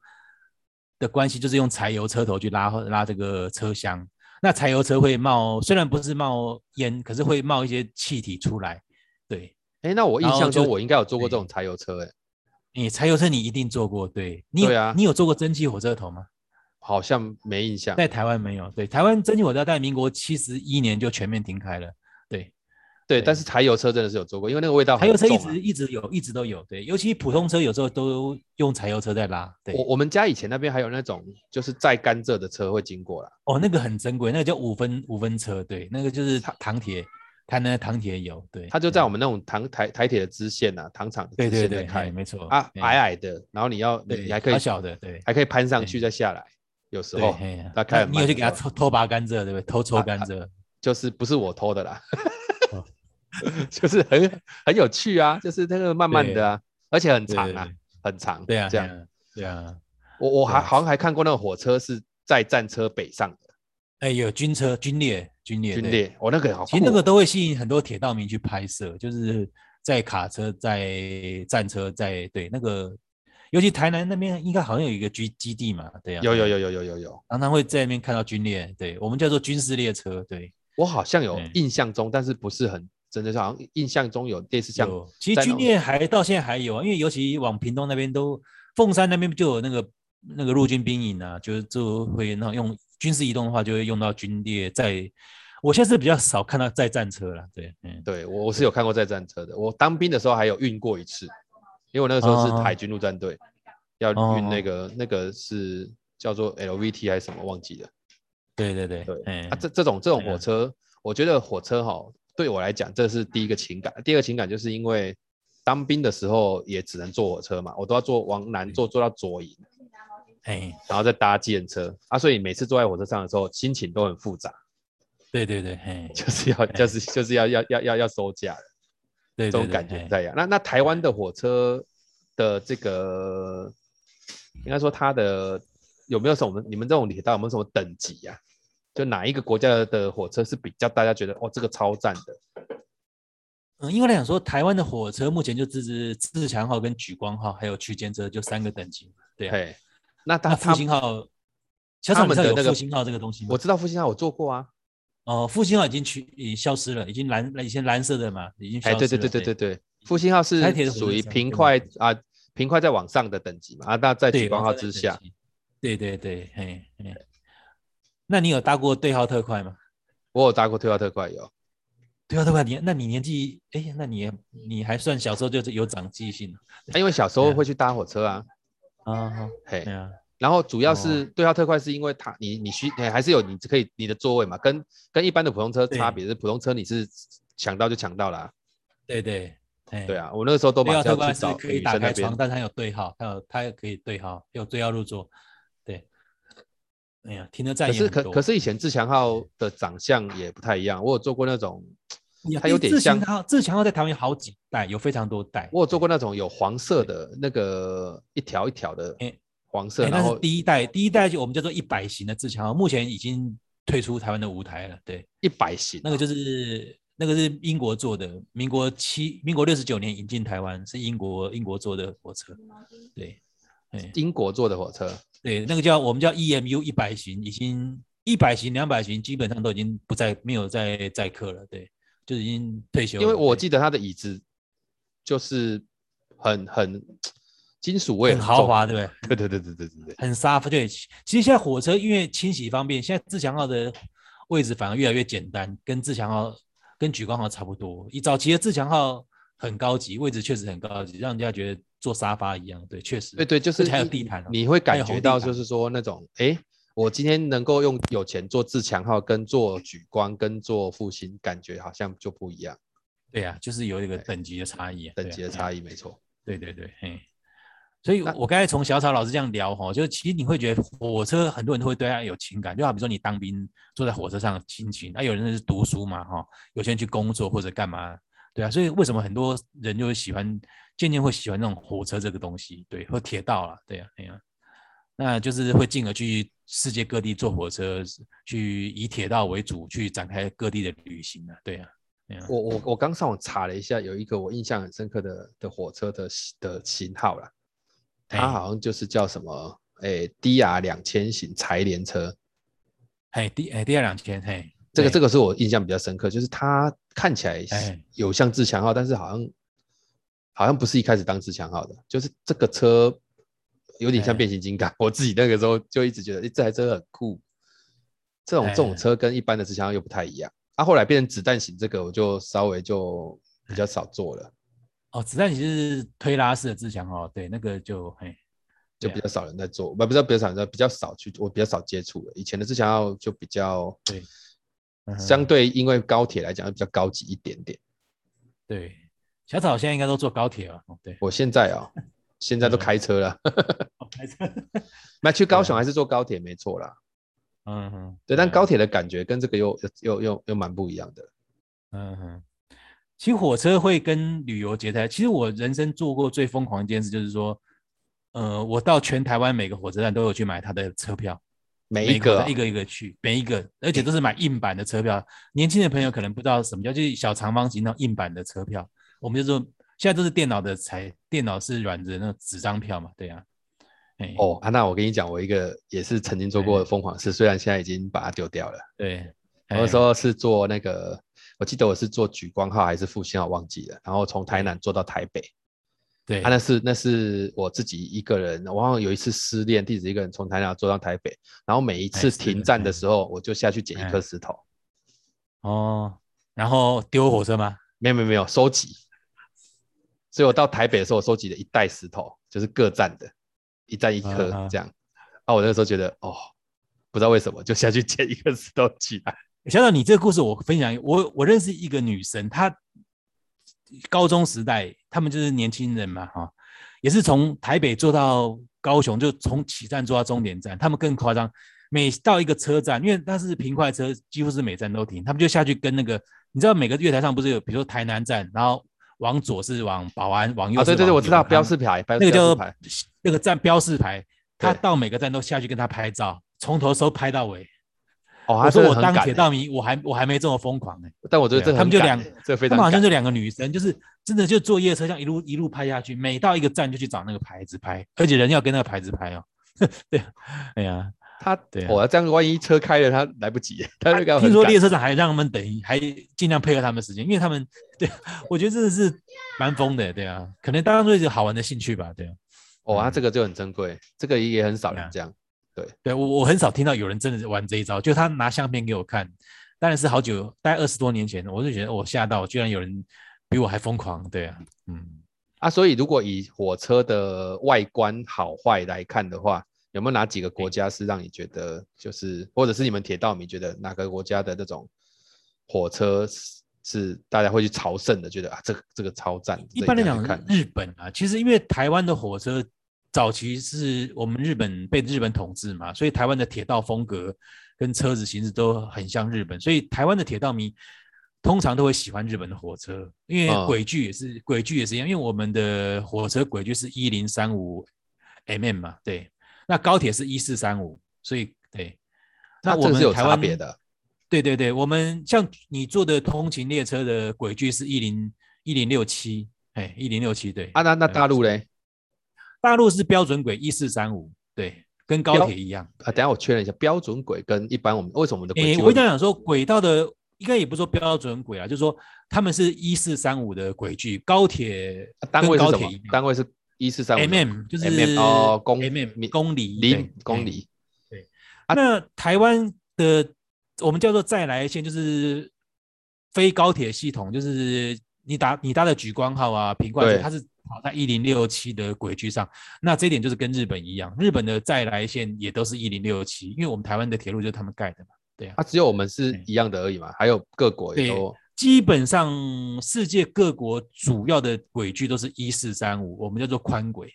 Speaker 2: 的关系，就是用柴油车头去拉拉这个车厢。那柴油车会冒，虽然不是冒烟，可是会冒一些气体出来。对，
Speaker 1: 哎，那我印
Speaker 2: 然后
Speaker 1: 象
Speaker 2: 就
Speaker 1: 中我应该有坐过这
Speaker 2: 对
Speaker 1: 种柴油车，哎，
Speaker 2: 你柴油车你一定坐过，对你
Speaker 1: 对
Speaker 2: 有
Speaker 1: 啊
Speaker 2: 你有坐过蒸汽火车头吗？
Speaker 1: 好像没印象。
Speaker 2: 在台湾没有，对，台湾蒸汽火车在民国七十一年就全面停开了，对，
Speaker 1: 对，
Speaker 2: 对
Speaker 1: 但是柴油车真的是有做过，因为那个味道
Speaker 2: 柴
Speaker 1: 很
Speaker 2: 油车一
Speaker 1: 重啊
Speaker 2: 直一直有，一直都有，对，尤其普通车有时候都用柴油车在拉，对
Speaker 1: 我，我们家以前那边还有那种就是载甘蔗的车会经过啦，
Speaker 2: 哦，那个很珍贵，那个叫五分五分车，对，那个就是糖铁，台南的糖铁有，对，
Speaker 1: 它就在我们那种糖台台铁的支线啊，糖厂的
Speaker 2: 对
Speaker 1: 支
Speaker 2: 对
Speaker 1: 线在
Speaker 2: 对，
Speaker 1: 开
Speaker 2: 对，没错
Speaker 1: 啊，
Speaker 2: 对
Speaker 1: 矮矮的，然后你要你
Speaker 2: 对
Speaker 1: 你还可以哦
Speaker 2: 小小的对
Speaker 1: 还可以攀上
Speaker 2: 对
Speaker 1: 去再下来，有时
Speaker 2: 对，
Speaker 1: 候
Speaker 2: 嘿啊
Speaker 1: 它开
Speaker 2: 那
Speaker 1: 很
Speaker 2: 你
Speaker 1: 慢
Speaker 2: 有去
Speaker 1: 的
Speaker 2: 给
Speaker 1: 时
Speaker 2: 他
Speaker 1: 候
Speaker 2: 偷偷拔甘蔗，对不对？偷抽
Speaker 1: 啊
Speaker 2: 甘
Speaker 1: 啊
Speaker 2: 蔗，
Speaker 1: 就是不是我偷的啦
Speaker 2: 哦，
Speaker 1: 就是很很有趣啊，就是那个慢慢的啊，而且很
Speaker 2: 对
Speaker 1: 长
Speaker 2: 对
Speaker 1: 啊
Speaker 2: 对，
Speaker 1: 很长，
Speaker 2: 对啊，
Speaker 1: 这
Speaker 2: 对
Speaker 1: 样
Speaker 2: 啊，对啊，
Speaker 1: 我我还
Speaker 2: 对
Speaker 1: 好像还看过那个火车是在战车北上的
Speaker 2: 哎，有军车、军列、军列、
Speaker 1: 军
Speaker 2: 对
Speaker 1: 列，我那个好
Speaker 2: 其实那
Speaker 1: 酷哦
Speaker 2: 个都会吸引很多铁道迷去拍摄，就是在卡车、在战车、在对那个，尤其台南那边应该好像有一个基基地嘛，对啊，
Speaker 1: 有有
Speaker 2: 对啊，
Speaker 1: 有有有有有。
Speaker 2: 常常会在那边看到军列，对我们叫做军事列车，对，
Speaker 1: 我好像有
Speaker 2: 对
Speaker 1: 印象中，但是不是很真的，好像印象中有类似像
Speaker 2: 有。其实
Speaker 1: 在那
Speaker 2: 军
Speaker 1: 种
Speaker 2: 列还到现在还有啊，因为尤其往屏东那边都，凤山那边就有那个那个陆军兵营啊，就是就会那种用军事移动的话，就会用到军列在。我现在是比较少看到在战车了，对，嗯，
Speaker 1: 对我我是有看过在战车的，我当兵的时候还有运过一次，因为我那个时候
Speaker 2: 哦
Speaker 1: 是海军陆战队，要运那个、那个是叫做 LVT 还是什么忘记了。
Speaker 2: 对对对，
Speaker 1: 对
Speaker 2: 嗯
Speaker 1: 啊，这这种这种
Speaker 2: 对啊
Speaker 1: 火车，我觉得火车哈、对我来讲这是第一个情感，第二个情感就是因为当兵的时候也只能坐火车嘛，我都要坐往南坐坐到左营，
Speaker 2: 哎，
Speaker 1: 然后再搭计程车啊，所以每次坐在火车上的时候心情都很复杂。
Speaker 2: 对对对，嘿，
Speaker 1: 就是 要就是就是要要要要要收价了，
Speaker 2: 对哎
Speaker 1: 这种感觉不
Speaker 2: 在。
Speaker 1: 太一样。那那台湾的火车的这个，应该说它的有没有什么？你们这种铁道有没有什么等级呀、就哪一个国家的火车是比较大家觉得哦，这个超赞的？
Speaker 2: 嗯，应该来讲说，台湾的火车目前就只是自强号、跟莒光号，还有区间车，就三个等级。对啊，
Speaker 1: 嘿，那它
Speaker 2: 那复
Speaker 1: 它
Speaker 2: 兴号，小
Speaker 1: 他
Speaker 2: 厂
Speaker 1: 们
Speaker 2: 你知道
Speaker 1: 的
Speaker 2: 有
Speaker 1: 那个
Speaker 2: 复兴号这个东西吗
Speaker 1: 我？知道复兴号我坐过啊，
Speaker 2: 哦，复兴号已经去已消失了，已经蓝以前蓝色的嘛，已经消
Speaker 1: 哎，
Speaker 2: 失了。
Speaker 1: 对对对对对对，复兴号是
Speaker 2: 台铁的火车
Speaker 1: 属于
Speaker 2: 站
Speaker 1: 平
Speaker 2: 对
Speaker 1: 快啊平快再往上的等级嘛啊，那在
Speaker 2: 对，
Speaker 1: 莒光号
Speaker 2: 蓝色
Speaker 1: 之
Speaker 2: 的等
Speaker 1: 下，
Speaker 2: 级。对对对，嘿，嘿。那你有搭过对号特快吗？
Speaker 1: 我有搭过退化特快有。啊
Speaker 2: 对号特快，你那你年纪，哎，那你也你还算小时候就是有长记性了
Speaker 1: 啊因为小时
Speaker 2: 对
Speaker 1: 候
Speaker 2: 啊
Speaker 1: 会去搭火车啊，
Speaker 2: 啊，
Speaker 1: 嘿
Speaker 2: 对，啊，
Speaker 1: 然后主要是
Speaker 2: 哦
Speaker 1: 对它特快，是因为它你你需你还是有你可以你的座位嘛，跟跟一般的普通车
Speaker 2: 对
Speaker 1: 差别是普通车你是抢到就抢到啦、
Speaker 2: 对对，哎
Speaker 1: 对，啊，我那个时候都
Speaker 2: 对
Speaker 1: 马
Speaker 2: 啊，
Speaker 1: 上
Speaker 2: 特
Speaker 1: 要
Speaker 2: 快
Speaker 1: 去
Speaker 2: 是
Speaker 1: 找
Speaker 2: 可以
Speaker 1: 女
Speaker 2: 打
Speaker 1: 生那
Speaker 2: 开窗
Speaker 1: 边，，
Speaker 2: 但它有对号，它有它可以对号，有对号入座，对。哎呀，停车站
Speaker 1: 可
Speaker 2: 也
Speaker 1: 是
Speaker 2: 很
Speaker 1: 可
Speaker 2: 多
Speaker 1: 可是以前自强号的长相也不太一样，我有做过那种，
Speaker 2: 哎呀
Speaker 1: 它有
Speaker 2: 自
Speaker 1: 点
Speaker 2: 强
Speaker 1: 像
Speaker 2: 号自强号在台湾有好几代，有非常多代。
Speaker 1: 我有做过那种有黄色的那个一条一条的
Speaker 2: 哎
Speaker 1: 黄色，
Speaker 2: 哎，
Speaker 1: 然
Speaker 2: 那
Speaker 1: 后
Speaker 2: 是第一代，第一代就我们叫做一百型的自强号，目前已经退出台湾的舞台了。对，
Speaker 1: 一百型
Speaker 2: 那个就是那个是英国做的，民国七民国六十九年引进台湾，是英国英国做的火车。对，哎，
Speaker 1: 英国做的火车，
Speaker 2: 对，那个叫我们叫 EMU 一百型，已经一百型、两百型基本上都已经不在没有在载客了，对，就已经退休了。
Speaker 1: 因为我
Speaker 2: 对
Speaker 1: 记得它的椅子就是很很金属味
Speaker 2: 很豪
Speaker 1: 重
Speaker 2: 华，对不对？
Speaker 1: 对对对对对对对，
Speaker 2: 很沙发，对。其其实现在火车因为清洗方便，现在自强号的位置反而越来越简单，跟自强号、跟莒光号差不多。以早期的自强号很高级，位置确实很高级，让人家觉得坐沙发一样。对，确实。
Speaker 1: 对对，就是
Speaker 2: 而且还有
Speaker 1: 你
Speaker 2: 地毯哦
Speaker 1: 你会
Speaker 2: 还
Speaker 1: 感
Speaker 2: 有红
Speaker 1: 觉
Speaker 2: 地
Speaker 1: 到
Speaker 2: 毯
Speaker 1: 就是说那种，哎，我今天能够用有钱做自强号，跟做举光，跟做复兴，感觉好像就不一样，
Speaker 2: 对啊，就是有一个等级的差异啊，
Speaker 1: 等级的
Speaker 2: 异。
Speaker 1: 差异没错。
Speaker 2: 对对对，嘿。所以
Speaker 1: 那
Speaker 2: 我刚才从小草老师这样聊哈，就是其实你会觉得火车很多人都会对它有情感，就好比说你当兵坐在火车上的心情，啊那、有人是读书嘛哈，有些人去工作或者干嘛，对啊，所以为什么很多人就会喜欢，渐渐会喜欢那种火车这个东西，对，或铁道啦，对啊，对啊，那就是会进而去世界各地坐火车，去以铁道为主去展开各地的旅行啊，对啊，对啊，
Speaker 1: 我我我刚上网查了一下，有一个我印象很深刻的的火车的的型号啦，它
Speaker 2: 哎
Speaker 1: 好像就是叫什么，哎，DR 两千型柴联车，
Speaker 2: 嘿，第哎第二两天嘿，
Speaker 1: 这个这
Speaker 2: 个
Speaker 1: 个是我印象比较深刻，就是它看起来是
Speaker 2: 哎
Speaker 1: 有像自强号，但是好像好像不是一开始当自强号的，就是这个车有点像
Speaker 2: 哎
Speaker 1: 变形金刚。我自己那个时候就一直觉得，诶哎这台车很酷。这种这种
Speaker 2: 哎
Speaker 1: 车跟一般的自强号又不太一样。啊，后来变成子弹型，这个我就稍微就比较少做了，
Speaker 2: 哦，子弹其实是推拉式的自强哦，对，那个就嘿，
Speaker 1: 就
Speaker 2: 对啊
Speaker 1: 比较少人在做，不不是比较少人在，比较少去，我比较少接触了。以前的自强号就比较
Speaker 2: 对嗯哼
Speaker 1: 相对因为高铁来讲，比较高级一点点。
Speaker 2: 对，小草现在应该都坐高铁了，哦，对，
Speaker 1: 我现在哦， 现在都
Speaker 2: 嗯
Speaker 1: 开车了。 哦
Speaker 2: 还是
Speaker 1: 那去高雄
Speaker 2: 对啊
Speaker 1: 还是坐高铁没错啦，
Speaker 2: 嗯哼，
Speaker 1: 对，但
Speaker 2: 嗯
Speaker 1: 高铁的感觉跟这个又又又又又蛮不一样的。
Speaker 2: 嗯哼，其实火车会跟旅游结在，其实我人生做过最疯狂的一件事就是说，呃，我到全台湾每个火车站都有去买它的车票，
Speaker 1: 每
Speaker 2: 每
Speaker 1: 一个嗯
Speaker 2: 火
Speaker 1: 啊
Speaker 2: 车一个一个去，每一个，而且都是买硬版的车票。年轻的朋友可能不知道什么叫，就是小长方形那种硬版的车票，我们就说现在都是电脑的才，电脑是软的那种纸张票嘛，对呀、哎，
Speaker 1: 哦，啊，那我跟你讲，我一个也是曾经做过的疯狂事，虽然现在已经把它丢掉了。
Speaker 2: 对，
Speaker 1: 我
Speaker 2: 哎
Speaker 1: 那时候是坐那个，我记得我是坐莒光号还是复兴号，忘记了。然后从台南坐到台
Speaker 2: 哎
Speaker 1: 北，
Speaker 2: 对，
Speaker 1: 啊，那是那是我自己一个人，我好像有一次失恋，地址一个人从台南坐到台北，然后每一次
Speaker 2: 哎是的
Speaker 1: 停站的时候，我就下去捡一
Speaker 2: 哎
Speaker 1: 颗石头，
Speaker 2: 哦，然后丢火车吗？
Speaker 1: 没有没有没有收集，所以我到台北的时候，我收集了一袋石头，就是各站的，一站一颗
Speaker 2: 嗯嗯
Speaker 1: 这样。啊，我那个时候觉得哦，不知道为什么就下去捡一个石头起来。
Speaker 2: 想想你这个故事，我分享，我我认识一个女生，她高中时代，他们就是年轻人嘛，哈、也是从台北坐到高雄，就从起站坐到终点站。他们更夸张，每到一个车站，因为它是平快车，几乎是每站都停，他们就下去跟那个，你知道每个月台上不是有，比如说台南站，然后往左是往保安，往右
Speaker 1: 啊，
Speaker 2: 是
Speaker 1: 对对
Speaker 2: 往
Speaker 1: 对，我知道
Speaker 2: 永
Speaker 1: 标
Speaker 2: 康
Speaker 1: 示牌，标
Speaker 2: 那
Speaker 1: 标
Speaker 2: 个叫
Speaker 1: 示
Speaker 2: 做
Speaker 1: 牌，
Speaker 2: 那个站标示牌，他
Speaker 1: 对
Speaker 2: 到每个站都下去跟他拍照，从头收拍到尾。
Speaker 1: 哦，
Speaker 2: 我
Speaker 1: 他
Speaker 2: 说
Speaker 1: 真的
Speaker 2: 我
Speaker 1: 很
Speaker 2: 当
Speaker 1: 敢
Speaker 2: 铁
Speaker 1: 欸
Speaker 2: 道迷，我还我还没这么疯狂呢、
Speaker 1: 但我觉得
Speaker 2: 对啊
Speaker 1: 这
Speaker 2: 他
Speaker 1: 很
Speaker 2: 们就
Speaker 1: 敢
Speaker 2: 两
Speaker 1: 欸这非
Speaker 2: 他
Speaker 1: 常
Speaker 2: 们好像
Speaker 1: 敢
Speaker 2: 就两个女生，就是真的就坐夜车，像一路一路拍下去，每到一个站就去找那个牌子拍，而且人要跟那个牌子拍哦。 对啊，哎呀，
Speaker 1: 他
Speaker 2: 对啊
Speaker 1: 我这样万一车开了，他来不及，他就敢
Speaker 2: 听
Speaker 1: 很
Speaker 2: 说
Speaker 1: 敢
Speaker 2: 列车长还让他们等一，还尽量配合他们时间，因为他们对啊，我觉得真的是蛮疯的，对啊，可能当做一个好玩的兴趣吧，对啊。
Speaker 1: 哦，他
Speaker 2: 嗯
Speaker 1: 这个就很珍贵，这个也很少
Speaker 2: 对
Speaker 1: 人
Speaker 2: 啊
Speaker 1: 这样。
Speaker 2: 对我我很少听到有人真的是玩这一招，就他拿相片给我看，当然是好久，大概二十多年前，我就觉得我吓到，居然有人比我还疯狂，对啊，嗯，
Speaker 1: 啊，所以如果以火车的外观好坏来看的话，有没有哪几个国家是让你觉得就是，或者是你们铁道迷觉得哪个国家的这种火车是是大家会去朝圣的，觉得啊这个这个超赞，
Speaker 2: 一
Speaker 1: 这
Speaker 2: 般来
Speaker 1: 定要
Speaker 2: 讲
Speaker 1: 去看，
Speaker 2: 日本啊，其实因为台湾的火车早期是我们日本被日本统治嘛，所以台湾的铁道风格跟车子形式都很像日本，所以台湾的铁道迷通常都会喜欢日本的火车，因为
Speaker 1: 嗯
Speaker 2: 轨距也是、轨距也是一样，因为我们的火车轨距是一零三五 mm 嘛，对，那高铁是一四三五，所以对，
Speaker 1: 那
Speaker 2: 那我
Speaker 1: 这个
Speaker 2: 们
Speaker 1: 是有
Speaker 2: 台
Speaker 1: 差
Speaker 2: 湾
Speaker 1: 别的。
Speaker 2: 对对对，我们像你坐的通勤列车的轨距是一零一零六七，哎，一零六七对。
Speaker 1: 啊，那那
Speaker 2: 嗯
Speaker 1: 大陆嘞？
Speaker 2: 大陆是标准轨一四三五，对，跟高
Speaker 1: 标
Speaker 2: 铁一样。
Speaker 1: 啊，等一下我确认一下，标准轨跟一般我们为什么我们的轨
Speaker 2: 诶，
Speaker 1: 迹
Speaker 2: 我
Speaker 1: 会
Speaker 2: 跟你讲说，轨道的应该也不是说标准轨啊，就是说他们是一四三五的轨距，高铁
Speaker 1: 啊单位是
Speaker 2: 跟
Speaker 1: 什
Speaker 2: 高
Speaker 1: 么
Speaker 2: 铁一？样
Speaker 1: 单位是一四三五
Speaker 2: mm 就是
Speaker 1: mm 哦公
Speaker 2: mm 公里对
Speaker 1: 厘
Speaker 2: 哎
Speaker 1: 公里。啊
Speaker 2: 那台湾的我们叫做再来线，就是非高铁系统，就是你打你搭的莒光号啊、平冠
Speaker 1: 对
Speaker 2: 线，它是跑在一零六七的轨距上。那这一点就是跟日本一样，日本的再来线也都是一零六七，因为我们台湾的铁路就是他们盖的嘛。对啊
Speaker 1: 啊，，只有我们是
Speaker 2: 哎
Speaker 1: 一样的而已嘛，还有各国也
Speaker 2: 对
Speaker 1: 都
Speaker 2: 基本上世界各国主要的轨距都是一四三五，我们叫做宽轨。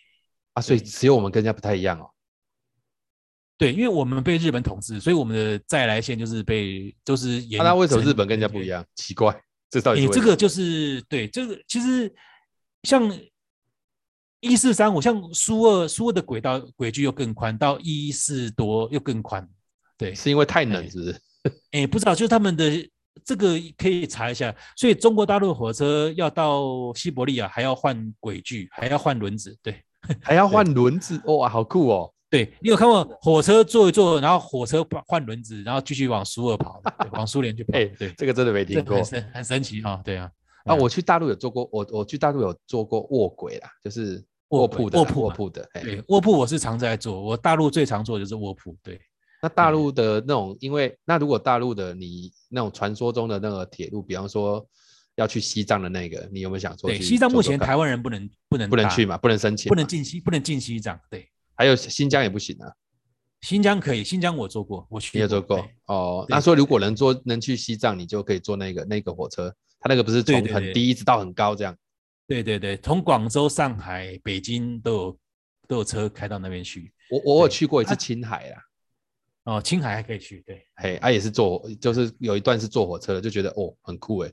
Speaker 1: 啊，所以
Speaker 2: 对
Speaker 1: 只有我们跟人家不太一样哦。
Speaker 2: 对，因为我们被日本统治，所以我们的再来线就是被都、是沿
Speaker 1: 啊，那为什么日本跟人家
Speaker 2: 对
Speaker 1: 不一样？奇怪，这到底
Speaker 2: 你
Speaker 1: 是
Speaker 2: 这
Speaker 1: 为什
Speaker 2: 个
Speaker 1: 么
Speaker 2: 就是对这个，其实像一四三五，像苏二苏二的轨道轨距又更宽，到一四多又更宽。对，
Speaker 1: 是因为太冷
Speaker 2: 哎
Speaker 1: 是不是？
Speaker 2: 哎，不知道，就是他们的这个可以查一下。所以中国大陆火车要到西伯利亚还要换轨距，还要换轮子。对
Speaker 1: 还要换轮子哦，哇，好酷哦！
Speaker 2: 对，你有看过火车坐一坐，然后火车换轮子，然后继续往苏俄跑的，对往苏联去跑的。
Speaker 1: 哎
Speaker 2: 对，
Speaker 1: 这个真的没
Speaker 2: 这
Speaker 1: 听过
Speaker 2: 很神很神奇啊！对啊，
Speaker 1: 啊。
Speaker 2: 嗯
Speaker 1: 我去大陆有坐过，我我去大陆有坐过卧轨啦，就是
Speaker 2: 卧
Speaker 1: 卧
Speaker 2: 轨
Speaker 1: 铺的啦
Speaker 2: 卧铺
Speaker 1: 卧
Speaker 2: 嘛
Speaker 1: 铺的。哎，
Speaker 2: 对，卧铺我是常在做，我大陆最常做的就是卧铺。对，
Speaker 1: 那大
Speaker 2: 哎
Speaker 1: 陆的那种，因为那如果大陆的你那种传说中的那个铁路，比方说要去西藏的那个，你有没有想说
Speaker 2: 对，
Speaker 1: 去
Speaker 2: 西藏
Speaker 1: 走
Speaker 2: 目
Speaker 1: 走
Speaker 2: 前
Speaker 1: 看
Speaker 2: 台湾人不能不能
Speaker 1: 不能
Speaker 2: 搭
Speaker 1: 去，嘛，不能申请嘛，
Speaker 2: 不能进西不能进西藏。对，
Speaker 1: 还有新疆也不行啊，
Speaker 2: 新疆可以，新疆我做过，我去
Speaker 1: 你有坐过
Speaker 2: 对
Speaker 1: 哦。
Speaker 2: 对
Speaker 1: 那所以
Speaker 2: 对
Speaker 1: 如果能坐能去西藏，你就可以坐那个那个火车，它那个不是
Speaker 2: 对
Speaker 1: 从
Speaker 2: 对
Speaker 1: 很
Speaker 2: 对
Speaker 1: 低一直到很高这样。
Speaker 2: 对对对，从广州、上海、北京都有都有车开到那边去。
Speaker 1: 我我有
Speaker 2: 对
Speaker 1: 去过一次
Speaker 2: 啊
Speaker 1: 青海啦，
Speaker 2: 哦，青海还可以去，对
Speaker 1: 嘿，啊也是坐火，就是有一段是坐火车的，就觉得哦很酷哎。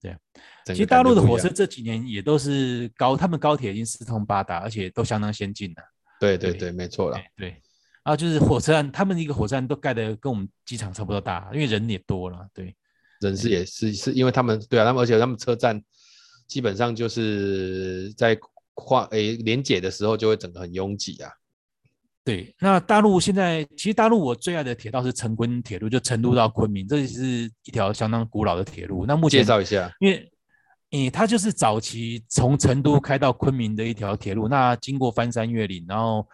Speaker 2: 对啊
Speaker 1: 整个感觉不一样，
Speaker 2: 其实大陆的火车这几年也都是高，他们高铁已经四通八达，而且都相当先进了。
Speaker 1: 对对
Speaker 2: 对
Speaker 1: 对，没错啦。
Speaker 2: 对对，啊，就是火车站，他们一个火车站都盖的跟我们机场差不多大，因为人也多了。对
Speaker 1: 人是也是是因为他们对啊，他们而且他们车站基本上就是在跨诶连接的时候就会整个很拥挤啊。
Speaker 2: 对，那大陆现在其实大陆我最爱的铁道是成昆铁路，就成都到昆明，这是一条相当古老的铁路。那目
Speaker 1: 介
Speaker 2: 前
Speaker 1: 绍一下，
Speaker 2: 因为，诶、它就是早期从成都开到昆明的一条铁路，那经过翻山越岭，然后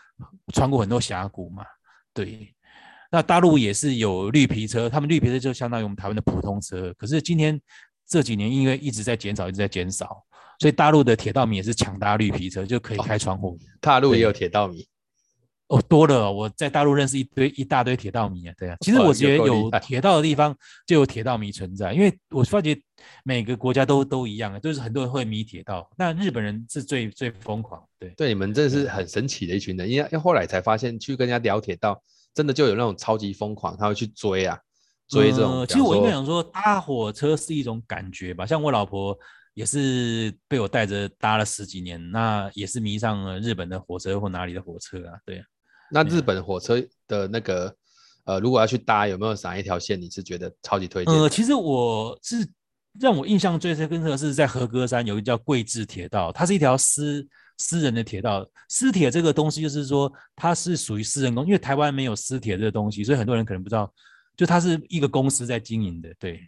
Speaker 2: 穿过很多峡谷嘛。对，那大陆也是有绿皮车，他们绿皮车就相当于我们台湾的普通车，可是今天这几年因为一直在减少，一直在减少，所以大陆的铁道迷也是抢搭绿皮车，就
Speaker 1: 哦
Speaker 2: 可以开窗户。
Speaker 1: 大陆也
Speaker 2: 对
Speaker 1: 有铁道迷，
Speaker 2: 哦，多了哦！我在大陆认识一堆一大堆铁道迷啊，对啊。其实
Speaker 1: 哇
Speaker 2: 我觉
Speaker 1: 有
Speaker 2: 得
Speaker 1: 够厉
Speaker 2: 有
Speaker 1: 害
Speaker 2: 铁道的地方就有铁道迷存在，因为我发觉每个国家都都一样啊，就是很多人会迷铁道。那日本人是最最疯狂，对
Speaker 1: 对你们真的是很神奇的一群人，因为因为后来才发现去跟人家聊铁道，真的就有那种超级疯狂，他会去追啊，追这种。
Speaker 2: 呃其实我应该
Speaker 1: 比方说
Speaker 2: 想说，搭火车是一种感觉吧。像我老婆也是被我带着搭了十几年，那也是迷上了日本的火车或哪里的火车啊，对啊。
Speaker 1: 那
Speaker 2: 对
Speaker 1: 日
Speaker 2: 啊
Speaker 1: 本火车的那个呃，如果要去搭，有没有哪一条线你是觉得超级推荐？
Speaker 2: 呃，其实我是让我印象最深刻的是在和歌山有一个叫桂志铁道，它是一条私私人的铁道。私铁这个东西就是说它是属于私人公，因为台湾没有私铁这个东西，所以很多人可能不知道，就它是一个公司在经营的。对，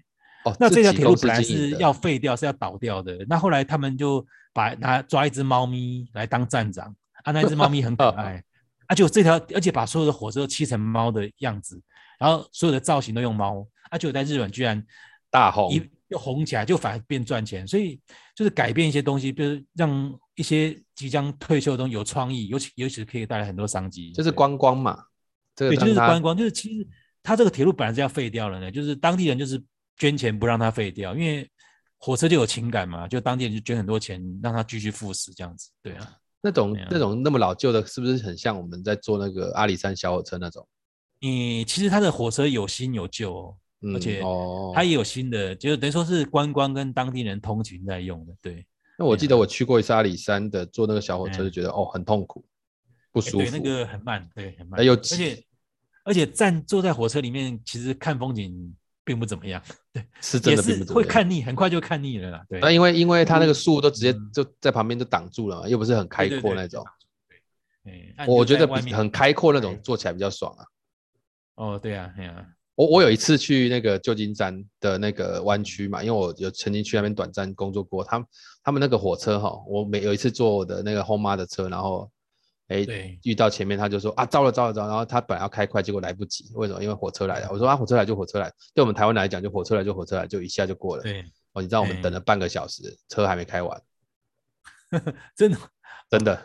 Speaker 1: 哦，
Speaker 2: 那这条
Speaker 1: 自己
Speaker 2: 铁路
Speaker 1: 公司
Speaker 2: 本来
Speaker 1: 经营
Speaker 2: 是
Speaker 1: 的
Speaker 2: 要废掉，是要倒掉的。那后来他们就把拿抓一只猫咪来当站长，啊，那只猫咪 很可爱，啊，就这条，而且把所有的火车都漆成猫的样子，然后所有的造型都用猫，啊，就在日本居然
Speaker 1: 大红
Speaker 2: 一又红起来，就反而变赚钱。所以就是改变一些东西，就是让一些即将退休的东西有创意，尤其尤其是可以带来很多商机。
Speaker 1: 就是观光嘛，这个
Speaker 2: 对，就是
Speaker 1: 让它
Speaker 2: 观光，就是其实它这个铁路本来是要废掉了呢，就是当地人就是捐钱不让它废掉，因为火车就有情感嘛，就当地人就捐很多钱让它继续复驶这样子。对啊，
Speaker 1: 那种
Speaker 2: 对啊
Speaker 1: 那种那么老旧的，是不是很像我们在坐那个阿里山小火车那种？
Speaker 2: 你其实它的火车有新有旧哦，
Speaker 1: 嗯
Speaker 2: 而且
Speaker 1: 哦，
Speaker 2: 它也有新的，就是等于说是观光跟当地人通勤在用的。对，
Speaker 1: 那我记得我去过一次阿里山的，坐那个小火车
Speaker 2: 嗯
Speaker 1: 就觉得哦很痛苦，不
Speaker 2: 哎
Speaker 1: 舒服。
Speaker 2: 对，那个很慢，对，很慢。
Speaker 1: 哎呦
Speaker 2: 而且而且站坐在火车里面，其实看风景并不怎么样，
Speaker 1: 是真
Speaker 2: 也
Speaker 1: 的并
Speaker 2: 是
Speaker 1: 不怎么
Speaker 2: 会
Speaker 1: 样。哎
Speaker 2: 看腻，很快就看腻了啦。对，
Speaker 1: 那因为因为它那个树都直接
Speaker 2: 嗯
Speaker 1: 就在旁边就挡住了嘛，又不是很开
Speaker 2: 对对
Speaker 1: 阔
Speaker 2: 对
Speaker 1: 那种。
Speaker 2: 哎那你
Speaker 1: 我
Speaker 2: 就
Speaker 1: 觉
Speaker 2: 在
Speaker 1: 得
Speaker 2: 外
Speaker 1: 比
Speaker 2: 面
Speaker 1: 很开阔那种
Speaker 2: 对
Speaker 1: 坐起来比较爽啊。
Speaker 2: 哦，对啊，对啊，
Speaker 1: 我我有一次去那个旧金山的那个湾区嘛，因为我有曾经去那边短暂工作过。他们他们那个火车哈，我每有一次坐我的那个后妈的车，然后哎
Speaker 2: 对
Speaker 1: 遇到前面他就说啊糟了糟了糟了，然后他本来要开快，结果来不及，为什么？因为火车来了。我说啊火车来就火车来，对我们台湾来讲就火车来就火车来，就一下就过了。
Speaker 2: 对，
Speaker 1: 哦，你知道我们
Speaker 2: 哎
Speaker 1: 等了半个小时，车还没开完，
Speaker 2: 真的，
Speaker 1: 真的。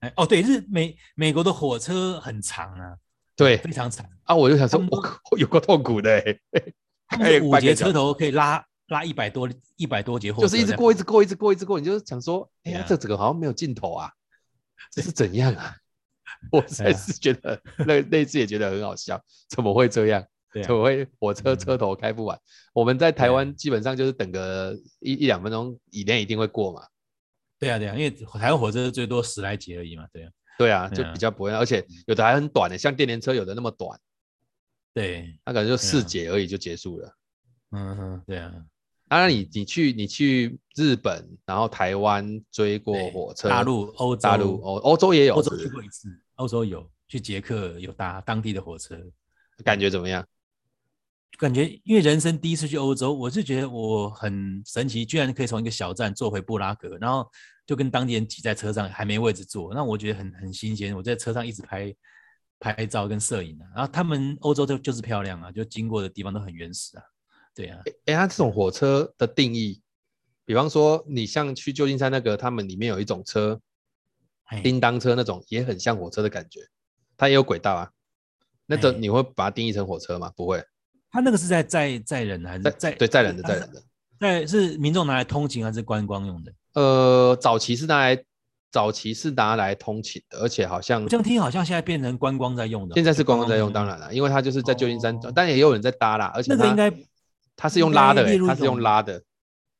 Speaker 2: 哎，哦，对，是美美国的火车很长啊，
Speaker 1: 对
Speaker 2: 非常长，
Speaker 1: 啊，我就想说
Speaker 2: 他们，都
Speaker 1: 我靠，有够痛苦的欸，
Speaker 2: 他们是
Speaker 1: 开了
Speaker 2: 五
Speaker 1: 半个
Speaker 2: 节
Speaker 1: 小
Speaker 2: 车头可以拉拉一百多一百多节火
Speaker 1: 就
Speaker 2: 车
Speaker 1: 是
Speaker 2: 在跑，
Speaker 1: 一直过，一直过，一直过，一直过，你就想说，哎呀
Speaker 2: 对，啊
Speaker 1: 这整个好像没有尽头啊，这是怎样啊？ 我
Speaker 2: 啊
Speaker 1: 才是觉得那那次也觉得很好笑，怎么会这样？
Speaker 2: 对啊
Speaker 1: 怎么会火车
Speaker 2: 嗯
Speaker 1: 车头开不完？我们在台
Speaker 2: 对啊
Speaker 1: 湾基本上就是等个一一两分钟以内一定会过嘛，
Speaker 2: 对啊，对啊，因为台湾火车最多十来节而已嘛，对啊，
Speaker 1: 对啊，就
Speaker 2: 对啊
Speaker 1: 比较不会，而且有的还很短的，欸像电联车有的那么短，
Speaker 2: 对，
Speaker 1: 它可能就四
Speaker 2: 对啊
Speaker 1: 节而已就结束了。
Speaker 2: 嗯哼，对啊，
Speaker 1: 当然你，你去你去日本，然后台湾追过
Speaker 2: 对
Speaker 1: 火车，
Speaker 2: 大陆、欧洲、
Speaker 1: 大陆欧欧洲也有，
Speaker 2: 欧洲
Speaker 1: 是
Speaker 2: 去
Speaker 1: 不
Speaker 2: 过一次，欧洲有去捷克有搭当地的火车，
Speaker 1: 是感觉怎么样？
Speaker 2: 感觉因为人生第一次去欧洲，我是觉得我很神奇，居然可以从一个小站坐回布拉格，然后就跟当地人挤在车上，还没位置坐，那我觉得很很新鲜。我在车上一直拍拍照跟摄影啊，然后他们欧洲就就是漂亮啊，就经过的地方都很原始啊，对啊，
Speaker 1: 哎、它这种火车的定义，比方说你像去旧金山那个，他们里面有一种车，
Speaker 2: 嘿
Speaker 1: 叮当车那种，也很像火车的感觉，它也有轨道啊。那
Speaker 2: 哎
Speaker 1: 种你会把它定义成火车吗？不会，
Speaker 2: 他那个是在载载人还是
Speaker 1: 在
Speaker 2: 载
Speaker 1: 对载 人的载人
Speaker 2: 的
Speaker 1: 的。
Speaker 2: 载是民众拿来通勤还是观光用的？
Speaker 1: 呃，早期是拿来早期是拿来通勤的，而且好像
Speaker 2: 我这样听好像现在变成观光在用的哦，
Speaker 1: 现在是观光在用，
Speaker 2: 观
Speaker 1: 当然了，因为它就是在旧金山
Speaker 2: 哦，
Speaker 1: 但也有人在搭啦，而且
Speaker 2: 那个
Speaker 1: 它
Speaker 2: 应该
Speaker 1: 它是用拉的、
Speaker 2: 应
Speaker 1: 欸，
Speaker 2: 该列入
Speaker 1: 它
Speaker 2: 嗯一
Speaker 1: 是用
Speaker 2: 种
Speaker 1: 拉的，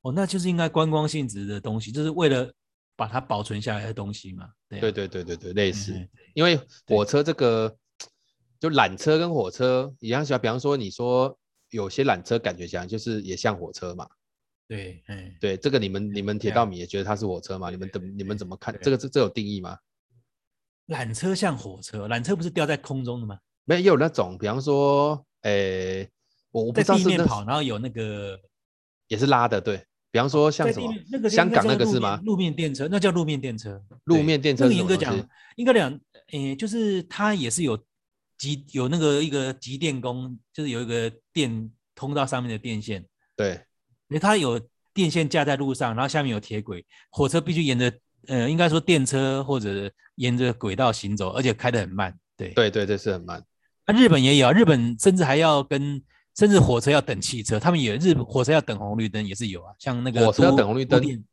Speaker 2: 哦，那就是应该观光性质的东西，就是为了把它保存下来的东西嘛。对啊
Speaker 1: 对对对对对，类似。
Speaker 2: 嗯
Speaker 1: 因为火车这个就缆车跟火车一样喜欢，比方说你说有些缆车感觉起来就是也像火车嘛，
Speaker 2: 对，嗯，
Speaker 1: 对，这个你们你们铁
Speaker 2: 对啊
Speaker 1: 道迷也觉得它是火车嘛？你们
Speaker 2: 对
Speaker 1: 怎你们怎么看？
Speaker 2: 对
Speaker 1: 这个这这有定义吗？
Speaker 2: 缆车像火车，缆车不是吊在空中的吗？
Speaker 1: 没有也有那种，比方说，诶，我我不
Speaker 2: 在
Speaker 1: 知道
Speaker 2: 地
Speaker 1: 是
Speaker 2: 面
Speaker 1: 那
Speaker 2: 跑，然后有那个
Speaker 1: 也是拉的，对。比方说像
Speaker 2: 在
Speaker 1: 什
Speaker 2: 地
Speaker 1: 么
Speaker 2: 面那个就
Speaker 1: 香
Speaker 2: 应该
Speaker 1: 港
Speaker 2: 叫
Speaker 1: 那个
Speaker 2: 路
Speaker 1: 是
Speaker 2: 面
Speaker 1: 吗？
Speaker 2: 路面电车，那叫路面电车。
Speaker 1: 路
Speaker 2: 对
Speaker 1: 面电车
Speaker 2: 那个
Speaker 1: 是什
Speaker 2: 严
Speaker 1: 么
Speaker 2: 格
Speaker 1: 东西
Speaker 2: 讲？，应该讲，诶，就是它也是有集有那个一个集电工，就是有一个电通道上面的电线，
Speaker 1: 对，
Speaker 2: 因为它有电线架在路上，然后下面有铁轨，火车必须沿着呃，应该说电车或者沿着轨道行走，而且开得很慢。对，
Speaker 1: 对对对，是很慢。
Speaker 2: 那、日本也有啊，日本甚至还要跟甚至火车要等汽车，他们也日火车要等红绿灯也是有啊，像那个
Speaker 1: 火车要
Speaker 2: 都
Speaker 1: 等红绿
Speaker 2: 都
Speaker 1: 灯
Speaker 2: 电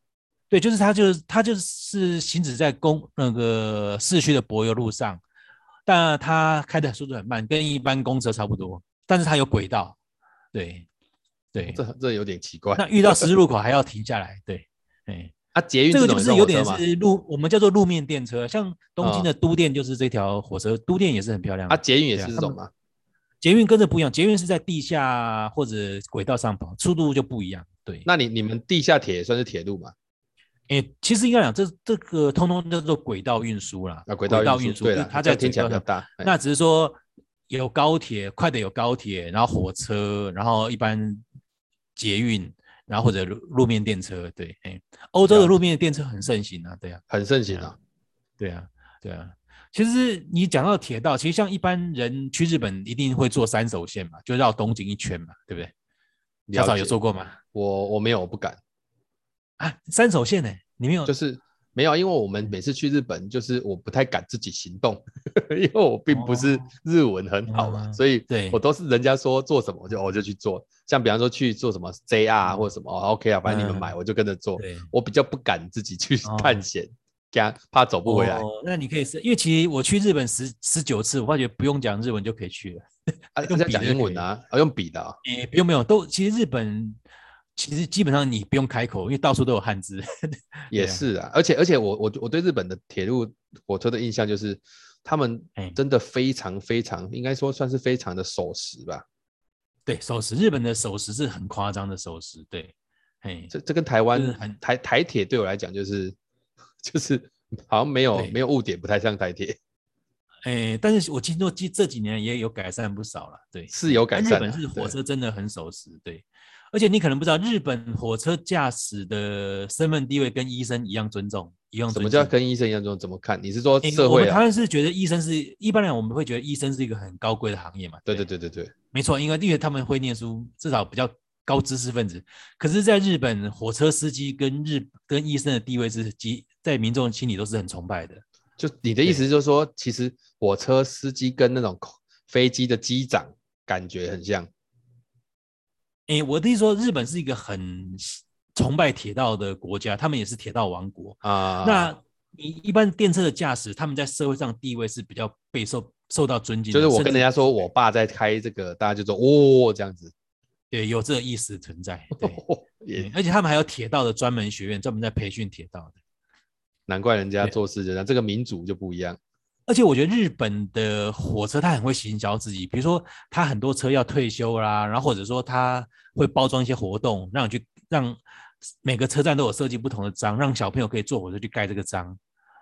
Speaker 2: 对，就是它就是它就是行驶在公那个市区的柏油路上，但它开的速度很慢，跟一般公车差不多，但是它有轨道，对对，
Speaker 1: 这这有点奇怪。
Speaker 2: 那遇到十字路口还要停下来， 对，哎，
Speaker 1: 啊，捷运
Speaker 2: 这个
Speaker 1: 种
Speaker 2: 就
Speaker 1: 也
Speaker 2: 是
Speaker 1: 火
Speaker 2: 有
Speaker 1: 车
Speaker 2: 点
Speaker 1: 吗嗯
Speaker 2: 是路，我们叫做路面电车，像东京的都电就是这条火车，都电也是很漂亮
Speaker 1: 啊，
Speaker 2: 的。
Speaker 1: 捷运也
Speaker 2: 对
Speaker 1: 是这
Speaker 2: 啊他
Speaker 1: 种
Speaker 2: 们
Speaker 1: 吗？
Speaker 2: 捷运跟这不一样，捷运是在地下或者轨道上跑，速度就不一样。对，
Speaker 1: 那你你们地下铁也算是铁路嘛？
Speaker 2: 诶，其实应该讲这这个通通叫做轨道运输啦，
Speaker 1: 啊，轨道
Speaker 2: 运
Speaker 1: 运
Speaker 2: 输，
Speaker 1: 对
Speaker 2: 就
Speaker 1: 了，
Speaker 2: 是它
Speaker 1: 这
Speaker 2: 在
Speaker 1: 样听
Speaker 2: 轨
Speaker 1: 起来
Speaker 2: 道
Speaker 1: 比较
Speaker 2: 上，
Speaker 1: 大。哎
Speaker 2: 那只是说有高铁，快的有高铁，然后火车，然后一般捷运，然后或者路路面电车，对，哎，欧洲
Speaker 1: 了
Speaker 2: 的路面电车很盛行啊，对啊，
Speaker 1: 很盛行啊。
Speaker 2: 对啊，对啊。其实你讲到铁道，其实像一般人去日本一定会坐三手线嘛，就绕东京一圈嘛，对不对？小草有做过吗？
Speaker 1: 我我没有，我不敢
Speaker 2: 啊。三手线呢、欸？你没有？
Speaker 1: 就是没有，啊因为我们每次去日本，就是我不太敢自己行动， 因为我并不是日文很好嘛，哦、所以
Speaker 2: 哦嗯对
Speaker 1: 我都是人家说做什么我就我就去做。像比方说去做什么 JR 或什么、哦、，OK 啊，反正你们买我就跟着做。
Speaker 2: 嗯、
Speaker 1: 我比较不敢自己去 探险。哦怕怕走不回来、哦，
Speaker 2: 那你可以是，因为其实我去日本十十九次，我发觉不用讲日文就可以去了，
Speaker 1: 啊，用讲英文啊，啊，用笔的、啊，
Speaker 2: 也不用没有，都其实日本其实基本上你不用开口，因为到处都有汉字。
Speaker 1: 也是啊，而且而且我我我对日本的铁路火车的印象就是，他们
Speaker 2: 哎
Speaker 1: 真的非常非常，嗯、应该说算是非常的守时吧。
Speaker 2: 对，守时，日本的守时是很夸张的守时，对，哎，
Speaker 1: 这这跟台湾台台铁对我来讲就是。就是好像没有没有误点，不太像台铁。
Speaker 2: 哎、欸，但是我听说这这几年也有改善不少了，对，
Speaker 1: 是有改善、啊。
Speaker 2: 日本是火车真的很守时，对。對而且你可能不知道，日本火车驾驶的身份地位跟医生一样尊重，一样尊重。什
Speaker 1: 么叫跟医生一样尊重？怎么看？你是说社会、啊？
Speaker 2: 欸、他们是觉得医生是一般人，我们会觉得医生是一个很高贵的行业嘛？
Speaker 1: 对对对对对，
Speaker 2: 没错，因为因为他们会念书，至少比较。高知识分子，可是，在日本，火车司机跟日跟医生的地位是，即在民众心里都是很崇拜的。
Speaker 1: 就你的意思，就是说，其实火车司机跟那种飞机的机长感觉很像。
Speaker 2: 诶，我的意思说，日本是一个很崇拜铁道的国家，他们也是铁道王国
Speaker 1: 啊。
Speaker 2: 那你一般电车的驾驶，他们在社会上地位是比较备受受到尊敬。
Speaker 1: 就是我跟人家说我爸在开这个，大家就说哦这样子。哦
Speaker 2: 对，有这个意识存在。对， 对而且他们还有铁道的专门学院，专门在培训铁道的。
Speaker 1: 难怪人家做事就这样，这个民族就不一样。
Speaker 2: 而且我觉得日本的火车，它很会行销自己，比如说它很多车要退休啦，然后或者说它会包装一些活动，让你去让每个车站都有设计不同的章，让小朋友可以坐火车去盖这个章。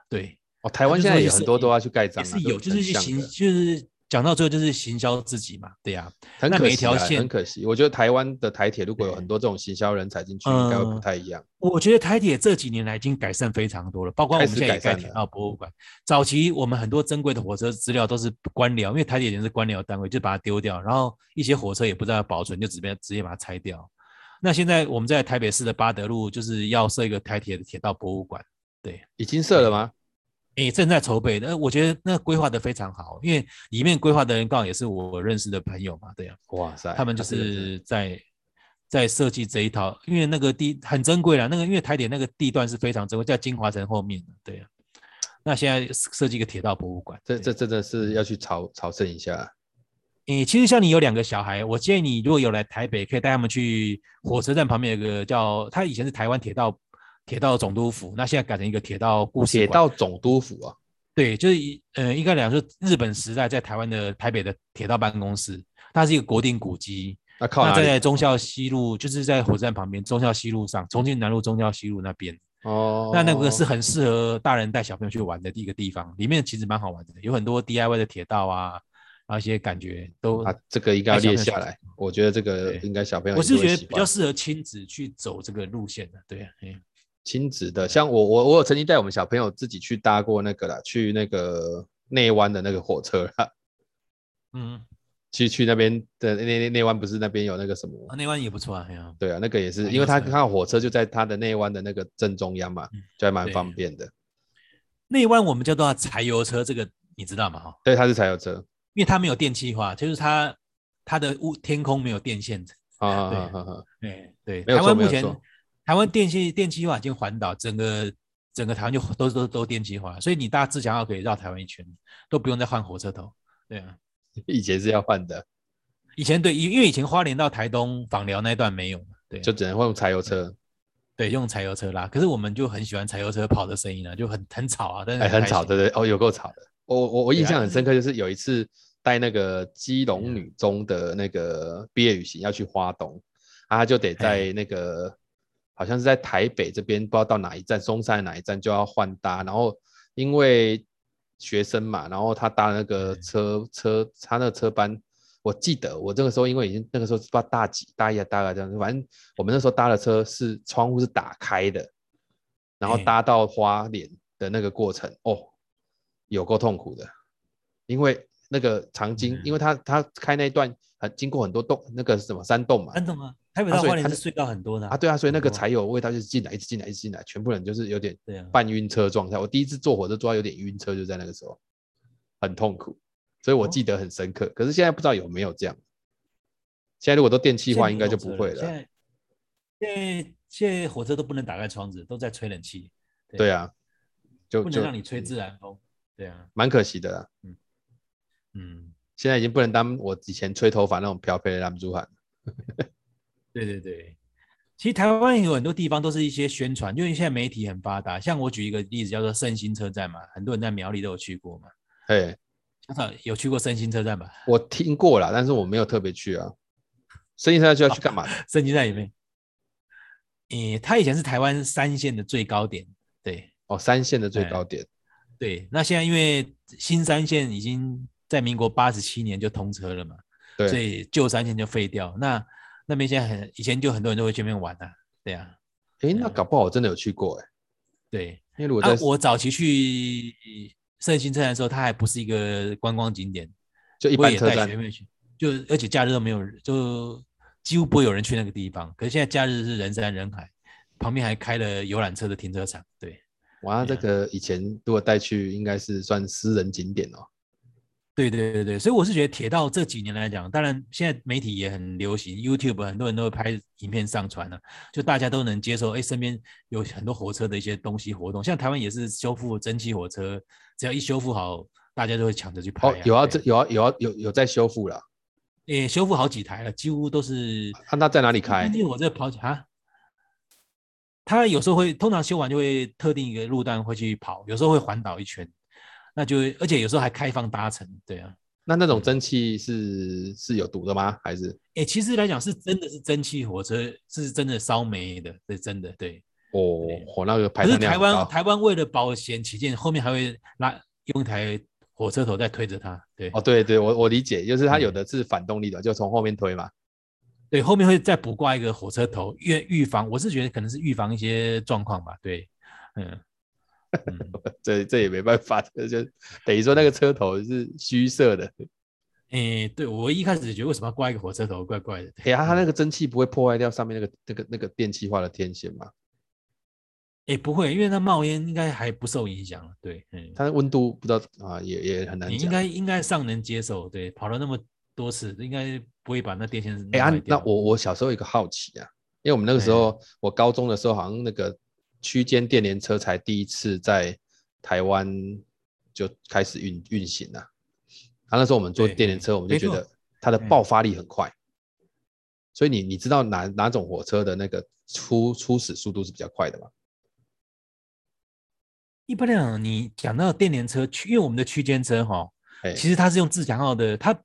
Speaker 2: 对，
Speaker 1: 哦，台湾现在有很多都要去盖章、啊，
Speaker 2: 也是有，就是去行，就是。讲到最后就是行销自己嘛，对呀、
Speaker 1: 啊，很可惜、啊，很可惜。我觉得台湾的台铁如果有
Speaker 2: 嗯
Speaker 1: 很多这种行销人才进去，应该会不太一样、嗯。
Speaker 2: 我觉得台铁这几年来已经改善非常多了，包括我们现在盖铁道博物馆。早期我们很多珍贵的火车资料都是官僚，因为台铁人是官僚单位，就把它丢掉，然后一些火车也不知道保存，就直接直接把它拆掉。那现在我们在台北市的八德路就是要设一个台铁的铁道博物馆，对，
Speaker 1: 已经设了吗？
Speaker 2: 也正在筹备，呃那我觉得那规划的非常好，因为里面规划的人刚好也是我认识的朋友嘛，对呀、
Speaker 1: 啊，哇塞，
Speaker 2: 他们就是在在设计这一套，因为那个地很珍贵啦，那个因为台铁那个地段是非常珍贵，在金华城后面的，对呀、啊，那现在设计一个铁道博物馆，
Speaker 1: 这这真的
Speaker 2: 嗯
Speaker 1: 是要去朝朝圣一下。啊
Speaker 2: 诶、欸，其实像你有两个小孩，我建议你如果有来台北，可以带他们去火车站旁边有个叫，他以前是台湾铁道。铁道总督府，那现在改成一个铁道故事
Speaker 1: 铁道总督府啊，
Speaker 2: 对，就是呃，应该讲说日本时代在台湾的台北的铁道办公室，它是一个国定古迹。
Speaker 1: 那靠
Speaker 2: 那在忠孝西路，就是在火车站旁边，忠孝西路上，重庆南路忠孝西路那边。
Speaker 1: 哦，
Speaker 2: 那那个是很适合大人带小朋友去玩的一个地方，里面其实蛮好玩的，有很多 DIY 的铁道啊。而且感觉都
Speaker 1: 啊，这个应该列下来。我觉得这个应该小朋友，
Speaker 2: 我是觉得比较适合亲子去走这个路线的，对呀、啊，
Speaker 1: 亲子的。像我我我有曾经带我们小朋友自己去搭过那个啦，去那个内湾的那个火车啦，
Speaker 2: 嗯，
Speaker 1: 去去那边的内内湾不是那边有那个什么？
Speaker 2: 啊，内湾也不错啊，对啊，
Speaker 1: 对啊，那个也是，因为他看火车就在他的内湾的那个正中央嘛，嗯、就还蛮方便的。
Speaker 2: 内湾我们叫做柴油车，这个你知道吗？哈，
Speaker 1: 对，它是柴油车。
Speaker 2: 因为它没有电气化，就是它它的雾天空没有电线
Speaker 1: 啊，
Speaker 2: 对、啊、对对。台湾目前台湾电气电气化已经环岛，整个整个台湾就都都都电气化，所以你搭自强号可以绕台湾一圈，都不用再换火车头。对啊，
Speaker 1: 以前是要换的，
Speaker 2: 以前对，因为以前花莲到台东访寮那段没有嘛，对，啊
Speaker 1: 就只能用柴油车。
Speaker 2: 对，用柴油车拉，可是我们就很喜欢柴油车跑的声音啊，就很很吵啊，但是、哎、
Speaker 1: 很吵，对对哦，有够吵的。我我我印象很深刻，就是有一次带那个基隆女中的那个毕业旅行要去花东，啊，他就得在那个好像是在台北这边，不知道到哪一站，松山哪一站就要换搭，然后因为学生嘛，然后他搭那个车车，他那个车班，我记得我这个时候因为已经那个时候不知道大几大一啊大二这样子，反正我们那时候搭的车是窗户是打开的，然后搭到花莲的那个过程哦。有够痛苦的，因为那个长经，嗯、因为他他开那一段很经过很多洞，那个什么山洞嘛，
Speaker 2: 山洞啊，台北到花莲是隧道很多的
Speaker 1: 啊，对啊，所以那个柴油味道就是进来，一直进来，一直进来，全部人就是有点
Speaker 2: 对啊
Speaker 1: 半晕车状态。我第一次坐火车坐到有点晕车，就在那个时候，很痛苦，所
Speaker 2: 哦
Speaker 1: 以我记得很深刻。可是现在不知道有没有这样。现在如果都电气化，应该就不会
Speaker 2: 现
Speaker 1: 了。
Speaker 2: 在现在现在火车都不能打开窗子，都在吹冷气，
Speaker 1: 对啊，就
Speaker 2: 不能
Speaker 1: 就
Speaker 2: 让你吹自然风。对啊，
Speaker 1: 蛮可惜的啦。
Speaker 2: 嗯，
Speaker 1: 现在已经不能当我以前吹头发那种漂漂的男猪汉。
Speaker 2: 对对对。其实台湾有很多地方都是一些宣传，因为现在媒体很发达。像我举一个例子，叫做圣心车站嘛，很多人在苗栗都有去过嘛。
Speaker 1: 哎，
Speaker 2: 小草有去过圣心车站吧？
Speaker 1: 我听过啦，但是我没有特别去啊。生意上就要去干嘛的？
Speaker 2: 圣心站里面，诶，它以前是台湾三线的最高点，对，
Speaker 1: 哦，三线的最
Speaker 2: 哎
Speaker 1: 高点。
Speaker 2: 对，那现在因为新三线已经在民国八十七年就通车了嘛，所
Speaker 1: 对，
Speaker 2: 以旧三线就废掉。那那边现在很以前就很多人都会去那边玩啊，对啊，
Speaker 1: 哎，那搞不好我真的有去过哎，
Speaker 2: 对。
Speaker 1: 因为如果
Speaker 2: 啊
Speaker 1: 在，
Speaker 2: 我早期去圣心车站的时候，它还不是一个观光景点，
Speaker 1: 就一
Speaker 2: 我
Speaker 1: 般
Speaker 2: 也
Speaker 1: 车
Speaker 2: 带
Speaker 1: 站
Speaker 2: 学妹去，就而且假日都没有人，就几乎不会有人去那个地方。可是现在假日是人山人海，旁边还开了游览车的停车场，对。
Speaker 1: 哇，这个以前如果带去，应该是算私人景点哦。
Speaker 2: 对对对对，所以我是觉得铁道这几年来讲，当然现在媒体也很流行，YouTube 很多人都会拍影片上传了、就大家都能接受。哎，身边有很多火车的一些东西活动，像台湾也是修复蒸汽火车，只要一修复好，大家就会抢着去拍、啊
Speaker 1: 哦，有啊，这
Speaker 2: 对
Speaker 1: 有啊，有啊，有有在修复啦。
Speaker 2: 也修复好几台了，几乎都是
Speaker 1: 啊，那在哪里开
Speaker 2: 蒸？汽火车跑起啊。它有时候会，通常修完就会特定一个路段会去跑，有时候会环岛一圈，那就会而且有时候还开放搭乘，对啊。
Speaker 1: 那那种蒸汽是是有毒的吗？还是
Speaker 2: 哎、其实来讲是真的是蒸汽火车，是真的烧煤的，是真的对。
Speaker 1: 哦
Speaker 2: 对，
Speaker 1: 我那个排
Speaker 2: 可是
Speaker 1: 碳量
Speaker 2: 台
Speaker 1: 很
Speaker 2: 湾
Speaker 1: 高
Speaker 2: 台湾为了保险起见，后面还会拉用一台火车头在推着它，对、
Speaker 1: 哦，对对，我我理解，就是它有的是反动力的，就从后面推嘛。
Speaker 2: 对，后面会再补挂一个火车头，预预防，我是觉得可能是预防一些状况吧，对，嗯。嗯
Speaker 1: 这这也没办法，这就等于说那个车头是虚设的。
Speaker 2: 诶、对我一开始觉得为什么要挂一个火车头，怪怪的。
Speaker 1: 哎呀，它那个蒸汽不会破坏掉上面那个那个那个电气化的天线嘛？
Speaker 2: 诶、不会，因为它冒烟应该还不受影响了。对，嗯，
Speaker 1: 它的温度不知道啊，也也很难
Speaker 2: 你
Speaker 1: 讲。
Speaker 2: 应该应该尚能接受。对，跑了那么多次，应该不会把那电线弄
Speaker 1: 哎、啊
Speaker 2: 坏
Speaker 1: 那
Speaker 2: 掉
Speaker 1: 我我小时候有一个好奇啊，因为我们那个时
Speaker 2: 哎
Speaker 1: 候，我高中的时候好像那个区间电联车才第一次在台湾就开始运运行了、啊。那时候我们坐
Speaker 2: 对
Speaker 1: 电联车，我们就
Speaker 2: 没
Speaker 1: 觉
Speaker 2: 错
Speaker 1: 得它的
Speaker 2: 哎
Speaker 1: 爆发力很快，所以你你知道哪哪种火车的那个初初始速度是比较快的吗？
Speaker 2: 一般来讲，你讲到电联车，区因为我们的区间车哈，
Speaker 1: 哎、
Speaker 2: 其实它是用自强号的，它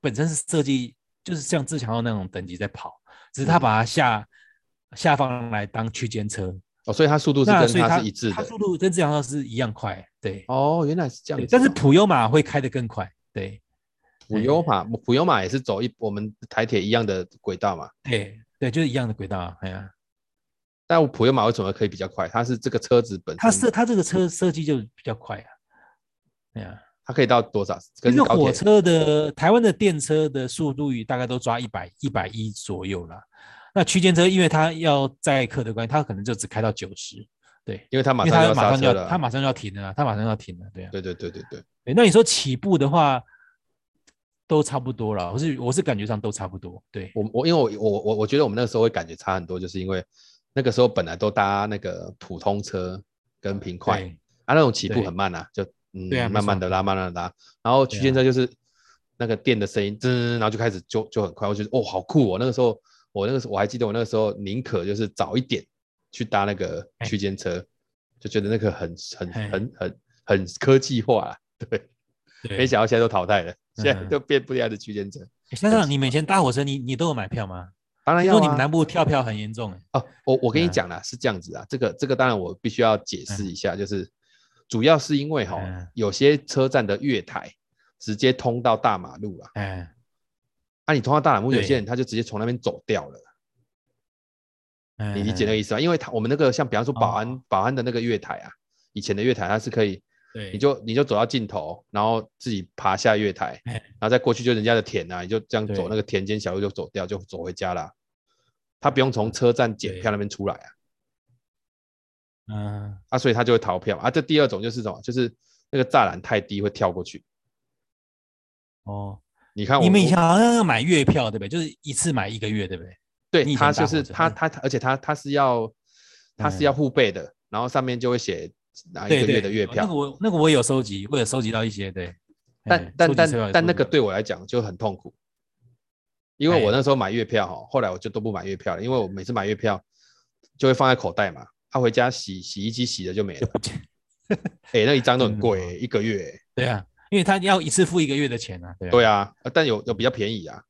Speaker 2: 本身是设计就是像自强号那种等级在跑，只是它
Speaker 1: 嗯
Speaker 2: 把它下、下放来当区间车，
Speaker 1: 哦，所以它速度是
Speaker 2: 那
Speaker 1: 跟
Speaker 2: 所以
Speaker 1: 它
Speaker 2: 它
Speaker 1: 是一致
Speaker 2: 它
Speaker 1: 的。
Speaker 2: 速度跟自强号是一样快，对，
Speaker 1: 哦，原来是这样
Speaker 2: 对
Speaker 1: 子哦。
Speaker 2: 但是普悠玛会开得更快，对
Speaker 1: 普悠玛，普悠玛也是走一我们台铁一样的轨道嘛。
Speaker 2: 对对，就是一样的轨道啊，哎呀、
Speaker 1: 嗯但普悠玛为什么可以比较快？它是这个车子本身，
Speaker 2: 它设它这个车设计就比较快啊，哎呀、
Speaker 1: 它可以到多少？
Speaker 2: 因
Speaker 1: 跟
Speaker 2: 为
Speaker 1: 高铁
Speaker 2: 火车的台湾的电车的速度大概都抓一百一百一左右啦。那区间车因为它要载客的关系，它可能就只开到九十，对，
Speaker 1: 因为它马
Speaker 2: 因为
Speaker 1: 上
Speaker 2: 它
Speaker 1: 要
Speaker 2: 马
Speaker 1: 刹
Speaker 2: 上就
Speaker 1: 车
Speaker 2: 要
Speaker 1: 了。
Speaker 2: 它马上就要停了啦，它马上就要停了，对啊。
Speaker 1: 对对对对对，
Speaker 2: 对那你说起步的话，都差不多了，我是我是感觉上都差不多，对，
Speaker 1: 我我因为我我我我觉得我们那个时候会感觉差很多，就是因为那个时候本来都搭那个普通车跟平快
Speaker 2: 对
Speaker 1: 啊，那种起步
Speaker 2: 对
Speaker 1: 很慢啊，就嗯
Speaker 2: 对啊没
Speaker 1: 慢慢的拉慢慢的拉，然后
Speaker 2: 对啊
Speaker 1: 区间车就是那个电的声音，吱，然后就开始就就很快，我觉得哦好酷哦，那个时候我那个时候我还记得我那个时候宁可就是早一点去搭那个
Speaker 2: 哎
Speaker 1: 区间车，就觉得那个很很
Speaker 2: 哎
Speaker 1: 很很很科技化啊，对。
Speaker 2: 对
Speaker 1: 没想到现在都淘汰了，现在
Speaker 2: 嗯
Speaker 1: 都变不一样的区间车。
Speaker 2: 先生，你们以前搭火车，你你都有买票吗？
Speaker 1: 当然
Speaker 2: 听
Speaker 1: 要、
Speaker 2: 说
Speaker 1: 啊、
Speaker 2: 你们南部跳票很严重、欸，
Speaker 1: 哦，我我跟你
Speaker 2: 嗯
Speaker 1: 讲啦，是这样子啊，这个这个当然我必须要解释一下，就是主要是因为哈、
Speaker 2: 嗯
Speaker 1: 有些车站的月台直接通到大马路啊，
Speaker 2: 哎
Speaker 1: 啊，你通到大马路，有
Speaker 2: 对
Speaker 1: 些人他就直接从那边走掉了，
Speaker 2: 哎，
Speaker 1: 你理解那个意思吧？因为他我们那个像比方说保安、
Speaker 2: 哦
Speaker 1: 保安的那个月台啊，以前的月台它是可以，
Speaker 2: 对，
Speaker 1: 你就你就走到尽头，然后自己爬下月台，
Speaker 2: 哎
Speaker 1: 然后再过去就人家的田啊，你就这样走
Speaker 2: 对
Speaker 1: 那个田间小路就走掉，就走回家啦。他不用从车站检票那边出来啊，
Speaker 2: 嗯，
Speaker 1: 啊，所以他就会逃票啊。这第二种就是什么？就是那个栅栏太低会跳过去。
Speaker 2: 哦，
Speaker 1: 你看我，
Speaker 2: 你们以前好像要买月票对不对？就是一次买一个月对不对？你
Speaker 1: 对
Speaker 2: 以
Speaker 1: 他
Speaker 2: 前
Speaker 1: 就
Speaker 2: 搭火
Speaker 1: 是
Speaker 2: 车
Speaker 1: 他
Speaker 2: 嗯
Speaker 1: 他，他而且他他是要他是要互背的，然后上面就会写哪一
Speaker 2: 对
Speaker 1: 个
Speaker 2: 对哦
Speaker 1: 月的月
Speaker 2: 那个
Speaker 1: 票。
Speaker 2: 我那个我有收集，我有收集到一些对。
Speaker 1: 但
Speaker 2: 哎
Speaker 1: 但
Speaker 2: 收集车票
Speaker 1: 但
Speaker 2: 也
Speaker 1: 但
Speaker 2: 收
Speaker 1: 那
Speaker 2: 集
Speaker 1: 个
Speaker 2: 到
Speaker 1: 对我来讲就很痛苦，因为我
Speaker 2: 哎
Speaker 1: 那时候买月票哈，后来我就都不买月票了，因为我每次买月票就会放在口袋嘛，他、回家洗洗衣机洗了就没了。哎、那一张都
Speaker 2: 嗯
Speaker 1: 很贵、一个月、
Speaker 2: 对啊，因为他要一次付一个月的钱啊，对啊，
Speaker 1: 对啊，呃但有有比较便宜啊，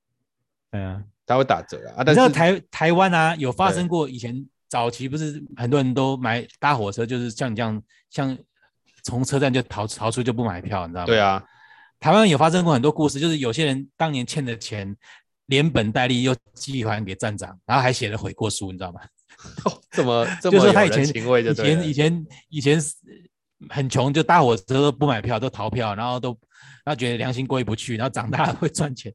Speaker 2: 对啊。
Speaker 1: 它会打折啊。啊
Speaker 2: 你
Speaker 1: 但
Speaker 2: 知
Speaker 1: 是
Speaker 2: 道台台湾啊，有发生过以前早期不是很多人都买搭火车，就是像你这样，像从车站就逃逃出就不买票，你知道吗？
Speaker 1: 对啊，
Speaker 2: 台湾有发生过很多故事，就是有些人当年欠的钱连本带利又寄还给站长，然后还写了悔过书，你知道吗？
Speaker 1: 这么这
Speaker 2: 就
Speaker 1: 么
Speaker 2: 是
Speaker 1: 有
Speaker 2: 他以
Speaker 1: 人
Speaker 2: 前
Speaker 1: 情味就
Speaker 2: 以
Speaker 1: 对了
Speaker 2: 前以前以前是很穷，就搭火车都不买票，都逃票，然后都然后觉得良心过意不去，然后长大了会赚钱，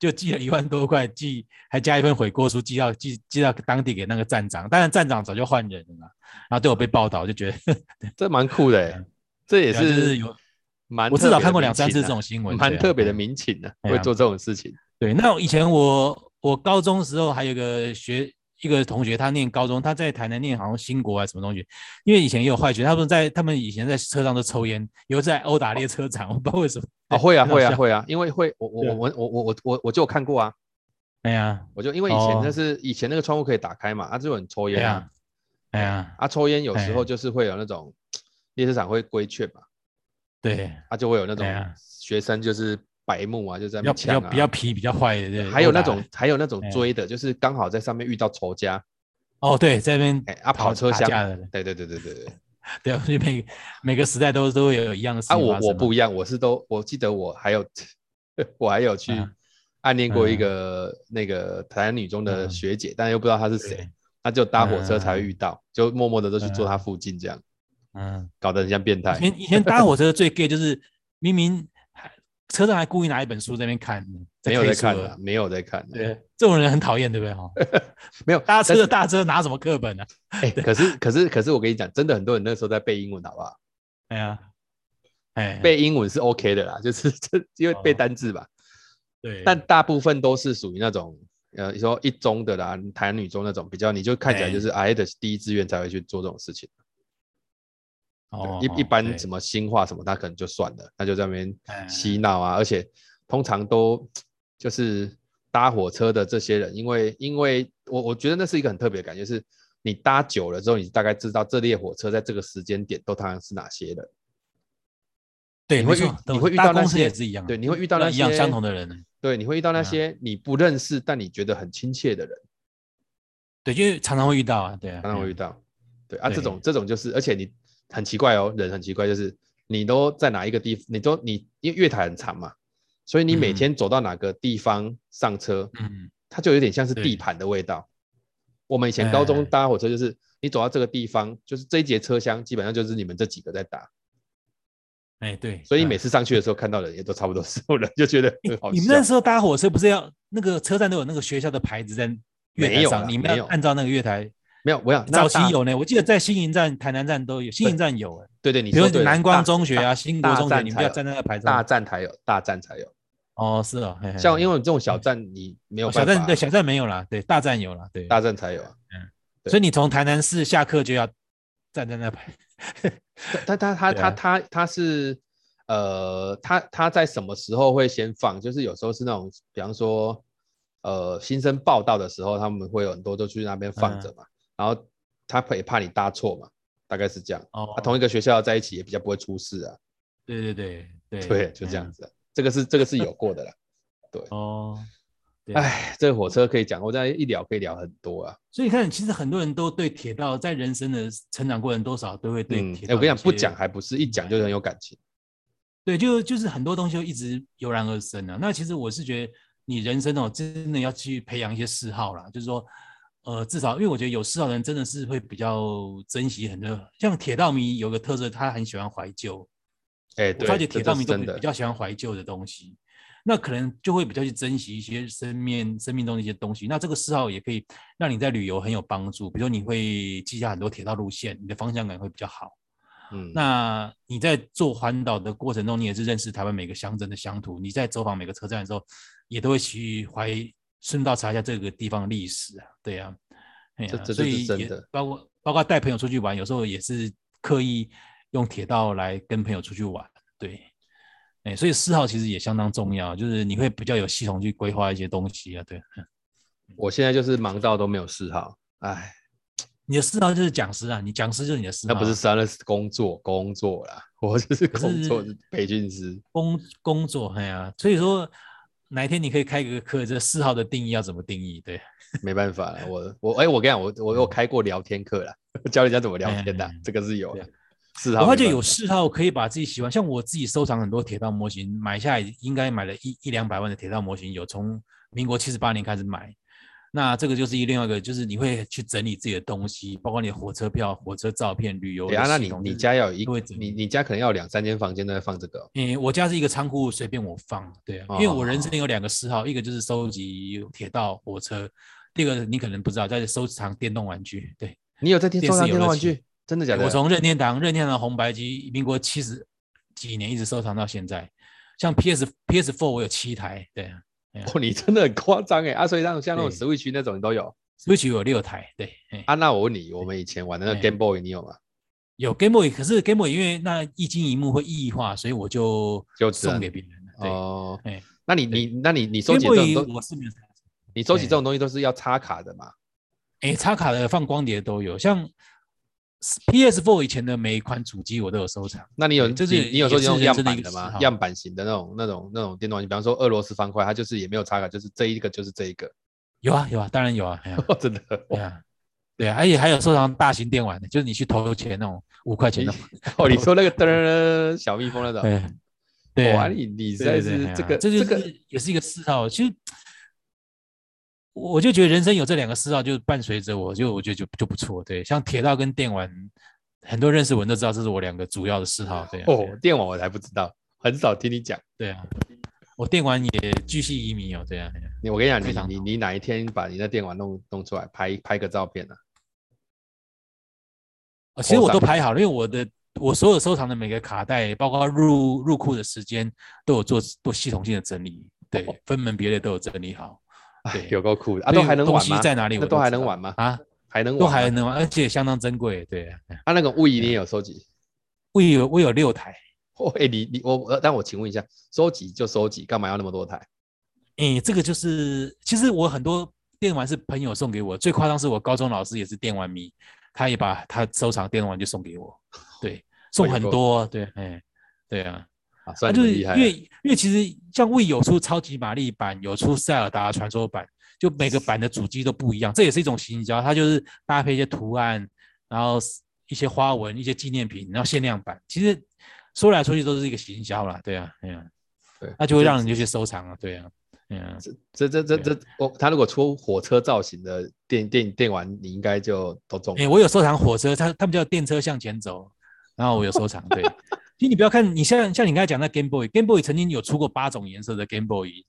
Speaker 2: 就寄了一万多块，寄还加一份悔过书，寄到寄寄到当地给那个站长，当然站长早就换人了嘛，然后都有被报道，就觉得
Speaker 1: 这蛮酷的、
Speaker 2: 对
Speaker 1: 欸，这也
Speaker 2: 对啊就是
Speaker 1: 是
Speaker 2: 有
Speaker 1: 蛮
Speaker 2: 我至少看过两三
Speaker 1: 特别
Speaker 2: 次
Speaker 1: 的
Speaker 2: 这
Speaker 1: 民
Speaker 2: 种新
Speaker 1: 情啊
Speaker 2: 闻，
Speaker 1: 蛮
Speaker 2: 对啊
Speaker 1: 特别的民情呢、啊，
Speaker 2: 哎呀
Speaker 1: 会做这种事情。
Speaker 2: 对，那我以前我我高中时候还有个学一个同学，他念高中，他在台南念好像兴国还是啊什么东西，因为以前也有坏学，他们在他们以前在车上都抽烟，有一次还殴打列车长，我 不知道为什么。
Speaker 1: 啊，会啊，
Speaker 2: 非常
Speaker 1: 会啊，
Speaker 2: 像
Speaker 1: 会啊，因为会，我我
Speaker 2: 对啊
Speaker 1: 我我我我我我就有看过啊，
Speaker 2: 哎呀，
Speaker 1: 我就因为以前
Speaker 2: 哦
Speaker 1: 那是、以前那个窗户可以打开嘛，啊，就有人抽
Speaker 2: 哎
Speaker 1: 烟啊
Speaker 2: 呀，，哎呀，
Speaker 1: 啊，抽烟有时候
Speaker 2: 哎
Speaker 1: 就是会有那种列车长会规劝嘛，
Speaker 2: 对，
Speaker 1: 啊，就会有那种
Speaker 2: 哎呀
Speaker 1: 学生就是白目啊，就在
Speaker 2: 比
Speaker 1: 那
Speaker 2: 较
Speaker 1: 边
Speaker 2: 比较
Speaker 1: 抢啊，
Speaker 2: 比较皮比较坏的，对，
Speaker 1: 还有
Speaker 2: 殴
Speaker 1: 那
Speaker 2: 打
Speaker 1: 种还有那种
Speaker 2: 哎
Speaker 1: 追的，就是刚好在上面遇到仇家，
Speaker 2: 哦，对，在那边
Speaker 1: 哎啊，跑
Speaker 2: 跑
Speaker 1: 车
Speaker 2: 打
Speaker 1: 厢
Speaker 2: 架的，
Speaker 1: 对对对对对对。
Speaker 2: 对啊，所以每每个时代都都会有一样的事
Speaker 1: 啊，
Speaker 2: 情
Speaker 1: 我
Speaker 2: 发
Speaker 1: 我
Speaker 2: 生嘛
Speaker 1: 不一样，我是都我记得我还有 我还有去
Speaker 2: 嗯
Speaker 1: 暗恋过一
Speaker 2: 嗯
Speaker 1: 个那个台南女中的
Speaker 2: 嗯
Speaker 1: 学姐，但又不知道她是谁
Speaker 2: 对，
Speaker 1: 她就搭火车才会
Speaker 2: 嗯
Speaker 1: 遇到，就默默的都去坐她附近这样，
Speaker 2: 嗯。
Speaker 1: 搞得很像变态
Speaker 2: 以。前以前搭火车最 gay 就是明明还车上还故意拿一本书在那边看，
Speaker 1: 没有在
Speaker 2: 推书
Speaker 1: 看啊
Speaker 2: 了
Speaker 1: 了，没有在看了，
Speaker 2: 对，这种人很讨厌，对不对？ 哈，
Speaker 1: 没有。
Speaker 2: 搭
Speaker 1: 但
Speaker 2: 车
Speaker 1: 是
Speaker 2: 的大车拿什么课本呢、啊？
Speaker 1: 哎，可是可是可是，我跟你讲，真的很多人那时候在背英文，好不好？
Speaker 2: 哎呀，哎，
Speaker 1: 背英文是 OK 的啦， 就是这因为背
Speaker 2: 哦
Speaker 1: 单字吧。
Speaker 2: 对，
Speaker 1: 但大部分都是属于那种呃，你说一中的啦，台南女中那种比较，你就看起来
Speaker 2: 哎
Speaker 1: 就是哎的第一志愿才会去做这种事情。对
Speaker 2: 哦
Speaker 1: 一一般什
Speaker 2: 么
Speaker 1: 么新化什么，他可能就算了，他就在那边
Speaker 2: 哎
Speaker 1: 嬉闹啊，而且通常都就是搭火车的这些人，因为因为我我觉得那是一个很特别的感觉，就是你搭久了之后，你大概知道这列火车在这个时间点都通常是哪些人，
Speaker 2: 对，
Speaker 1: 你会
Speaker 2: 没错
Speaker 1: 遇
Speaker 2: 都
Speaker 1: 你会遇
Speaker 2: 搭
Speaker 1: 到那
Speaker 2: 公司
Speaker 1: 些
Speaker 2: 也是一样啊，
Speaker 1: 对，你会遇到
Speaker 2: 那
Speaker 1: 那些
Speaker 2: 一样相同的人，
Speaker 1: 对，你会遇到那
Speaker 2: 嗯
Speaker 1: 些你不认识但你觉得很亲切的人，
Speaker 2: 对，因为常常会遇到啊，对啊，
Speaker 1: 常常会遇
Speaker 2: 到，
Speaker 1: 到。对啊，这
Speaker 2: 对
Speaker 1: 种这种就是，而且你很奇怪哦，人很奇怪，就是你都在哪一个地，你都你因为月台很长嘛，所以你每
Speaker 2: 嗯
Speaker 1: 天走到哪个地方上车，
Speaker 2: 嗯，
Speaker 1: 它就有点像是
Speaker 2: 对
Speaker 1: 地盘的味道。我们以前高中
Speaker 2: 哎
Speaker 1: 搭火车就是，你走到这个地方，就是这一节车厢基本上就是你们这几个在搭，
Speaker 2: 哎，对，
Speaker 1: 所以
Speaker 2: 嗯
Speaker 1: 每次上去的时候看到的人也都差不多是我人，就觉得很好
Speaker 2: 哎你们
Speaker 1: 笑
Speaker 2: 那。时候搭火车不是要那个车站都有那个学校的牌子在月
Speaker 1: 没
Speaker 2: 台
Speaker 1: 有
Speaker 2: 上，
Speaker 1: 啦
Speaker 2: 你
Speaker 1: 没
Speaker 2: 们
Speaker 1: 有
Speaker 2: 要按照那个月台。
Speaker 1: 没有，我想那
Speaker 2: 早期
Speaker 1: 大，
Speaker 2: 有呢，我记得在新营站、台南站都有，新营站有哎，
Speaker 1: 对对，你
Speaker 2: 比如
Speaker 1: 说对了
Speaker 2: 南光
Speaker 1: 大
Speaker 2: 中学
Speaker 1: 大
Speaker 2: 啊、新国中
Speaker 1: 大
Speaker 2: 学，
Speaker 1: 站
Speaker 2: 你
Speaker 1: 才
Speaker 2: 们要
Speaker 1: 有
Speaker 2: 站在那个牌子
Speaker 1: 大
Speaker 2: 上。
Speaker 1: 站才有，大站才有。
Speaker 2: 哦，是哦，嘿嘿
Speaker 1: 像因
Speaker 2: 嘿
Speaker 1: 为这种小站，你没有
Speaker 2: 哦小
Speaker 1: 办法
Speaker 2: 站对小站没有啦，对大站有啦，对，
Speaker 1: 大站才有啊。对
Speaker 2: 所以你从台南市下课就要站在 那牌，
Speaker 1: 但他他
Speaker 2: 对
Speaker 1: 他
Speaker 2: 啊
Speaker 1: 他他是呃，他他在什么时候会先放？就是有时候是那种，比方说呃，新生报道的时候，他们会有很多都去那边放
Speaker 2: 嗯
Speaker 1: 着嘛，然后他也怕你搭错嘛，大概是这样。啊
Speaker 2: 哦
Speaker 1: 他、，同一个学校在一起也比较不会出事啊。
Speaker 2: 对对对对
Speaker 1: 对，就这样，子啊、这个是这个是有过的啦。
Speaker 2: 嗯哦， 对
Speaker 1: 哎，这个火车可以讲，我这样一聊可以聊很多啊。
Speaker 2: 所以你看，其实很多人都对铁道在人生的成长过程，多少都会对
Speaker 1: 嗯，
Speaker 2: 铁
Speaker 1: 哎
Speaker 2: 道
Speaker 1: 我跟你
Speaker 2: 有
Speaker 1: 讲，不
Speaker 2: 些
Speaker 1: 讲还不是，一讲就很有感情。
Speaker 2: 对，就就是很多东西就一直油然而生啊。那其实我是觉得，你人生哦，真的要去培养一些嗜好啦，就是说，呃，至少因为我觉得有嗜好的人真的是会比较珍惜很多。像铁道迷有个特色，他很喜欢怀旧，
Speaker 1: 哎，
Speaker 2: 我
Speaker 1: 对，
Speaker 2: 发
Speaker 1: 这
Speaker 2: 觉铁
Speaker 1: 这
Speaker 2: 道
Speaker 1: 是
Speaker 2: 迷都
Speaker 1: 真
Speaker 2: 比
Speaker 1: 的
Speaker 2: 比。较喜欢怀旧的东西。那可能就会比较去珍惜一些生命生命中的一些东西。那这个嗜好也可以让你在旅游很有帮助，比如说你会记下很多铁道路线，你的方向感会比较好。
Speaker 1: 嗯，
Speaker 2: 那你在做环岛的过程中，你也是认识台湾每个乡镇的乡土。你在走访每个车站的时候，也都会去怀顺道查一下这个地方的历史啊，对呀、啊，哎呀、
Speaker 1: 这这
Speaker 2: 所
Speaker 1: 这是
Speaker 2: 以
Speaker 1: 真
Speaker 2: 也
Speaker 1: 的
Speaker 2: 包括包括带朋友出去玩，有时候也是刻意用铁道来跟朋友出去玩，对，哎，所以嗜好其实也相当重要，就是你会比较有系统去规划一些东西啊，对，
Speaker 1: 我现在就是忙到都没有嗜好，哎，
Speaker 2: 你的嗜好就是讲师啊，你讲师就是你的嗜好
Speaker 1: 那
Speaker 2: 啊，
Speaker 1: 不是三，那是工作工作啦，我就是
Speaker 2: 可
Speaker 1: 工作
Speaker 2: 是
Speaker 1: 是培训师。
Speaker 2: 工工作，哎呀、所以说哪一天你可以开个课，这嗜好的定义要怎么定义？对，
Speaker 1: 没办法啦，我我哎、我跟你讲，我我有开过聊天课啦，教人家怎么聊天的
Speaker 2: 嗯，
Speaker 1: 这个是有
Speaker 2: 对啊
Speaker 1: 的，是
Speaker 2: 我
Speaker 1: 啊，
Speaker 2: 发觉
Speaker 1: 没办
Speaker 2: 有
Speaker 1: 法
Speaker 2: 嗜好可以把自己喜欢，像我自己收藏很多铁道模型，买下来应该买了一一两百万的铁道模型，有从民国七十八年开始买。那这个就是一另外一个，就是你会去整理自己的东西，包括你的火车票、火车照片、旅游的
Speaker 1: 对啊，那
Speaker 2: 系
Speaker 1: 你
Speaker 2: 统
Speaker 1: 你
Speaker 2: 就是
Speaker 1: 家要有一
Speaker 2: 都会整
Speaker 1: 你你家可能要有两三间房间都在放这个哦、
Speaker 2: 诶、我家是一个仓库，随便我放。对啊，
Speaker 1: 哦
Speaker 2: 因为我人生有两个嗜好，一个就是收集铁道、火车，第二个你可能不知道，在收藏电动玩具。对，
Speaker 1: 你有在天
Speaker 2: 电
Speaker 1: 收
Speaker 2: 视
Speaker 1: 藏
Speaker 2: 游
Speaker 1: 电动
Speaker 2: 乐
Speaker 1: 玩
Speaker 2: 器
Speaker 1: 具？真的假的？
Speaker 2: 我从任天堂，任天堂的红白机，民国七十几年一直收藏到现在。像 PS PS Four，我有七台，对啊
Speaker 1: 哦，你真的很夸张哎！啊，所以像像那种
Speaker 2: 对
Speaker 1: Switch 那种你都有
Speaker 2: ，Switch 有六台，对，诶
Speaker 1: 啊？那我问你，我们以前玩的那个
Speaker 2: 哎
Speaker 1: Game Boy 你有吗？
Speaker 2: 有 Game Boy，可是 Game Boy 因为那一金一幕会异化，所以我就
Speaker 1: 就只
Speaker 2: 送
Speaker 1: 能
Speaker 2: 给别人了。对、
Speaker 1: 哦
Speaker 2: 哎，
Speaker 1: 那你你
Speaker 2: 对
Speaker 1: 那你你
Speaker 2: g
Speaker 1: 收
Speaker 2: a
Speaker 1: 集
Speaker 2: m
Speaker 1: 这种
Speaker 2: e Boy
Speaker 1: 东，
Speaker 2: 我是没有收藏。
Speaker 1: 你收集
Speaker 2: 哎
Speaker 1: 这种东西都是要插卡的嘛？
Speaker 2: 诶，哎插卡的、放光碟的都有，像 PS4 以前的每一款主机我都有收藏。
Speaker 1: 那你有
Speaker 2: 对这
Speaker 1: 你
Speaker 2: 是
Speaker 1: 你有收集
Speaker 2: 也
Speaker 1: 那种
Speaker 2: 是人
Speaker 1: 样
Speaker 2: 生的一
Speaker 1: 板
Speaker 2: 个
Speaker 1: 的
Speaker 2: 嗜
Speaker 1: 吗？
Speaker 2: 好
Speaker 1: 样板型的那种那种那种电动玩具，比方说俄罗斯方块，它就是也没有插卡，就是这一个就是这一个，
Speaker 2: 有啊，有啊，当然有啊，哎呀，
Speaker 1: 真的。
Speaker 2: 对啊，对啊，而且还有收藏大型电玩的，就是你去投钱那种五块钱
Speaker 1: 你
Speaker 2: 的，
Speaker 1: 哦，你说那个噔噔噔小蜜蜂那种，
Speaker 2: 对，对
Speaker 1: 哇，
Speaker 2: 啊，
Speaker 1: 你你实
Speaker 2: 对
Speaker 1: 在
Speaker 2: 对对
Speaker 1: 是
Speaker 2: 哎
Speaker 1: 这
Speaker 2: 呀
Speaker 1: 个
Speaker 2: 这就
Speaker 1: 个
Speaker 2: 是也是一个嗜好。其实我我就觉得人生有这两个嗜好，就伴随着我，就我觉得就就不错。对，像铁道跟电玩，很多认识我人都知道，这是我两个主要的嗜好。对啊、对啊
Speaker 1: 哦，电玩我还不知道，很少听你讲。
Speaker 2: 对啊，我电玩也巨细靡遗哦，对啊，对啊
Speaker 1: 你我跟你
Speaker 2: 非
Speaker 1: 讲，
Speaker 2: 常
Speaker 1: 你你你哪一天把你那电玩弄弄出来，拍拍个照片啊？
Speaker 2: 哦其实我都排好了，因为我的我所有收藏的每个卡带，包括入入库的时间，都有做做系统性的整理，对，分门别类都有整理好，
Speaker 1: 哦哎
Speaker 2: 对，
Speaker 1: 有够酷的啊！
Speaker 2: 所以
Speaker 1: 都还能
Speaker 2: 东
Speaker 1: 玩
Speaker 2: 西
Speaker 1: 吗？
Speaker 2: 在哪里我
Speaker 1: 那
Speaker 2: 都
Speaker 1: 都还
Speaker 2: 知
Speaker 1: 能
Speaker 2: 道
Speaker 1: 玩吗？
Speaker 2: 啊，
Speaker 1: 还能玩
Speaker 2: 都
Speaker 1: 吗
Speaker 2: 还能玩，而且相当珍贵，对啊，
Speaker 1: 啊？那个位你也有收集？
Speaker 2: 我有我有六台，
Speaker 1: 哦，哎，你你我我，但我请问一下，收集就收集，干嘛要那么多台？
Speaker 2: 诶，哎这个就是，其实我很多电玩是朋友送给我，最夸张是我高中老师也是电玩迷，他也把他收藏电玩就送给我，对，送
Speaker 1: 有
Speaker 2: 很
Speaker 1: 够
Speaker 2: 多，对，哎，对啊，
Speaker 1: 啊，
Speaker 2: 啊，
Speaker 1: 算你
Speaker 2: 就
Speaker 1: 们
Speaker 2: 是
Speaker 1: 厉
Speaker 2: 因
Speaker 1: 害啊。
Speaker 2: 为因为其实像未有出超级玛丽版，有出塞尔达传说版，就每个版的主机都不一样，这也是一种行销，它就是搭配一些图案，然后一些花纹、一些纪念品，然后限量版。其实说来说去都是一个行销啦，对啊，对啊，
Speaker 1: 对，
Speaker 2: 那就会
Speaker 1: 这
Speaker 2: 让人就去收藏啊，对啊，嗯、啊，
Speaker 1: 这这这
Speaker 2: 对
Speaker 1: 这，我他如果出火车造型的电电电玩，你应该就都中了。
Speaker 2: 诶、我有收藏火车，它他们叫电车向前走，然后我有收藏。对，其实你不要看，你像像你刚才讲那 Game Boy，Game Boy 曾经有出过八种颜色的 Game Boy，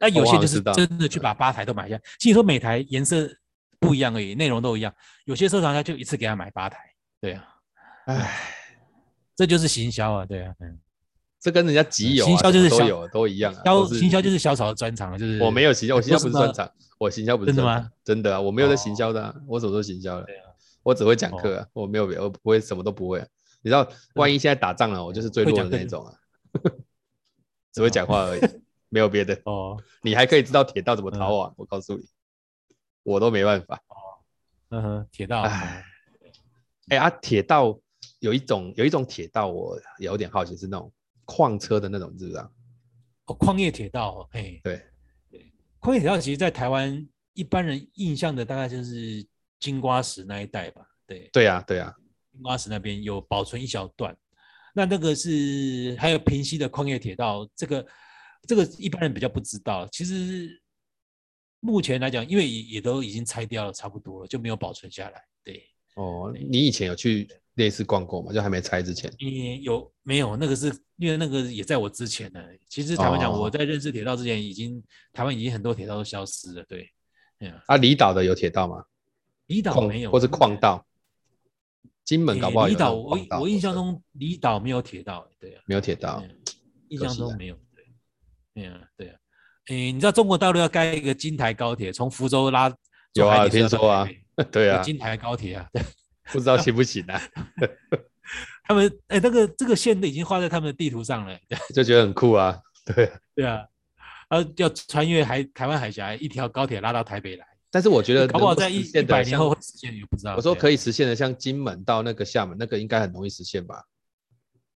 Speaker 2: 那有些就是
Speaker 1: 我好像知道
Speaker 2: 真的去把八台都买下。其实说每台颜色不一样而已，内容都一样，有些收藏家就一次给他买八台。对啊，
Speaker 1: 唉，
Speaker 2: 这就是行销啊，对啊，嗯，
Speaker 1: 这跟人家集邮啊
Speaker 2: 行销
Speaker 1: 什
Speaker 2: 就
Speaker 1: 么
Speaker 2: 是
Speaker 1: 都
Speaker 2: 销
Speaker 1: 有都一样啊。
Speaker 2: 销
Speaker 1: 都是
Speaker 2: 行销就是小草的专长了，就是
Speaker 1: 我没有行销，我行销不
Speaker 2: 都
Speaker 1: 是
Speaker 2: 是
Speaker 1: 专
Speaker 2: 那
Speaker 1: 场，我行销不是
Speaker 2: 真的
Speaker 1: 专
Speaker 2: 吗
Speaker 1: 场，真的啊，我没有在行
Speaker 2: 哦
Speaker 1: 销的啊，我什么时候行销了
Speaker 2: 对啊？
Speaker 1: 我只会讲
Speaker 2: 哦嗯
Speaker 1: 课啊，我没有别，我不会什么都不会啊。你知道，万一现在打仗了，我就是最
Speaker 2: 会
Speaker 1: 弱
Speaker 2: 讲
Speaker 1: 的那
Speaker 2: 课
Speaker 1: 一
Speaker 2: 就
Speaker 1: 种啊， 只会讲 话而已，没有别的。
Speaker 2: 哦，
Speaker 1: 你还可以知道铁道怎么逃
Speaker 2: 嗯
Speaker 1: 亡，我告诉你，我都没办法。
Speaker 2: 嗯哼，铁道，
Speaker 1: 唉哎、啊，铁道有一种有一种铁道，我有点好奇，是那种矿车的那种，你知不知啊道？
Speaker 2: 哦，矿业铁道，哎，
Speaker 1: 对，
Speaker 2: 矿业铁道其实，在台湾一般人印象的大概就是金瓜石那一带吧，对，
Speaker 1: 对啊，对啊，
Speaker 2: 金瓜石那边有保存一小段，那那个是还有平西的矿业铁道，这个这个一般人比较不知道，其实目前来讲，因为也也都已经拆掉了差不多了，就没有保存下来，对，
Speaker 1: 哦，你以前有去类似逛过吗？就还没拆之前，
Speaker 2: 你有没有那个是因为那个也在我之前呢？其实坦白讲，
Speaker 1: 哦
Speaker 2: 我在认识铁道之前，已经台湾已经很多铁道都消失了。对，哎呀，
Speaker 1: 啊，离岛的有铁道吗？
Speaker 2: 离岛
Speaker 1: 矿
Speaker 2: 没有，
Speaker 1: 或是矿道，金门
Speaker 2: 诶
Speaker 1: 搞不好有
Speaker 2: 离
Speaker 1: 那
Speaker 2: 岛，
Speaker 1: 种
Speaker 2: 我
Speaker 1: 矿道
Speaker 2: 我印象
Speaker 1: 或者
Speaker 2: 中离岛没有铁道，对啊，
Speaker 1: 没有铁道，
Speaker 2: 嗯印
Speaker 1: 可
Speaker 2: 象
Speaker 1: 惜啊
Speaker 2: 中没有，对，对啊，对啊。诶，你知道中国大陆要盖一个金台高铁，从福州拉
Speaker 1: 有啊
Speaker 2: 坐海底
Speaker 1: 有听
Speaker 2: 车到
Speaker 1: 说啊
Speaker 2: 台北，
Speaker 1: 对
Speaker 2: 有
Speaker 1: 啊，
Speaker 2: 金台高铁啊，
Speaker 1: 不 知道行不行啊，
Speaker 2: 他们哎，那个这个线都已经画在他们的地图上了，对
Speaker 1: 就觉得很酷啊，对啊。
Speaker 2: 对啊，然后要穿越海台湾海峡，一条高铁拉到台北来，
Speaker 1: 但是我觉得
Speaker 2: 搞不好
Speaker 1: 能够
Speaker 2: 在
Speaker 1: 实
Speaker 2: 一一
Speaker 1: 现的
Speaker 2: 百年
Speaker 1: 像
Speaker 2: 后会实现，也不知道。
Speaker 1: 我说
Speaker 2: 对啊
Speaker 1: 可以实现的，像金门到那个厦门，那个应该很容易实现吧？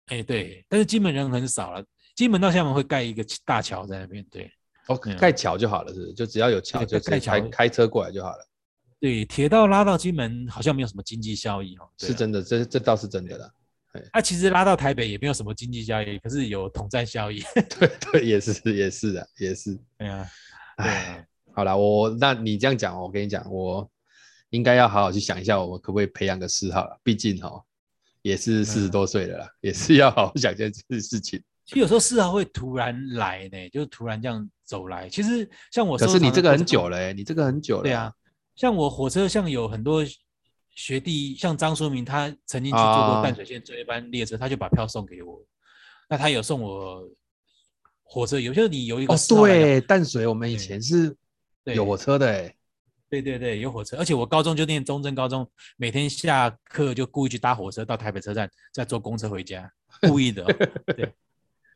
Speaker 2: 哎、对，但是金门人很少了，金门到厦门会盖一个大桥在那边，对
Speaker 1: 哦
Speaker 2: 嗯，
Speaker 1: 盖桥就好了，是不是？就只要有桥，就
Speaker 2: 对盖
Speaker 1: 是开
Speaker 2: 桥
Speaker 1: 开车过来就好了。
Speaker 2: 对，铁道拉到金门好像没有什么经济效益哦，对啊
Speaker 1: 是。真的，这这倒是真的啦。
Speaker 2: 它、其实拉到台北也没有什么经济效益，可是有统战效益。
Speaker 1: 对对，也是也是的，也是。
Speaker 2: 对啊，对
Speaker 1: 哎，
Speaker 2: 啊，
Speaker 1: 好啦，我那你这样讲，我跟你讲，我应该要好好去想一下，我可不可以培养个嗜好了？毕竟哈、也是四十多岁了
Speaker 2: 嗯
Speaker 1: 啦，也是要好好想这件事情。
Speaker 2: 其实有时候嗜好会突然来呢，就是突然这样走来。其实像我，
Speaker 1: 可是你这个很久
Speaker 2: 了，
Speaker 1: 了、欸，你这个很久了、
Speaker 2: 对啊，，像我火车像有很多学弟，像张书明，他曾经去坐过
Speaker 1: 啊
Speaker 2: 淡水线最后一班列车，他就把票送给我，那他有送我火车游，就是你有一个
Speaker 1: 哦，
Speaker 2: 嗜好来讲
Speaker 1: 对，淡水我们以前是
Speaker 2: 对
Speaker 1: 有火车的、欸，
Speaker 2: 对对对，有火车，而且我高中就念中正高中，每天下课就故意去搭火车到台北车站，再坐公车回家，故意的哦、对，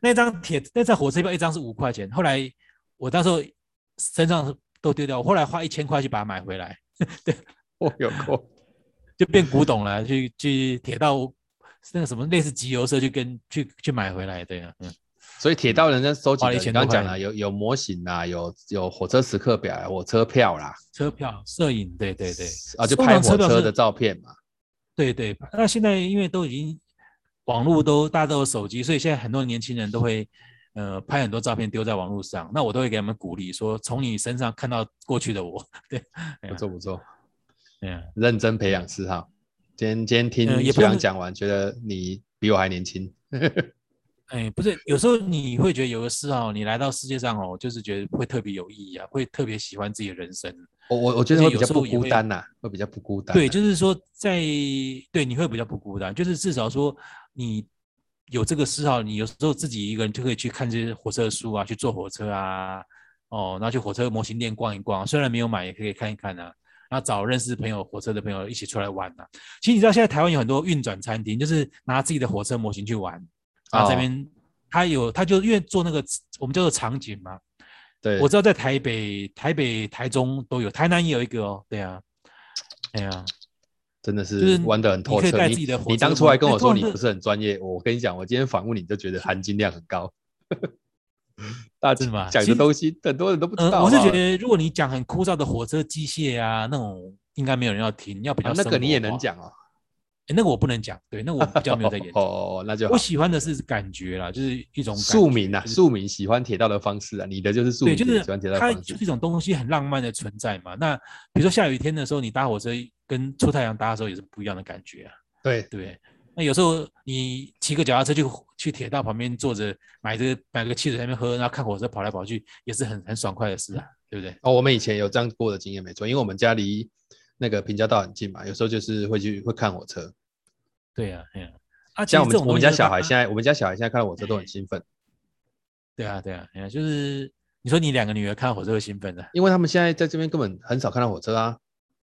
Speaker 2: 那张铁那张火车票一张是五块钱，后来我那时候身上都丢掉，我后来花一千块去把它买回来，
Speaker 1: 我有过。
Speaker 2: 就变古董了，去去铁道那个什么类似集邮社去跟去去买回来，对啊，嗯，
Speaker 1: 所以铁道人家收集
Speaker 2: 花
Speaker 1: 的，
Speaker 2: 了
Speaker 1: 你
Speaker 2: 1000
Speaker 1: 刚刚讲
Speaker 2: 多块
Speaker 1: 了，有有模型啦，有有火车时刻表啦、火车票啦，
Speaker 2: 车票、摄影，对对对，
Speaker 1: 啊，就
Speaker 2: 通
Speaker 1: 拍
Speaker 2: 常车
Speaker 1: 火
Speaker 2: 票
Speaker 1: 车
Speaker 2: 是
Speaker 1: 的照片嘛。
Speaker 2: 对对，那现在因为都已经网络都大家都有手机，所以现在很多年轻人都会呃拍很多照片丢在网络上。那我都会给他们鼓励说，从你身上看到过去的我。对，对啊
Speaker 1: 不错不错，
Speaker 2: 对啊，
Speaker 1: 认真培养嗜好。今天今天
Speaker 2: 呃
Speaker 1: 听
Speaker 2: 也
Speaker 1: 学
Speaker 2: 不能
Speaker 1: 长讲完，觉得你比我还年轻。
Speaker 2: 哎，不是，有时候你会觉得有个事哦，你来到世界上哦，就是觉得会特别有意义啊，会特别喜欢自己的人生。啊
Speaker 1: 我我我觉得
Speaker 2: 而且
Speaker 1: 会比
Speaker 2: 有
Speaker 1: 较
Speaker 2: 时候
Speaker 1: 不
Speaker 2: 也
Speaker 1: 孤
Speaker 2: 会
Speaker 1: 单呐、会比较不孤单啊、
Speaker 2: 对，就是说在对你会比较不孤单，就是至少说你有这个嗜好，你有时候自己一个人就可以去看这些火车的书啊，去坐火车啊，哦，然后去火车模型店逛一逛，虽然没有买也可以看一看啊。然后找认识朋友，火车的朋友一起出来玩啊。其实你知道现在台湾有很多运转餐厅，就是拿自己的火车模型去玩，然后这
Speaker 1: 哦
Speaker 2: 边他有他就因为做那个我们叫做场景嘛，
Speaker 1: 对，
Speaker 2: 我知道在台北、台北、台中都有，台南也有一个哦，对啊，哎呀、
Speaker 1: 真的是
Speaker 2: 就是
Speaker 1: 玩的很透
Speaker 2: 你可以
Speaker 1: 彻。
Speaker 2: 带
Speaker 1: 你
Speaker 2: 自己的火
Speaker 1: 你
Speaker 2: 车
Speaker 1: 当初
Speaker 2: 模
Speaker 1: 还跟
Speaker 2: 哎
Speaker 1: 我说
Speaker 2: 通
Speaker 1: 你
Speaker 2: 常是
Speaker 1: 不是很专业，我跟你讲，我今天访问你就觉得含金量很 高。 大
Speaker 2: 真的吗
Speaker 1: 家讲
Speaker 2: 其
Speaker 1: 的
Speaker 2: 实
Speaker 1: 东西很多人都不知道、啊
Speaker 2: 呃。我是觉得，如果你讲很枯燥的火车机械啊那种，应该没有人要听，要比较、
Speaker 1: 啊、那个你也能、讲哦，
Speaker 2: 诶那个我不能讲，对，那个我比较没有在研
Speaker 1: 哦
Speaker 2: 究。
Speaker 1: 哦哦，那就好
Speaker 2: 我。喜欢的是感觉啦，就是一种感
Speaker 1: 庶
Speaker 2: 觉
Speaker 1: 民啊，
Speaker 2: 就是
Speaker 1: 庶民喜欢铁道的方式啊，你的就是庶
Speaker 2: 对，
Speaker 1: 民
Speaker 2: 就是
Speaker 1: 喜欢铁道的
Speaker 2: 它
Speaker 1: 方
Speaker 2: 就
Speaker 1: 式
Speaker 2: 是一种东西很浪漫的存在嘛。那比如说下雨天的时候，你搭火车跟出太阳搭的时候也是不一样的感觉啊。
Speaker 1: 对，
Speaker 2: 对，那有时候你骑个脚踏车去火去铁道旁边坐着，买这个买个汽水在那边喝，然后看火车跑来跑去，也是很很爽快的事啊，对不对？
Speaker 1: 哦，我们以前有这样过的经验，没错，因为我们家离那个平交道很近嘛，有时候就是会去会看火车。
Speaker 2: 对呀、啊，对呀、啊。啊，其实
Speaker 1: 像我
Speaker 2: 这
Speaker 1: 们我
Speaker 2: 种东
Speaker 1: 们
Speaker 2: 西
Speaker 1: 家
Speaker 2: 就是
Speaker 1: 小
Speaker 2: 大
Speaker 1: 孩
Speaker 2: 家
Speaker 1: 现在，我们家小孩现在看到火车都很兴奋，
Speaker 2: 对啊，对啊，对啊，就是你说你两个女儿看到火车会兴奋的
Speaker 1: 因为他们现在在这边根本很少看到火车啊。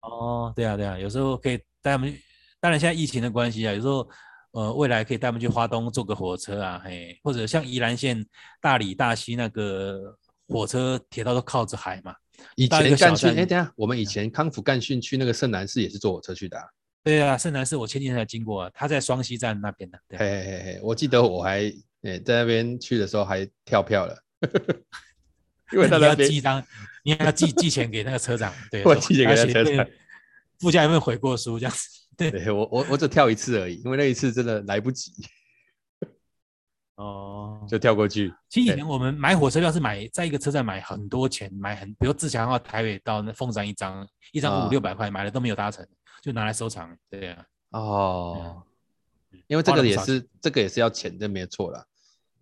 Speaker 2: 哦，对啊，对啊，有时候可以带他们去，当然现在疫情的关系啊，有时候呃未来可以带他们去花东坐个火车啊，嘿，或者像宜兰县大理、大溪那个火车铁道都靠着海嘛，
Speaker 1: 以
Speaker 2: 到一
Speaker 1: 前
Speaker 2: 个
Speaker 1: 干
Speaker 2: 小
Speaker 1: 训，
Speaker 2: 站
Speaker 1: 哎，等一下，我们以前康复干训去那个圣南市也是坐火车去的、啊。
Speaker 2: 对啊，圣南是我前几天才经过、啊，他在双溪站那边的、对啊
Speaker 1: 嘿嘿嘿嘿，我记得我还诶在那边去的时候还跳票了，因为
Speaker 2: 那
Speaker 1: 在
Speaker 2: 你
Speaker 1: 那
Speaker 2: 要
Speaker 1: 边
Speaker 2: 寄一张，你还要寄寄钱给那个车长，对，啊
Speaker 1: 我
Speaker 2: 说
Speaker 1: 寄钱
Speaker 2: 要
Speaker 1: 给那
Speaker 2: 写
Speaker 1: 车
Speaker 2: 那个
Speaker 1: 长
Speaker 2: 副驾有没有悔过书这样子？对，
Speaker 1: 对我我我只跳一次而已，因为那一次真的来不及，
Speaker 2: 哦，
Speaker 1: 就跳过去。
Speaker 2: 其实以
Speaker 1: 对
Speaker 2: 前我们买火车票是买在一个车站买很多钱，买很，比如自强号台北到那凤山一张，一张五
Speaker 1: 啊
Speaker 2: 六百块，买了都没有搭乘，就拿来收藏。对啊，
Speaker 1: 哦，因为这个也是这个也是要钱，这没有错啦。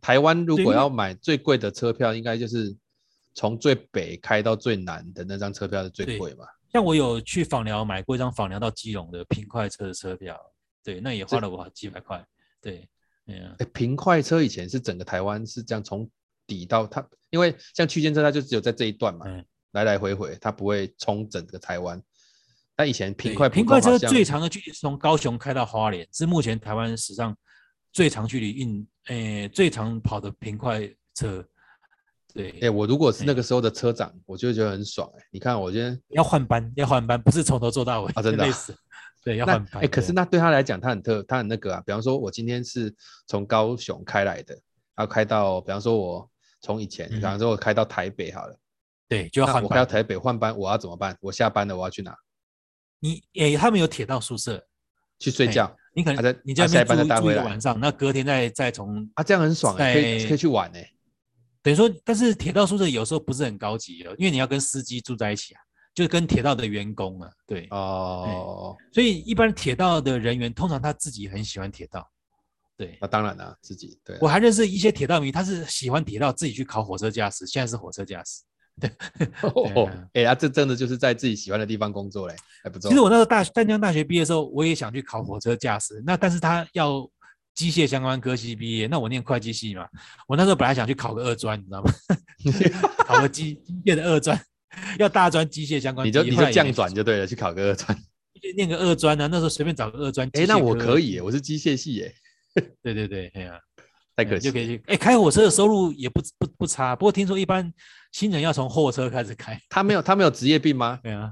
Speaker 1: 台湾如果要买最贵的车票，应该就是从最北开到最南的那张车票是最贵嘛。
Speaker 2: 像我有去访寮买过一张访寮到基隆的平快车的车票，对，那也花了我几百块。对，嗯，
Speaker 1: 哎，平快车以前是整个台湾是这样从底到它，因为像区间车它就只有在这一段嘛，
Speaker 2: 嗯
Speaker 1: 来来回回，它不会冲整个台湾。但以前平
Speaker 2: 对
Speaker 1: 快普
Speaker 2: 平
Speaker 1: 通
Speaker 2: 快
Speaker 1: 好
Speaker 2: 车
Speaker 1: 像
Speaker 2: 最长的距离是从高雄开到花莲，是目前台湾史上最长距离运，诶、最长跑的平快车。对，
Speaker 1: 哎、我如果是那个时候的车长，我就会觉得很爽哎、你看，我觉得
Speaker 2: 要换班，要换班，不是从头做到尾
Speaker 1: 啊真的啊
Speaker 2: 累死。对，要
Speaker 1: 那
Speaker 2: 换班。
Speaker 1: 哎、可是
Speaker 2: 对
Speaker 1: 那对他来讲，他很特，他很那个啊。比方说，我今天是从高雄开来的，然后开到，比方说，我从以前，比
Speaker 2: 嗯
Speaker 1: 方说我开到台北好了，
Speaker 2: 对就要
Speaker 1: 那
Speaker 2: 换
Speaker 1: 我开到
Speaker 2: 班。
Speaker 1: 台北换班，我要怎么办？我下班了，我要去哪？
Speaker 2: 你诶、他们有铁道宿舍，
Speaker 1: 去睡
Speaker 2: 哎
Speaker 1: 觉
Speaker 2: 你可
Speaker 1: 啊在
Speaker 2: 能你在
Speaker 1: 啊下
Speaker 2: 那
Speaker 1: 一班
Speaker 2: 边
Speaker 1: 再搭
Speaker 2: 住住
Speaker 1: 回
Speaker 2: 一个
Speaker 1: 来
Speaker 2: 晚上，那隔天再再从
Speaker 1: 啊，这样很爽、欸，可以
Speaker 2: 在
Speaker 1: 可以去玩哎、
Speaker 2: 等于说，但是铁道宿舍有时候不是很高级哦，因为你要跟司机住在一起啊，就是跟铁道的员工啊，对，
Speaker 1: 哦，
Speaker 2: 所以一般铁道的人员通常他自己很喜欢铁道，对
Speaker 1: 那、当然啦、自己对啊、
Speaker 2: 我还认识一些铁道迷，他是喜欢铁道，自己去考火车驾驶，现在是火车驾驶。
Speaker 1: 哦
Speaker 2: 啊，
Speaker 1: 哎、啊，这真的就是在自己喜欢的地方工作嘞，还不错。
Speaker 2: 其实我那时候大淡江大学毕业的时候，我也想去考火车驾驶，那但是他要机械相关科系毕业，那我念会计系嘛，我那时候本来想去考个二专，你知道吗？考个机 机械的二专，要大专机械相关 毕
Speaker 1: 你
Speaker 2: 业，
Speaker 1: 就你
Speaker 2: 后
Speaker 1: 就
Speaker 2: 来也
Speaker 1: 降
Speaker 2: 没
Speaker 1: 转就对了，去考个二专。
Speaker 2: 去念个二专啊，那时候随便找个二专。
Speaker 1: 哎、
Speaker 2: 机械
Speaker 1: 那我
Speaker 2: 科
Speaker 1: 可以、欸，我是机械系耶、
Speaker 2: 对对对，哎呀、
Speaker 1: 太可
Speaker 2: 嗯
Speaker 1: 惜
Speaker 2: 就可
Speaker 1: 了。
Speaker 2: 以去。哎，开火车的收入也不不不差，不过听说一般新人要从货车开始开。
Speaker 1: 他没有他没有职业病吗？
Speaker 2: 对啊，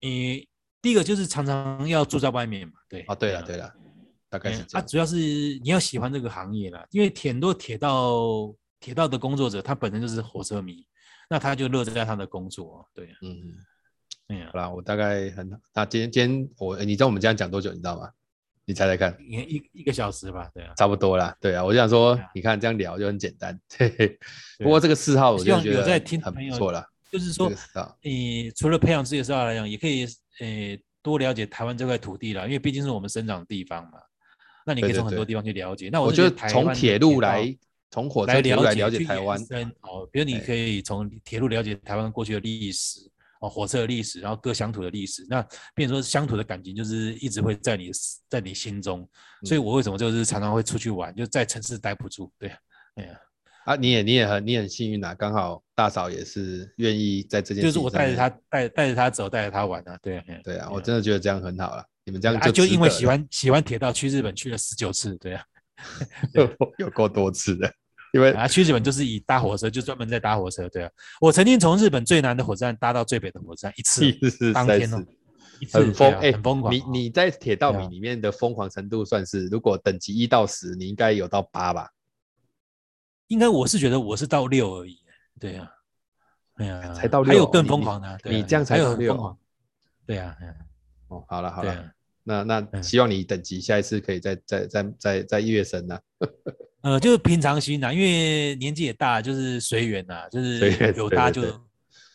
Speaker 2: 你第一个就是常常要住在外面嘛，对。
Speaker 1: 啊，对了
Speaker 2: 啊
Speaker 1: 对了，大概
Speaker 2: 哎
Speaker 1: 是
Speaker 2: 呀
Speaker 1: 这
Speaker 2: 啊，
Speaker 1: 样。
Speaker 2: 主要是你要喜欢这个行业啦，因为铁很多铁道铁道的工作者，他本身就是火车迷，那他就乐在他的工作，对啊，
Speaker 1: 嗯，
Speaker 2: 哎呀
Speaker 1: 好，啦，我大概很那今天今天我哎你知道我们这样讲多久？你知道吗？你猜猜看，
Speaker 2: 一一一个小时吧，对啊。
Speaker 1: 差不多啦。对啊，我就想说
Speaker 2: 对啊，
Speaker 1: 你看这样聊就很简单。嘿嘿。
Speaker 2: 对
Speaker 1: 不过这个嗜好我
Speaker 2: 希
Speaker 1: 就
Speaker 2: 望
Speaker 1: 觉
Speaker 2: 有
Speaker 1: 得
Speaker 2: 在听的
Speaker 1: 很
Speaker 2: 朋
Speaker 1: 不
Speaker 2: 友
Speaker 1: 错啦。
Speaker 2: 就是
Speaker 1: 这
Speaker 2: 说
Speaker 1: 个，嗜好，
Speaker 2: 你除了培养自己的嗜啊好来讲，也可以呃多了解台湾这块土地啦，因为毕竟是我们生长的地方嘛。那你可以
Speaker 1: 对对
Speaker 2: 从很多
Speaker 1: 对
Speaker 2: 地方去了解。那
Speaker 1: 我
Speaker 2: 是
Speaker 1: 觉
Speaker 2: 觉
Speaker 1: 得
Speaker 2: 台
Speaker 1: 从
Speaker 2: 湾的
Speaker 1: 铁路
Speaker 2: 道
Speaker 1: 来，从火车
Speaker 2: 来
Speaker 1: 铁路来
Speaker 2: 了
Speaker 1: 了
Speaker 2: 解
Speaker 1: 解
Speaker 2: 去
Speaker 1: 台
Speaker 2: 延
Speaker 1: 湾，
Speaker 2: 伸哦，比如你
Speaker 1: 哎
Speaker 2: 可以从铁路了解台湾过去的历史哦，火车的历史，然后各乡土的历史。那变成说乡土的感情就是一直会在你在你心中。所以
Speaker 1: 嗯
Speaker 2: 我为什么就是常常会出去玩，就在城市待不住，对啊，哎呀。
Speaker 1: 啊，你也你也很你很幸运啊，刚好大嫂也是愿意在这件
Speaker 2: 就
Speaker 1: 事情
Speaker 2: 是
Speaker 1: 上
Speaker 2: 我
Speaker 1: 面，
Speaker 2: 带着他带带着他走，带着他玩啊，对啊，对啊
Speaker 1: 对啊，
Speaker 2: 哎
Speaker 1: 我
Speaker 2: 呀
Speaker 1: 真的觉得这样很好了。你们这
Speaker 2: 对
Speaker 1: 样
Speaker 2: 啊，就
Speaker 1: 值
Speaker 2: 因为
Speaker 1: 得
Speaker 2: 喜
Speaker 1: 了
Speaker 2: 欢喜欢铁道，去日本去了十九次，对啊，
Speaker 1: 有够多次的，因为
Speaker 2: 啊，去日本就是以搭火车，就专门在搭火车，对啊，我曾经从日本最南的火车站搭到最北的火车站一次哦，
Speaker 1: 第四
Speaker 2: 当
Speaker 1: 三
Speaker 2: 天
Speaker 1: 次
Speaker 2: 哦。一次
Speaker 1: 很
Speaker 2: 对
Speaker 1: 疯
Speaker 2: 啊
Speaker 1: 哎，
Speaker 2: 很疯狂
Speaker 1: 你
Speaker 2: 哦，
Speaker 1: 你在铁道
Speaker 2: 对
Speaker 1: 迷
Speaker 2: 啊
Speaker 1: 里面的疯狂程度算是，如果等级一到十，你应该有到八吧？
Speaker 2: 应该我是觉得我是到六而已，对啊，哎呀，
Speaker 1: 才到
Speaker 2: 还有
Speaker 1: 六
Speaker 2: 更
Speaker 1: 你
Speaker 2: 疯
Speaker 1: 你
Speaker 2: 狂的啊，对
Speaker 1: 你
Speaker 2: 啊
Speaker 1: 这样才
Speaker 2: 还有
Speaker 1: 到
Speaker 2: 很
Speaker 1: 六
Speaker 2: 疯狂，对啊，嗯
Speaker 1: 哦，好了好
Speaker 2: 对
Speaker 1: 了，
Speaker 2: 啊，
Speaker 1: 那那
Speaker 2: 嗯
Speaker 1: 希望你等级下一次可以再再再再再跃升呐。
Speaker 2: 呃，就是平常心呐，因为年纪也大了，就是随缘呐，就
Speaker 1: 随缘
Speaker 2: 是有
Speaker 1: 对
Speaker 2: 搭
Speaker 1: 对
Speaker 2: 就
Speaker 1: 对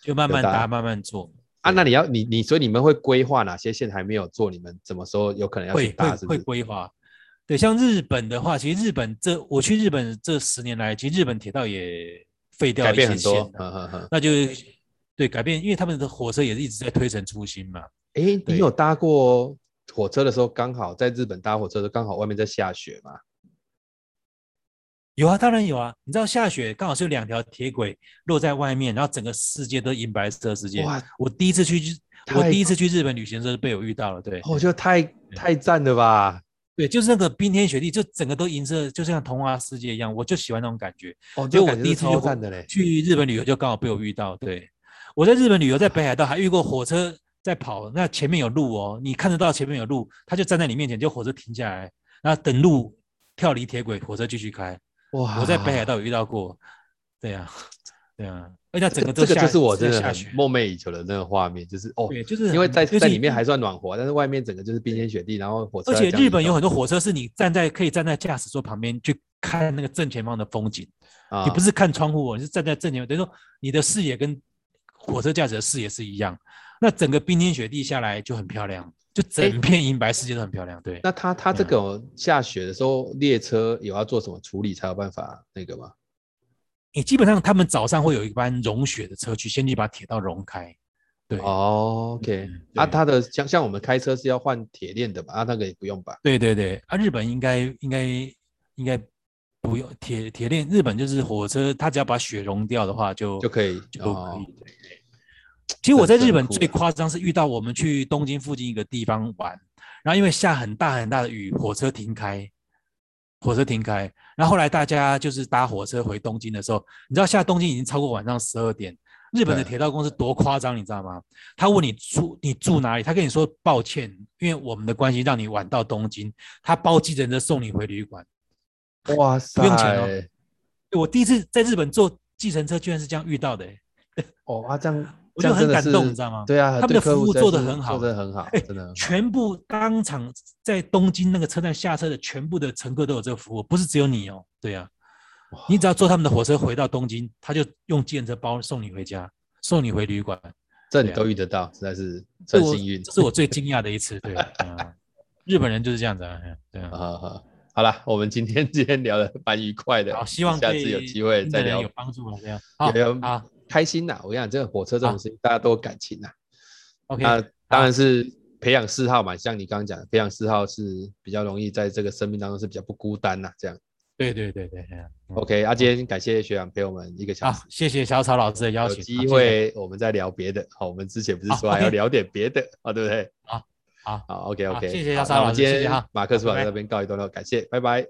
Speaker 2: 就慢
Speaker 1: 有
Speaker 2: 慢
Speaker 1: 搭
Speaker 2: 搭，慢慢做
Speaker 1: 啊，
Speaker 2: 对
Speaker 1: 那你要你你所以你们会规划哪些线还没有做？你们什么时候有可能要去
Speaker 2: 会
Speaker 1: 搭？
Speaker 2: 会
Speaker 1: 是不
Speaker 2: 会
Speaker 1: 是？
Speaker 2: 规划。对，像日本的话，其实日本这我去日本这十年来，其实日本铁道也废掉
Speaker 1: 改
Speaker 2: 一
Speaker 1: 变
Speaker 2: 些
Speaker 1: 很
Speaker 2: 线啊
Speaker 1: 多，
Speaker 2: 了
Speaker 1: 嗯嗯嗯。
Speaker 2: 那就对改变，因为他们的火车也是一直在推陈出新嘛。
Speaker 1: 诶，你
Speaker 2: 对
Speaker 1: 有搭过火车的时候，刚好在日本搭火车的时候，刚好外面在下雪嘛？
Speaker 2: 有啊，当然有啊。你知道下雪刚好是有两条铁轨落在外面，然后整个世界都银白色世界。
Speaker 1: 哇，哦
Speaker 2: 我第一次去日，我
Speaker 1: 太哦
Speaker 2: 第一次去日本旅行的时候被我遇到了，对，
Speaker 1: 我觉得太太赞了吧！
Speaker 2: 对，就是那个冰天雪地，就整个都银色，就像童话世界一样，我就喜欢那种感觉。
Speaker 1: 哦，
Speaker 2: 就
Speaker 1: 这
Speaker 2: 我
Speaker 1: 感觉
Speaker 2: 第一
Speaker 1: 是
Speaker 2: 次就
Speaker 1: 超赞的嘞。
Speaker 2: 去日本旅游就刚好被我遇到。对，我在日本旅游，在北海道还遇过火车在跑，那前面有路哦，你看得到前面有路，他就站在你面前，就火车停下来，然后等路跳离铁轨，火车继续开。
Speaker 1: 哇，
Speaker 2: 我在北海道有遇到过，对呀、对呀、而且它
Speaker 1: 这
Speaker 2: 整
Speaker 1: 个
Speaker 2: 个
Speaker 1: 这
Speaker 2: 都
Speaker 1: 个
Speaker 2: 下
Speaker 1: 就是我真
Speaker 2: 在
Speaker 1: 的
Speaker 2: 下
Speaker 1: 很
Speaker 2: 雪，
Speaker 1: 梦寐以求的那个画面，就是哦，
Speaker 2: 对，就是
Speaker 1: 因为
Speaker 2: 很
Speaker 1: 在
Speaker 2: 就是
Speaker 1: 在里
Speaker 2: 一
Speaker 1: 面还算暖和，但是外面整个就是冰天雪地，然后火车
Speaker 2: 而
Speaker 1: 还
Speaker 2: 且
Speaker 1: 这样
Speaker 2: 日本
Speaker 1: 移
Speaker 2: 有
Speaker 1: 动
Speaker 2: 很多火车是你站在可以站在驾驶座旁边去看那个正前方的风景，
Speaker 1: 啊，
Speaker 2: 你不是看窗户哦，你是站在正前方，等于说你的视野跟火车驾驶的视野是一样。那整个冰天雪地下来就很漂亮，就整片银白世界都很漂亮。对，
Speaker 1: 那它它这
Speaker 2: 嗯
Speaker 1: 个哦下雪的时候，列车有要做什么处理才有办法那个吗？
Speaker 2: 你基本上他们早上会有一班融雪的车去，先去把铁道融开。对，
Speaker 1: 哦，OK，
Speaker 2: 嗯
Speaker 1: 啊，
Speaker 2: 对
Speaker 1: 它的像像我们开车是要换铁链的吧？啊，那个也不用吧？
Speaker 2: 对对对，啊，日本应该应该应该不用铁铁链，日本就是火车，它只要把雪融掉的话就
Speaker 1: 就可以
Speaker 2: 就都可
Speaker 1: 哦
Speaker 2: 以。对其实我在
Speaker 1: 真
Speaker 2: 日
Speaker 1: 真
Speaker 2: 本
Speaker 1: 酷
Speaker 2: 最
Speaker 1: 啊
Speaker 2: 夸张是遇到我们去东京附近一个地方玩，然后因为下很大很大的雨，火车停开，火车停开，然后后来大家就是搭火车回东京的时候，你知道下东京已经超过晚上十二点，日本的
Speaker 1: 对
Speaker 2: 铁道公司多夸张，你知道吗？他问你住你住哪里，他跟你说抱歉，因为我们的关系让你晚到东京，他包计程车送你回旅馆。
Speaker 1: 哇塞，
Speaker 2: 不用钱哦我第一次在日本坐计程车，居然是这样遇到的、欸
Speaker 1: 哦啊，这样
Speaker 2: 我
Speaker 1: 这
Speaker 2: 就
Speaker 1: 样真
Speaker 2: 很
Speaker 1: 的
Speaker 2: 感
Speaker 1: 是
Speaker 2: 动，你知道吗？
Speaker 1: 对啊，
Speaker 2: 他们
Speaker 1: 对
Speaker 2: 的
Speaker 1: 客
Speaker 2: 服
Speaker 1: 户实
Speaker 2: 务
Speaker 1: 在
Speaker 2: 做得
Speaker 1: 是
Speaker 2: 很好
Speaker 1: 做得很好，
Speaker 2: 哎
Speaker 1: 真的很好。
Speaker 2: 全部当场在东京那个车站下车的全部的乘客都有这个服务，不是只有你哦。对呀、
Speaker 1: 哇
Speaker 2: 你只要坐他们的火车回到东京，他就用计程车包送你回家，送你回旅馆。
Speaker 1: 这你
Speaker 2: 对啊
Speaker 1: 都遇得到，实在是
Speaker 2: 这
Speaker 1: 算
Speaker 2: 我
Speaker 1: 幸运。
Speaker 2: 这是我最惊讶的一次。对、啊，日本人就是这样子啊。嗯对啊。
Speaker 1: 啊，好好啦，我们今天 今天聊的蛮愉快的，
Speaker 2: 好，希望
Speaker 1: 下
Speaker 2: 对
Speaker 1: 次有机会再
Speaker 2: 日本人
Speaker 1: 聊
Speaker 2: 有，帮助啊。这样好
Speaker 1: 有有
Speaker 2: 好
Speaker 1: 开心呐！我跟你讲，这个火车这种
Speaker 2: 好
Speaker 1: 事情大家都有感情呐。
Speaker 2: 啊，OK，
Speaker 1: 那当然是培养嗜好嘛，像你刚刚讲的，培养嗜好是比较容易在这个生命当中是比较不孤单呐。这样
Speaker 2: 对对对对。嗯
Speaker 1: OK，啊，今天感谢学长陪我们一个小
Speaker 2: 好
Speaker 1: 时，，
Speaker 2: 谢谢小草老师的邀
Speaker 1: 有
Speaker 2: 请，啊好
Speaker 1: 机
Speaker 2: 谢谢
Speaker 1: 会我们再聊别的。好，我们之前不是
Speaker 2: 好
Speaker 1: 说还要
Speaker 2: OK
Speaker 1: 聊点别的啊，对不对？
Speaker 2: 好好
Speaker 1: 好，OK
Speaker 2: 好啊
Speaker 1: OK，
Speaker 2: 谢谢
Speaker 1: 好
Speaker 2: 亚莎
Speaker 1: 那我
Speaker 2: 老
Speaker 1: 们
Speaker 2: 师
Speaker 1: 今
Speaker 2: 谢谢
Speaker 1: 天
Speaker 2: 哈
Speaker 1: 马克思
Speaker 2: 好
Speaker 1: 法
Speaker 2: 拜拜
Speaker 1: 这边告一段落，感谢，拜拜。